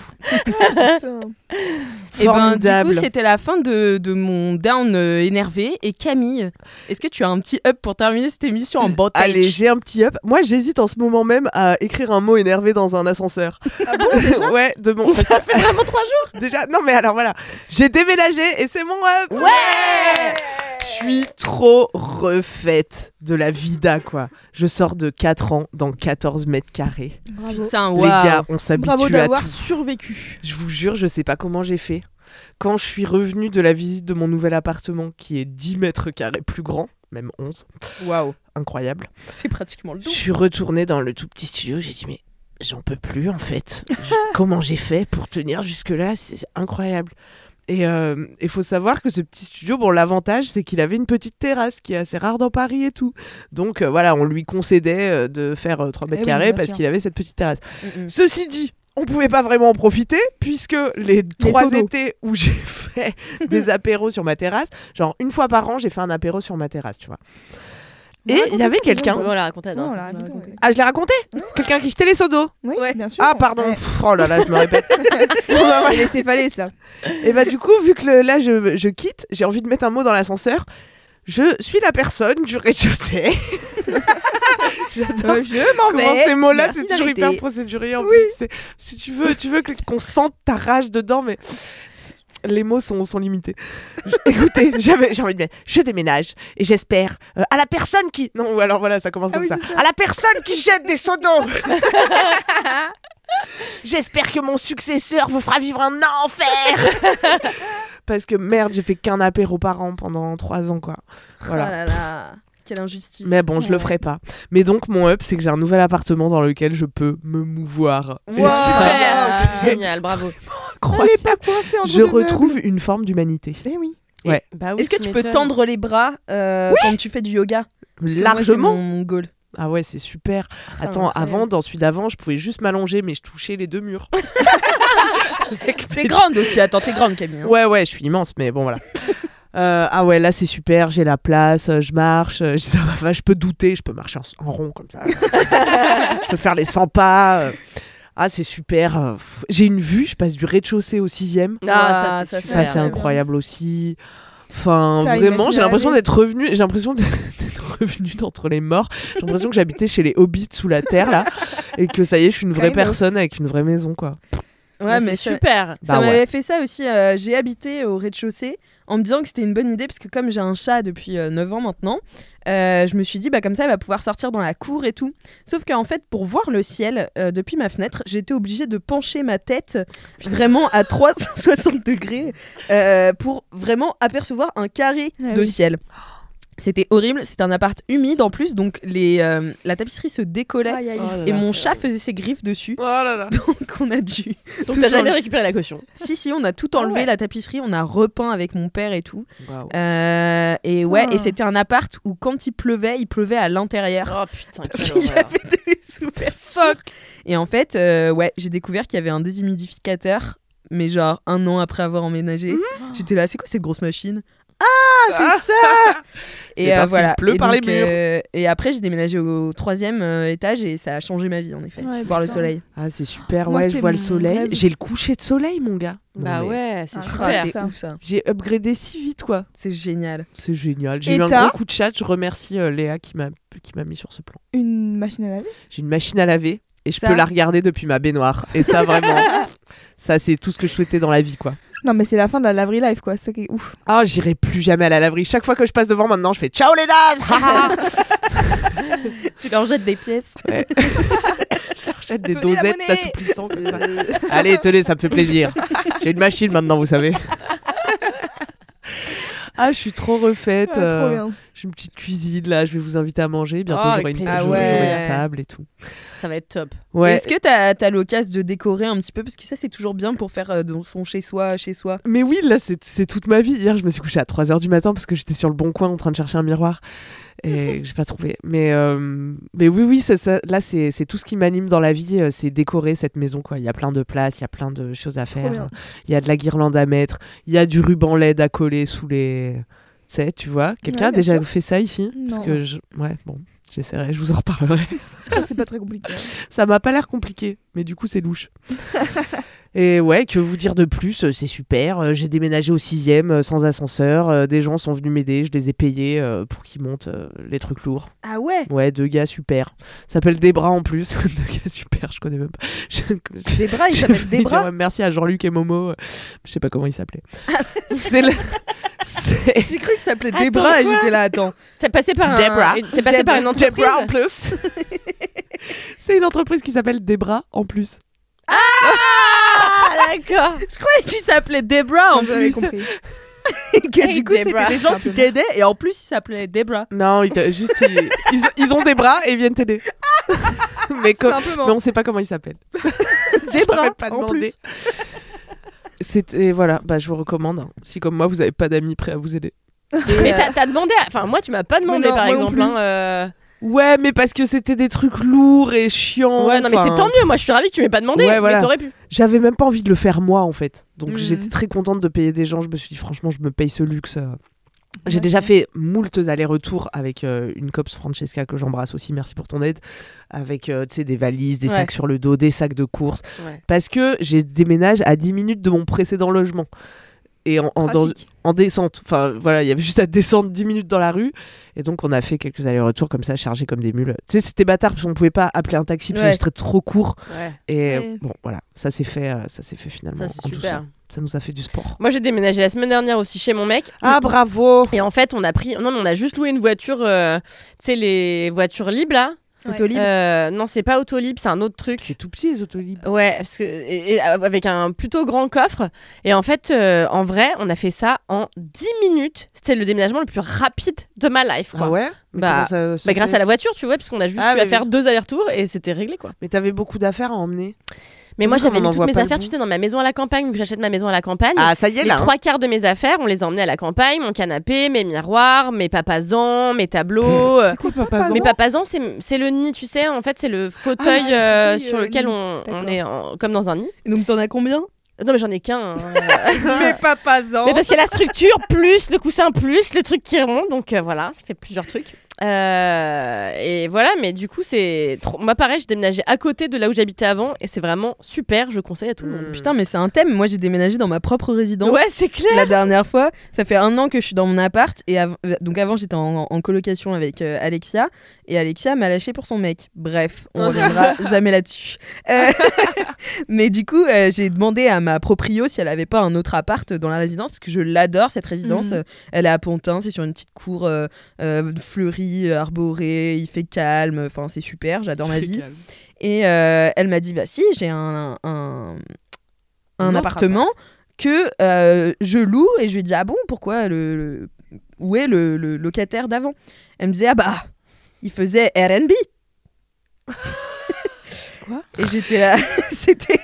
Speaker 8: Et ben, du
Speaker 3: Formidable.
Speaker 8: coup, c'était la fin de, de mon down euh, énervé. Et Camille, est-ce que tu as un petit up pour terminer cette émission en bondage
Speaker 3: Allez, j'ai un petit up. Moi, j'hésite en ce moment même à écrire un mot énervé dans un ascenseur.
Speaker 7: Ah bon, déjà
Speaker 3: ouais, de mon. parce
Speaker 2: ça fait vraiment trois jours.
Speaker 3: que- déjà, non mais alors voilà, j'ai déménagé et c'est mon up. Ouais. Je suis trop refaite de la vida quoi. Je sors de 4 ans dans 14 mètres carrés.
Speaker 7: Bravo.
Speaker 8: Putain,
Speaker 3: Les
Speaker 8: waouh.
Speaker 3: gars, on
Speaker 7: Bravo
Speaker 3: s'habitue à tout.
Speaker 7: d'avoir survécu.
Speaker 3: Je vous jure, je sais pas comment j'ai fait. Quand je suis revenue de la visite de mon nouvel appartement, qui est 10 mètres carrés plus grand, même 11,
Speaker 8: Waouh.
Speaker 3: incroyable,
Speaker 8: C'est pratiquement le
Speaker 3: je
Speaker 8: double.
Speaker 3: suis retournée dans le tout petit studio, j'ai dit mais j'en peux plus en fait. Je- comment j'ai fait pour tenir jusque-là C'est incroyable. Et euh, il faut savoir que ce petit studio, bon, l'avantage, c'est qu'il avait une petite terrasse qui est assez rare dans Paris et tout. Donc euh, voilà, on lui concédait euh, de faire 3 mètres
Speaker 7: Eh oui,
Speaker 3: carrés
Speaker 7: bien
Speaker 3: parce
Speaker 7: sûr. Mm,
Speaker 3: qu'il avait cette petite terrasse. Ceci dit, on pouvait pas vraiment en profiter puisque les
Speaker 7: seaux
Speaker 3: trois
Speaker 7: d'eau.
Speaker 3: étés où j'ai fait des apéros sur ma terrasse, genre une fois par an, j'ai fait un apéro sur ma terrasse, tu vois. Et il y avait
Speaker 2: Ouais,
Speaker 3: quelqu'un.
Speaker 2: on l'a raconté.
Speaker 7: Non,
Speaker 2: Non,
Speaker 7: on l'a raconté, ouais.
Speaker 3: Ah, je l'ai raconté Quelqu'un qui jetait les seaux d'eau.
Speaker 7: Oui, bien sûr.
Speaker 3: Ah, pardon.
Speaker 7: Ouais.
Speaker 3: Pff, oh là là, je me répète.
Speaker 7: Et les céphalées, ça.
Speaker 3: Et bah, du coup, vu que le- là, je, je quitte, j'ai envie de mettre un mot dans l'ascenseur. Je suis la personne du rez-de-chaussée. J'adore.
Speaker 7: Euh, je m'en vais.
Speaker 3: Comment ces mots-là,
Speaker 7: Merci
Speaker 3: c'est toujours
Speaker 7: d'arrêter.
Speaker 3: hyper procédurier. En
Speaker 7: Oui.
Speaker 3: plus, c'est- si tu veux, tu veux que- qu'on sente ta rage dedans, mais c'est- les mots sont, sont limités. Je- Écoutez, j'avais- j'ai envie de mettre, je déménage et j'espère euh, à la personne qui, non, ou alors voilà, ça commence
Speaker 7: Ah
Speaker 3: comme
Speaker 7: oui,
Speaker 3: ça.
Speaker 7: c'est ça.
Speaker 3: à la personne qui jette des seaux d'eau. J'espère que mon successeur vous fera vivre un enfer. Parce que merde, j'ai fait qu'un apéro par an pendant trois ans, quoi. Voilà.
Speaker 8: Oh là là, quelle injustice.
Speaker 3: Mais bon, je le ferai pas. Mais donc, mon up, c'est que j'ai un nouvel appartement dans lequel je peux me mouvoir. C'est
Speaker 2: Wow.
Speaker 3: ça.
Speaker 2: Super,
Speaker 3: C'est
Speaker 2: génial, bravo.
Speaker 3: incroyable.
Speaker 7: Pas coincé entre
Speaker 3: Je
Speaker 7: deux meubles.
Speaker 3: retrouve une forme d'humanité.
Speaker 8: Eh oui.
Speaker 3: Ouais.
Speaker 2: Et- bah oui,
Speaker 8: Est-ce que tu peux
Speaker 2: m'étonnes.
Speaker 8: tendre les bras euh, quand tu fais du yoga Parce que moi, c'est
Speaker 3: Largement.
Speaker 8: mon- mon goal.
Speaker 3: Ah ouais, c'est super. Attends, avant, dans celui d'avant, je pouvais juste m'allonger, mais je touchais les deux murs. Avec
Speaker 8: T'es
Speaker 3: mes-
Speaker 8: grande aussi, attends, t'es grande Camille. hein.
Speaker 3: Ouais, ouais, je suis immense, mais bon, voilà. Euh, ah ouais, là c'est super, j'ai la place, euh, je marche, euh, ça va, va, je peux douter, je peux marcher en, en rond comme ça. je peux faire les 100 pas. euh. Ah, c'est super. euh, pff. J'ai une vue, je passe du rez-de-chaussée au sixième.
Speaker 2: Ah, ça, c'est
Speaker 3: Ça,
Speaker 2: super.
Speaker 3: c'est incroyable aussi. Enfin,
Speaker 7: T'as une
Speaker 3: vraiment,
Speaker 7: machine
Speaker 3: j'ai
Speaker 7: à
Speaker 3: l'impression
Speaker 7: laver.
Speaker 3: d'être revenu, j'ai l'impression de- d'être revenu d'entre les morts. J'ai l'impression que j'habitais chez les hobbits sous la terre là, et que ça y est, je suis une vraie
Speaker 7: Kind of.
Speaker 3: personne avec une vraie maison quoi.
Speaker 8: Ouais, mais
Speaker 2: c'est
Speaker 8: ça-
Speaker 2: super.
Speaker 8: Ça
Speaker 3: Bah ouais.
Speaker 8: m'avait fait ça aussi. euh, j'ai habité au rez-de-chaussée en me disant que c'était une bonne idée parce que comme j'ai un chat depuis 9 ans maintenant, euh, je me suis dit bah comme ça il va pouvoir sortir dans la cour et tout. Sauf qu'en fait pour voir le ciel euh, depuis ma fenêtre, j'étais obligée de pencher ma tête vraiment à 360 degrés euh, pour vraiment apercevoir un carré
Speaker 7: Ah
Speaker 8: de
Speaker 7: oui.
Speaker 8: ciel. C'était horrible, c'était un appart humide en plus, donc les, euh, la tapisserie se décollait
Speaker 7: Aïe, Ah, aïe.
Speaker 8: et mon chat faisait ses griffes dessus,
Speaker 3: Oh là là.
Speaker 8: donc on a dû
Speaker 2: Donc t'as jamais récupéré la caution.
Speaker 8: si, si, on a tout enlevé, la tapisserie, on a repeint avec mon père et tout. Euh, et ouais,
Speaker 7: Putain.
Speaker 8: et c'était un appart où quand il pleuvait, il pleuvait à l'intérieur.
Speaker 2: Oh putain,
Speaker 8: parce
Speaker 2: quelle
Speaker 8: qu'il y
Speaker 2: horreur.
Speaker 8: avait des ouvertures. Et en fait, euh, ouais, j'ai découvert qu'il y avait un déshumidificateur, mais genre un an après avoir emménagé.
Speaker 2: Ah.
Speaker 8: J'étais là, c'est quoi cette grosse machine Ah, c'est ça
Speaker 3: C'est
Speaker 8: Et
Speaker 3: parce
Speaker 8: euh, voilà.
Speaker 3: qu'il pleut
Speaker 8: et
Speaker 3: par les murs.
Speaker 8: euh, et après, j'ai déménagé au troisième euh, étage et ça a changé ma vie en effet.
Speaker 7: Ouais,
Speaker 8: Voir le
Speaker 7: putain.
Speaker 8: soleil.
Speaker 3: Ah, c'est super,
Speaker 7: Moi,
Speaker 3: ouais, je
Speaker 7: c'est
Speaker 3: vois le
Speaker 7: mon
Speaker 3: soleil.
Speaker 7: rêve.
Speaker 3: J'ai le coucher de soleil, mon gars. Non,
Speaker 2: Bah
Speaker 3: mais
Speaker 2: ouais, c'est
Speaker 7: Ah,
Speaker 2: super.
Speaker 8: c'est
Speaker 7: ça.
Speaker 8: ouf ça.
Speaker 3: J'ai upgradé si vite, quoi.
Speaker 8: C'est génial.
Speaker 3: C'est génial. J'ai
Speaker 7: Et
Speaker 3: eu un
Speaker 7: t'as-
Speaker 3: gros coup de chat. Je remercie euh, Léa qui m'a qui m'a mis sur ce plan.
Speaker 7: Une machine à laver.
Speaker 3: J'ai une machine à laver et je
Speaker 8: Ça.
Speaker 3: peux la regarder depuis ma baignoire. Et ça, vraiment, ça, c'est tout ce que je souhaitais dans la vie, quoi.
Speaker 7: Non, mais c'est la fin de la lavery life, quoi. C'est ça qui est ouf.
Speaker 3: Ah, j'irai plus jamais à la laverie. Chaque fois que je passe devant maintenant, je fais ciao les nazes
Speaker 8: tu leur jettes des pièces.
Speaker 3: J'achète des
Speaker 7: Tenez,
Speaker 3: dosettes
Speaker 7: abonnez
Speaker 3: assouplissant comme ça. Allez, tenez, ça me fait plaisir. J'ai une machine maintenant, vous savez. Ah, je suis trop refaite.
Speaker 7: Ah,
Speaker 3: euh,
Speaker 7: Trop bien.
Speaker 3: J'ai une petite cuisine là, je vais vous inviter à manger. Bientôt
Speaker 2: Oh, avec
Speaker 3: j'aurai une,
Speaker 2: plaisir.
Speaker 3: j'aurai-
Speaker 8: Ah ouais.
Speaker 3: j'aurai une table et tout.
Speaker 2: Ça va être top.
Speaker 3: Ouais.
Speaker 8: Est-ce que t'as as, l'occasion de décorer un petit peu Parce que ça, c'est toujours bien pour faire euh, dans son chez-soi, chez-soi.
Speaker 3: Mais oui, là c'est c'est toute ma vie. Hier je me suis couchée à 3h du matin parce que j'étais sur le bon coin en train de chercher un miroir et que j'ai pas trouvé. Mais, euh, mais oui, oui, ça, ça- là c'est c'est tout ce qui m'anime dans la vie, euh, c'est décorer cette maison. quoi. Il y a plein de places, il y a plein de choses à
Speaker 7: bien.
Speaker 3: faire. Il y a de la guirlande à mettre, il y a du ruban LED à coller sous les... Tu sais, tu vois, quelqu'un
Speaker 7: Ouais,
Speaker 3: a
Speaker 7: bien
Speaker 3: déjà
Speaker 7: sûr.
Speaker 3: fait ça ici
Speaker 7: Non.
Speaker 3: Parce que je... Ouais, bon, j'essaierai, je vous en reparlerai.
Speaker 7: Je crois que c'est pas très compliqué. hein.
Speaker 3: Ça m'a pas l'air compliqué, mais du coup, c'est louche. Et ouais, que vous dire de plus euh, C'est super. euh, J'ai déménagé au sixième euh, sans ascenseur. euh, Des gens sont venus m'aider. Je les ai payés euh, pour qu'ils montent euh, les trucs lourds.
Speaker 8: Ah ouais
Speaker 3: Ouais, deux gars super. Ça s'appelle des bras en plus. deux gars super, je connais même pas. Je- je-
Speaker 8: Des bras, Ah, ils
Speaker 3: je
Speaker 8: s'appellent
Speaker 3: voulais
Speaker 8: des
Speaker 3: dire,
Speaker 8: bras. Ah
Speaker 3: ouais, merci à Jean-Luc et Momo. euh, Je sais pas comment ils s'appelaient. c'est le. c'est-
Speaker 8: J'ai cru que ça s'appelait des bras et j'étais là, attends.
Speaker 2: Ah. T'es passé par un,
Speaker 3: Debra.
Speaker 2: une- t'es passé par une
Speaker 3: Des
Speaker 2: entreprise.
Speaker 3: bras en plus. c'est une entreprise qui s'appelle des bras en plus.
Speaker 2: Ah d'accord.
Speaker 8: Je croyais qu'il s'appelait Debra en
Speaker 7: J'avais
Speaker 8: plus.
Speaker 7: compris.
Speaker 8: Et que du coup, Eh,
Speaker 2: Debra.
Speaker 8: c'était des gens qui t'aidaient et en plus, il s'appelait Debra.
Speaker 3: Non, ils te- juste ils, ils ont- ils ont des bras et ils viennent t'aider. mais, co-
Speaker 7: Simplement.
Speaker 3: mais on sait pas comment ils s'appellent.
Speaker 8: Des bras,
Speaker 3: J'aurais pas
Speaker 8: en
Speaker 3: demandé.
Speaker 8: plus.
Speaker 3: C'était voilà, bah je vous recommande. hein. Si comme moi vous avez pas d'amis prêts à vous aider.
Speaker 2: Mais t'as t'as demandé. à- Enfin euh, moi tu m'as pas demandé
Speaker 8: non,
Speaker 2: par
Speaker 8: moi non
Speaker 2: exemple.
Speaker 8: plus.
Speaker 2: hein, euh,
Speaker 3: Ouais, mais parce que c'était des trucs lourds et chiants.
Speaker 2: Ouais non mais
Speaker 3: enfin,
Speaker 2: c'est tant mieux. Moi je suis ravie que tu m'aies pas demandé.
Speaker 3: Ouais, voilà.
Speaker 2: Mais t'aurais pu.
Speaker 3: J'avais même pas envie de le faire moi en fait. Donc
Speaker 7: Mm.
Speaker 3: j'étais très contente de payer des gens. Je me suis dit franchement je me paye ce luxe. euh. J'ai déjà fait moultes allers-retours avec euh, une copse Francesca que j'embrasse aussi, merci pour ton aide, avec euh, tu sais, des valises, des
Speaker 2: Ouais.
Speaker 3: sacs sur le dos, des sacs de course,
Speaker 2: Ouais.
Speaker 3: parce que j'ai déménage à 10 minutes de mon précédent logement. Et en, en- dans-
Speaker 7: Pratique.
Speaker 3: en descente, enfin voilà, il y avait juste à descendre 10 minutes dans la rue, et donc on a fait quelques allers-retours comme ça, chargés comme des mules. Tu sais, c'était bâtard parce qu'on pouvait pas appeler un taxi, parce
Speaker 7: Ouais.
Speaker 3: que c'était trop court,
Speaker 2: Ouais,
Speaker 3: et
Speaker 7: Ouais.
Speaker 3: bon voilà, ça s'est fait, euh, ça s'est fait finalement.
Speaker 2: ça
Speaker 3: en
Speaker 2: c'est
Speaker 3: douceur.
Speaker 2: super.
Speaker 3: Ça nous a fait du sport.
Speaker 2: Moi j'ai déménagé la semaine dernière aussi chez mon mec.
Speaker 3: Ah bravo
Speaker 2: Et en fait, on a pris. Non, mais on a juste loué une voiture. euh, Tu sais, les voitures libres là.
Speaker 8: Autolib.
Speaker 2: Euh, non, c'est pas Autolib, c'est un autre truc.
Speaker 3: C'est tout petit les autolibres.
Speaker 2: Ouais, parce que, et- et avec un plutôt grand coffre. Et en fait, euh, en vrai, on a fait ça en 10 minutes. C'était le déménagement le plus rapide de ma life. Quoi.
Speaker 3: Ah ouais
Speaker 2: Mais Bah, comment Bah, grâce à la voiture, tu vois, parce qu'on a juste
Speaker 3: Ah,
Speaker 2: eu
Speaker 3: mais
Speaker 2: à
Speaker 3: oui.
Speaker 2: faire deux allers-retours et c'était réglé, quoi.
Speaker 3: Mais t'avais beaucoup d'affaires à emmener.
Speaker 2: Mais moi,
Speaker 3: Comme on
Speaker 2: j'avais
Speaker 3: en
Speaker 2: mis toutes
Speaker 3: voit
Speaker 2: mes
Speaker 3: pas le
Speaker 2: affaires,
Speaker 3: bout.
Speaker 2: tu sais, dans ma maison à la campagne, vu que j'achète ma maison à la campagne.
Speaker 7: Ah,
Speaker 3: Ah, ça y
Speaker 2: les
Speaker 7: hein.
Speaker 2: trois quarts de mes affaires, on les a emmenées à la campagne, mon canapé, mes miroirs, mes papazans, mes tableaux. euh, mes papazans, c'est c'est le nid, tu sais, en fait, c'est le fauteuil
Speaker 7: Ah, c'est le
Speaker 2: euh,
Speaker 7: fauteuil,
Speaker 2: sur
Speaker 7: euh,
Speaker 2: lequel
Speaker 7: nid.
Speaker 2: on, on
Speaker 7: D'accord.
Speaker 2: est en- comme dans un nid.
Speaker 8: Donc t'en as combien
Speaker 2: Non, mais j'en ai qu'un. hein.
Speaker 8: papazans.
Speaker 2: Mais parce qu'il y a la structure, plus le coussin, plus le truc qui remonte. Donc euh, voilà, ça fait plusieurs trucs. Euh, et voilà, mais du coup, c'est. trop- Moi, pareil, je déménageais à côté de là où j'habitais avant. Et c'est vraiment super, je conseille à tout le monde.
Speaker 8: Putain, mais c'est un thème. Moi, j'ai déménagé dans ma propre résidence.
Speaker 2: Hmm. ouais, c'est clair.
Speaker 8: La dernière fois, ça fait un an que je suis dans mon appart et av- euh, donc avant j'étais en, en colocation avec euh, Alexia et Alexia m'a lâché pour son mec. Bref, on reviendra jamais là-dessus. Euh, mais du coup, euh, j'ai demandé à ma proprio si elle avait pas un autre appart dans la résidence parce que je l'adore cette résidence.
Speaker 2: Hmm.
Speaker 7: Mhm.
Speaker 8: Euh, Elle est à Pontin, c'est sur une petite cour euh, euh, fleurie, euh, arborée, il fait calme, enfin c'est super, j'adore ma vie. Et euh, elle m'a dit bah si j'ai un un, un
Speaker 3: autre
Speaker 8: appartement que euh, je loue et je lui ai dit ah bon pourquoi le, le- où est le, le locataire d'avant Elle me disait ah bah il faisait R&B.
Speaker 7: Quoi
Speaker 8: Et j'étais là c'était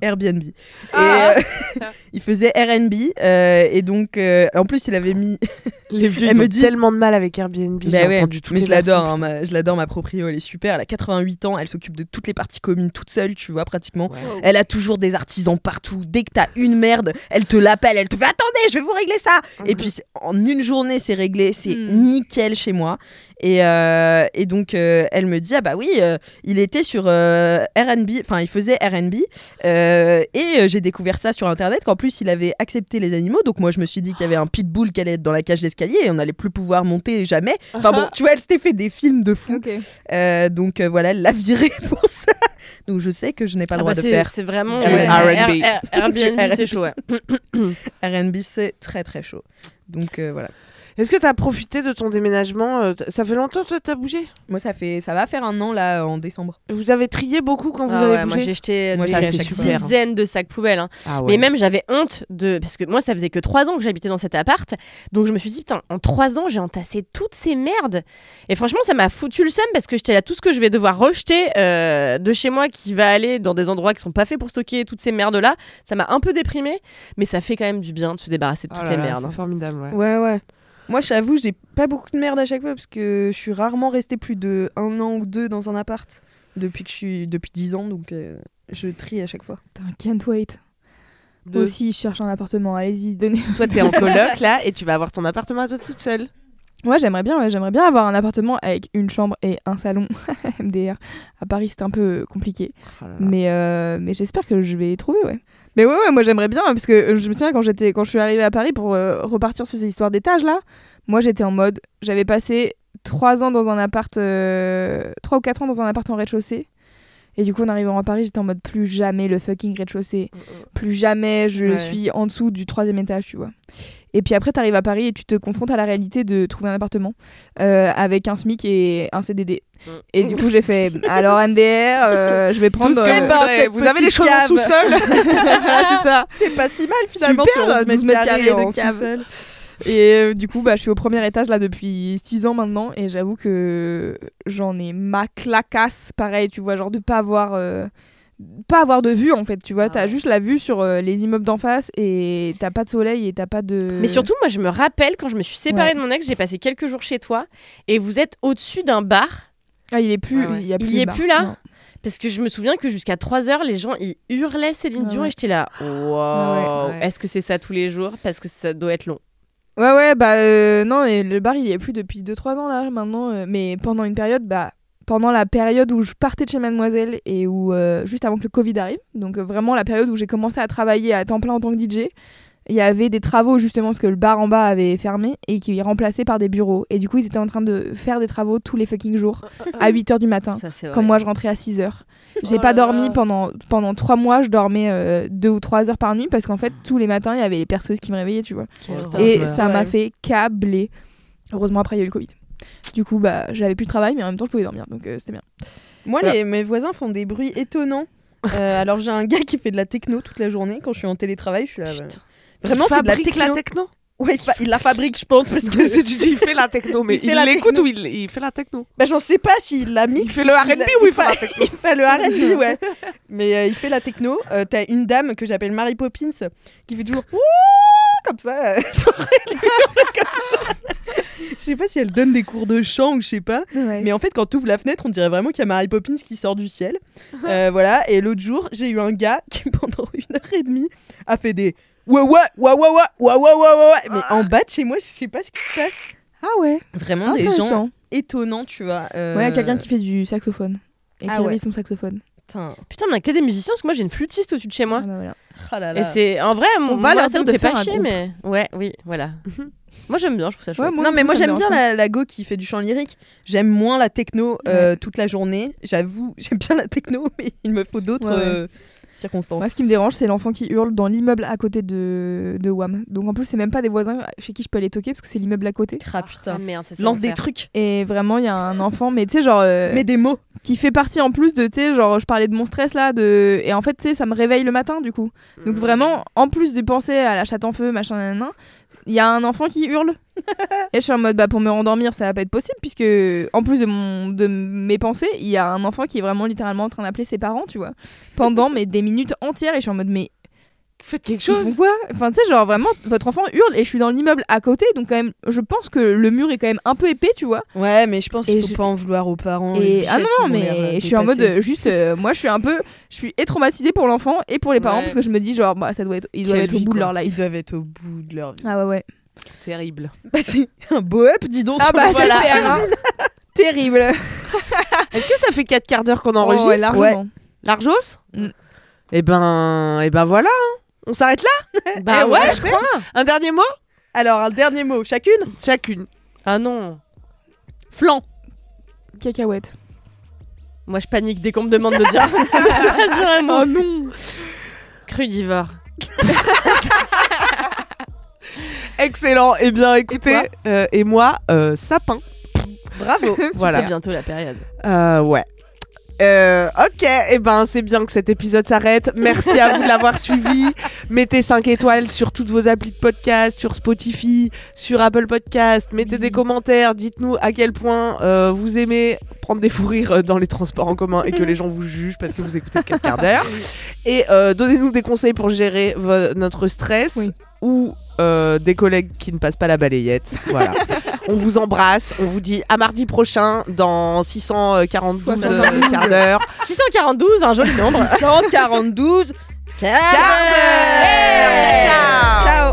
Speaker 8: Airbnb. Et,
Speaker 3: Ah.
Speaker 8: euh, il faisait R&B euh, et donc euh, en plus il avait mis
Speaker 3: Les vieux,
Speaker 8: Elle
Speaker 3: ils
Speaker 8: me
Speaker 3: ont
Speaker 8: dit-
Speaker 3: tellement de mal avec Airbnb.
Speaker 8: Bah
Speaker 3: J'ai
Speaker 8: ouais,
Speaker 3: entendu toutes
Speaker 8: mais
Speaker 3: les
Speaker 8: je l'adore,
Speaker 3: versions.
Speaker 8: hein, ma- je l'adore ma proprio, elle est super, elle a 88 ans, elle s'occupe de toutes les parties communes toute seule, tu vois, pratiquement. Elle a toujours des artisans partout, dès que t'as une merde, elle te l'appelle, elle te fait attendez, je vais vous régler ça Et puis c'est- en une journée, c'est réglé, c'est
Speaker 7: Mm.
Speaker 8: nickel chez moi. Et, euh, et donc euh, elle me dit, ah bah oui, euh, il était sur euh, RB, enfin il faisait RB, euh, et euh, j'ai découvert ça sur internet qu'en plus il avait accepté les animaux. Donc moi je me suis dit qu'il y avait un pitbull qui allait être dans la cage d'escalier et on n'allait plus pouvoir monter jamais. Enfin bon, tu vois, elle s'était fait des films de fou.
Speaker 7: Ok.
Speaker 8: Euh, donc euh, voilà, elle l'a viré pour ça. Donc je sais que je n'ai pas le
Speaker 2: Ah
Speaker 8: droit de
Speaker 2: bah, c'est-
Speaker 8: faire
Speaker 2: C'est vraiment.
Speaker 8: Du
Speaker 2: ouais,
Speaker 3: R&B.
Speaker 2: R- R- Airbnb,
Speaker 8: Du
Speaker 2: c'est chaud, ouais.
Speaker 8: RB, c'est très très chaud. Donc euh, voilà.
Speaker 3: Est-ce que t'as profité de ton déménagement euh, t- Ça fait longtemps que t'as bougé
Speaker 8: Moi ça fait ça va faire un an là en décembre.
Speaker 3: Vous avez trié beaucoup quand
Speaker 2: Ah
Speaker 3: vous avez
Speaker 2: ouais, moi,
Speaker 3: bougé
Speaker 2: j'ai jeté
Speaker 8: Moi,
Speaker 2: des
Speaker 8: ça,
Speaker 2: des
Speaker 8: c'est super.
Speaker 2: dizaines de sacs poubelles. hein.
Speaker 3: Ah ouais.
Speaker 2: Mais même j'avais honte de parce que moi ça faisait que trois ans que j'habitais dans cet appart, donc je me suis dit putain en trois ans j'ai entassé toutes ces merdes et franchement ça m'a foutu le seum parce que j'étais là tout ce que je vais devoir rejeter euh, de chez moi qui va aller dans des endroits qui sont pas faits pour stocker toutes ces merdes là, ça m'a un peu déprimé, mais ça fait quand même du bien de se débarrasser de
Speaker 3: Oh
Speaker 2: toutes
Speaker 3: là
Speaker 2: les
Speaker 3: là,
Speaker 2: merdes. hein.
Speaker 3: C'est formidable, ouais.
Speaker 8: Ouais ouais. Moi j'avoue j'ai pas beaucoup de merde à chaque fois parce que je suis rarement restée plus de un an ou deux dans un appart depuis que je suis depuis 10 ans donc euh, je trie à chaque fois.
Speaker 7: Putain, can't wait. Moi aussi, je cherche un appartement. Allez-y, donnez.
Speaker 3: Toi, t'es en coloc là et tu vas avoir ton appartement à toi toute seule.
Speaker 7: Moi, j'aimerais bien, ouais, j'aimerais bien avoir un appartement avec une chambre et un salon. MDR. À Paris, c'est un peu compliqué. Mais, euh, mais j'espère que je vais trouver, ouais. Mais ouais, ouais, moi j'aimerais bien, parce que je me souviens quand, j'étais, quand je suis arrivée à Paris pour euh, repartir sur ces histoires d'étages là, moi j'étais en mode, j'avais passé 3 ans dans un appart, 3 ou 4 ans dans un appart en rez-de-chaussée. Et du coup, en arrivant à Paris, j'étais en mode plus jamais le fucking rez-de-chaussée. Plus jamais je
Speaker 8: Ouais.
Speaker 7: suis en dessous du troisième étage, tu vois. Et puis après, t'arrives à Paris et tu te confrontes à la réalité de trouver un appartement euh, avec un SMIC et un CDD.
Speaker 2: Mm.
Speaker 7: Et du coup, j'ai fait alors MDR, euh, je vais
Speaker 3: Oh
Speaker 7: prendre. euh,
Speaker 8: comme dans cette
Speaker 3: bah vous avez les
Speaker 8: petite
Speaker 3: choses en
Speaker 8: cave.
Speaker 3: sous-sol
Speaker 7: Ah, c'est ça.
Speaker 8: C'est pas si mal finalement
Speaker 7: Super,
Speaker 8: sur 11
Speaker 7: 12 mètres carrés de
Speaker 8: en
Speaker 7: cave.
Speaker 8: sous-sol.
Speaker 7: Et euh, du coup, bah, je suis au premier étage là depuis 6 ans maintenant et j'avoue que j'en ai ma clacasse, pareil, tu vois, genre de pas avoir, euh, pas avoir de vue en fait, tu vois,
Speaker 2: Ah
Speaker 7: t'as
Speaker 2: ouais.
Speaker 7: juste la vue sur euh, les immeubles d'en face et t'as pas de soleil et t'as pas de.
Speaker 2: Mais surtout, moi, je me rappelle quand je me suis séparée
Speaker 7: Ouais.
Speaker 2: de mon ex, j'ai passé quelques jours chez toi et vous êtes au-dessus d'un bar
Speaker 7: Ah, il est plus,
Speaker 3: Ouais, ouais.
Speaker 7: il y a plus.
Speaker 2: Il y
Speaker 7: de
Speaker 2: est
Speaker 7: bar.
Speaker 2: plus là
Speaker 7: Non.
Speaker 2: parce que je me souviens que jusqu'à 3 heures, les gens ils hurlaient Céline
Speaker 7: Ah
Speaker 2: Dion
Speaker 7: ouais.
Speaker 2: et j'étais là, wow,
Speaker 7: Ah ouais, ouais.
Speaker 2: est-ce que c'est ça tous les jours Parce que ça doit être long.
Speaker 7: Ouais, ouais, bah euh, non, et le bar il y est plus depuis 2-3 ans là maintenant, euh, mais pendant une période, bah pendant la période où je partais de chez Mademoiselle et où euh, juste avant que le Covid arrive, donc euh, vraiment la période où j'ai commencé à travailler à temps plein en tant que DJ, il y avait des travaux justement parce que le bar en bas avait fermé et qui est remplacé par des bureaux. Et du coup, ils étaient en train de faire des travaux tous les fucking jours à 8h du matin.
Speaker 2: Ça, c'est
Speaker 7: Comme moi, je rentrais à 6 heures. J'ai pas dormi pendant, pendant 3 mois, je dormais 2 ou 3 heures par nuit parce qu'en fait, tous les matins, il y avait les perceuses qui me réveillaient, tu vois. Et ça m'a fait câbler. Heureusement, après, il y a eu le Covid. Du coup, bah, j'avais plus de travail, mais en même temps, je pouvais dormir, donc euh, c'était bien.
Speaker 8: Moi,
Speaker 7: Voilà.
Speaker 8: les, mes voisins font des bruits étonnants. Euh, alors, j'ai un gars qui fait de la techno toute la journée. Quand je suis en télétravail, je suis là. euh, Vraiment, c'est de la
Speaker 3: Fabrique
Speaker 8: techno.
Speaker 3: techno.
Speaker 8: Ouais, il, fa- il la fabrique, je pense, parce que
Speaker 3: Tu dis, il fait la techno, mais
Speaker 8: Il fait
Speaker 3: il
Speaker 8: la
Speaker 3: l'écoute
Speaker 8: techno.
Speaker 3: ou il, il fait la techno
Speaker 8: bah, j'en sais pas s'il la mixe.
Speaker 3: Il fait le
Speaker 8: s'il
Speaker 3: R&B
Speaker 8: la-
Speaker 3: ou il fait
Speaker 8: fa-
Speaker 3: la techno
Speaker 8: Il fait le R&B, ouais. Mais euh, il fait la techno. Euh, T'as une dame que j'appelle Mary Poppins qui fait toujours Ouh comme ça. euh, genre, elle hurle comme ça. Je sais pas si elle donne des cours de chant ou je sais pas. Mais en fait, quand tu ouvres la fenêtre, on dirait vraiment qu'il y a Mary Poppins qui sort du ciel. Euh, voilà. Et l'autre jour, j'ai eu un gars qui, pendant une heure et demie, a fait des ouais ouais ouais ouais ouais ouais ouais ouais ouais ouais. Mais en bas de chez moi, je sais pas ce qui se passe.
Speaker 7: Ah ouais,
Speaker 2: Vraiment des gens.
Speaker 7: intéressant.
Speaker 8: Étonnant, tu vois. euh,
Speaker 7: Ouais, quelqu'un qui fait du saxophone. Et qui
Speaker 8: Ah ouais.
Speaker 7: réveille son saxophone.
Speaker 8: Putain.
Speaker 2: Putain, on a que des musiciens parce que moi j'ai une flûtiste au-dessus de chez moi.
Speaker 7: Ah bah voilà.
Speaker 8: Ah là là.
Speaker 2: Et c'est en vrai, mon-
Speaker 7: va
Speaker 2: moi,
Speaker 7: leur
Speaker 2: ça
Speaker 7: dire
Speaker 2: me
Speaker 7: de
Speaker 2: fait
Speaker 7: faire
Speaker 2: pas
Speaker 7: un
Speaker 2: chier,
Speaker 7: groupe.
Speaker 2: mais ouais, oui, voilà. moi j'aime bien, je trouve ça chouette.
Speaker 7: Ouais,
Speaker 8: non mais moi
Speaker 7: ça me
Speaker 8: j'aime bien
Speaker 7: dérange
Speaker 8: la, la go qui fait du chant lyrique. J'aime moins la techno euh, toute la journée. J'avoue, j'aime bien la techno, mais il me faut d'autres
Speaker 7: Ouais, ouais.
Speaker 8: euh,
Speaker 7: pas.
Speaker 8: circonstances.
Speaker 7: Moi, ce qui me dérange, c'est l'enfant qui hurle dans l'immeuble à côté de, de Wam. Donc en plus, c'est même pas des voisins chez qui je peux aller toquer parce que c'est l'immeuble à côté.
Speaker 8: Ah,
Speaker 2: Ah,
Speaker 8: putain.
Speaker 2: merde, ça, c'est
Speaker 8: Lance des
Speaker 2: l'enfer.
Speaker 8: trucs,
Speaker 7: Et vraiment, il y a un enfant, mais tu sais, genre. euh,
Speaker 8: mets des mots.
Speaker 7: qui fait partie en plus de, tu sais, genre, je parlais de mon stress là, de... et en fait, tu sais, ça me réveille le matin du coup.
Speaker 3: Mhm.
Speaker 7: Donc vraiment, en plus de penser à la chatte en feu, machin, nan, nan, il y a un enfant qui hurle. et je suis en mode, bah pour me rendormir, ça va pas être possible, puisque en plus de, mon... de mes pensées, il y a un enfant qui est vraiment littéralement en train d'appeler ses parents, tu vois, pendant mais des minutes entières, et je suis en mode, mais
Speaker 3: Faites quelque
Speaker 7: ils font quoi Enfin, tu sais, genre vraiment, votre enfant hurle, et je suis dans l'immeuble à côté, donc quand même, je pense que le mur est quand même un peu épais, tu vois.
Speaker 8: Ouais, mais je pense
Speaker 7: Et
Speaker 8: qu'il faut
Speaker 7: je-
Speaker 8: pas en vouloir aux parents.
Speaker 7: Et-
Speaker 8: les
Speaker 7: ah non,
Speaker 8: bichettes,
Speaker 7: non,
Speaker 8: ils ont l'air, euh,
Speaker 7: mais je suis en mode
Speaker 8: dépassés.
Speaker 7: euh, juste, euh, moi je suis un peu, je suis et traumatisée pour l'enfant et pour les parents
Speaker 3: Ouais.
Speaker 7: parce que je me dis genre bah ça doit être, ils doivent
Speaker 3: Quelle
Speaker 7: être au
Speaker 3: vie,
Speaker 7: bout de
Speaker 3: quoi.
Speaker 7: leur life.
Speaker 8: Ils doivent être au bout de leur vie.
Speaker 7: Ah ouais ouais.
Speaker 3: Terrible.
Speaker 8: Bah, c'est un beau up, dis donc.
Speaker 7: Ah
Speaker 8: sur
Speaker 7: bah
Speaker 8: le
Speaker 7: c'est
Speaker 8: voilà.
Speaker 7: super, hein. terrible.
Speaker 3: Est-ce que ça fait 4 quarts d'heure qu'on enregistre
Speaker 7: Oh, ouais, largement.
Speaker 3: Largos
Speaker 7: Mm.
Speaker 3: Eh ben, eh ben voilà. hein. On s'arrête là
Speaker 2: Bah
Speaker 3: Eh
Speaker 2: ouais,
Speaker 3: ouais,
Speaker 2: je crois.
Speaker 3: Un dernier mot
Speaker 8: Alors, un dernier mot, chacune
Speaker 3: Chacune.
Speaker 2: Ah non.
Speaker 3: Flan.
Speaker 7: Cacahuète.
Speaker 2: Moi je panique dès qu'on me demande de dire. je te jure, moi.
Speaker 3: Oh non
Speaker 2: Crudivore.
Speaker 3: Excellent. Eh bien, écoutez, euh,
Speaker 7: toi
Speaker 3: et, moi, euh, sapin.
Speaker 8: Bravo.
Speaker 3: Voilà.
Speaker 2: C'est bientôt la période.
Speaker 3: Euh, ouais. Euh, ok, eh ben c'est bien que cet épisode s'arrête. Merci à vous de l'avoir suivi. Mettez 5 étoiles sur toutes vos applis de podcast, sur Spotify, sur Apple Podcast. Mettez des commentaires, dites-nous à quel point euh, vous aimez prendre des fous rires euh, dans les transports en commun et que les gens vous jugent parce que vous écoutez 4 quarts d'heure. Et euh, donnez-nous des conseils pour gérer vo- notre stress
Speaker 7: Oui.
Speaker 3: ou euh, des collègues qui ne passent pas la balayette. Voilà. On vous embrasse, on vous dit à mardi prochain dans 642 euh,
Speaker 7: 72.
Speaker 3: quarts d'heure.
Speaker 2: 642, un joli nombre.
Speaker 8: 642.
Speaker 3: Ciao.
Speaker 8: Ciao.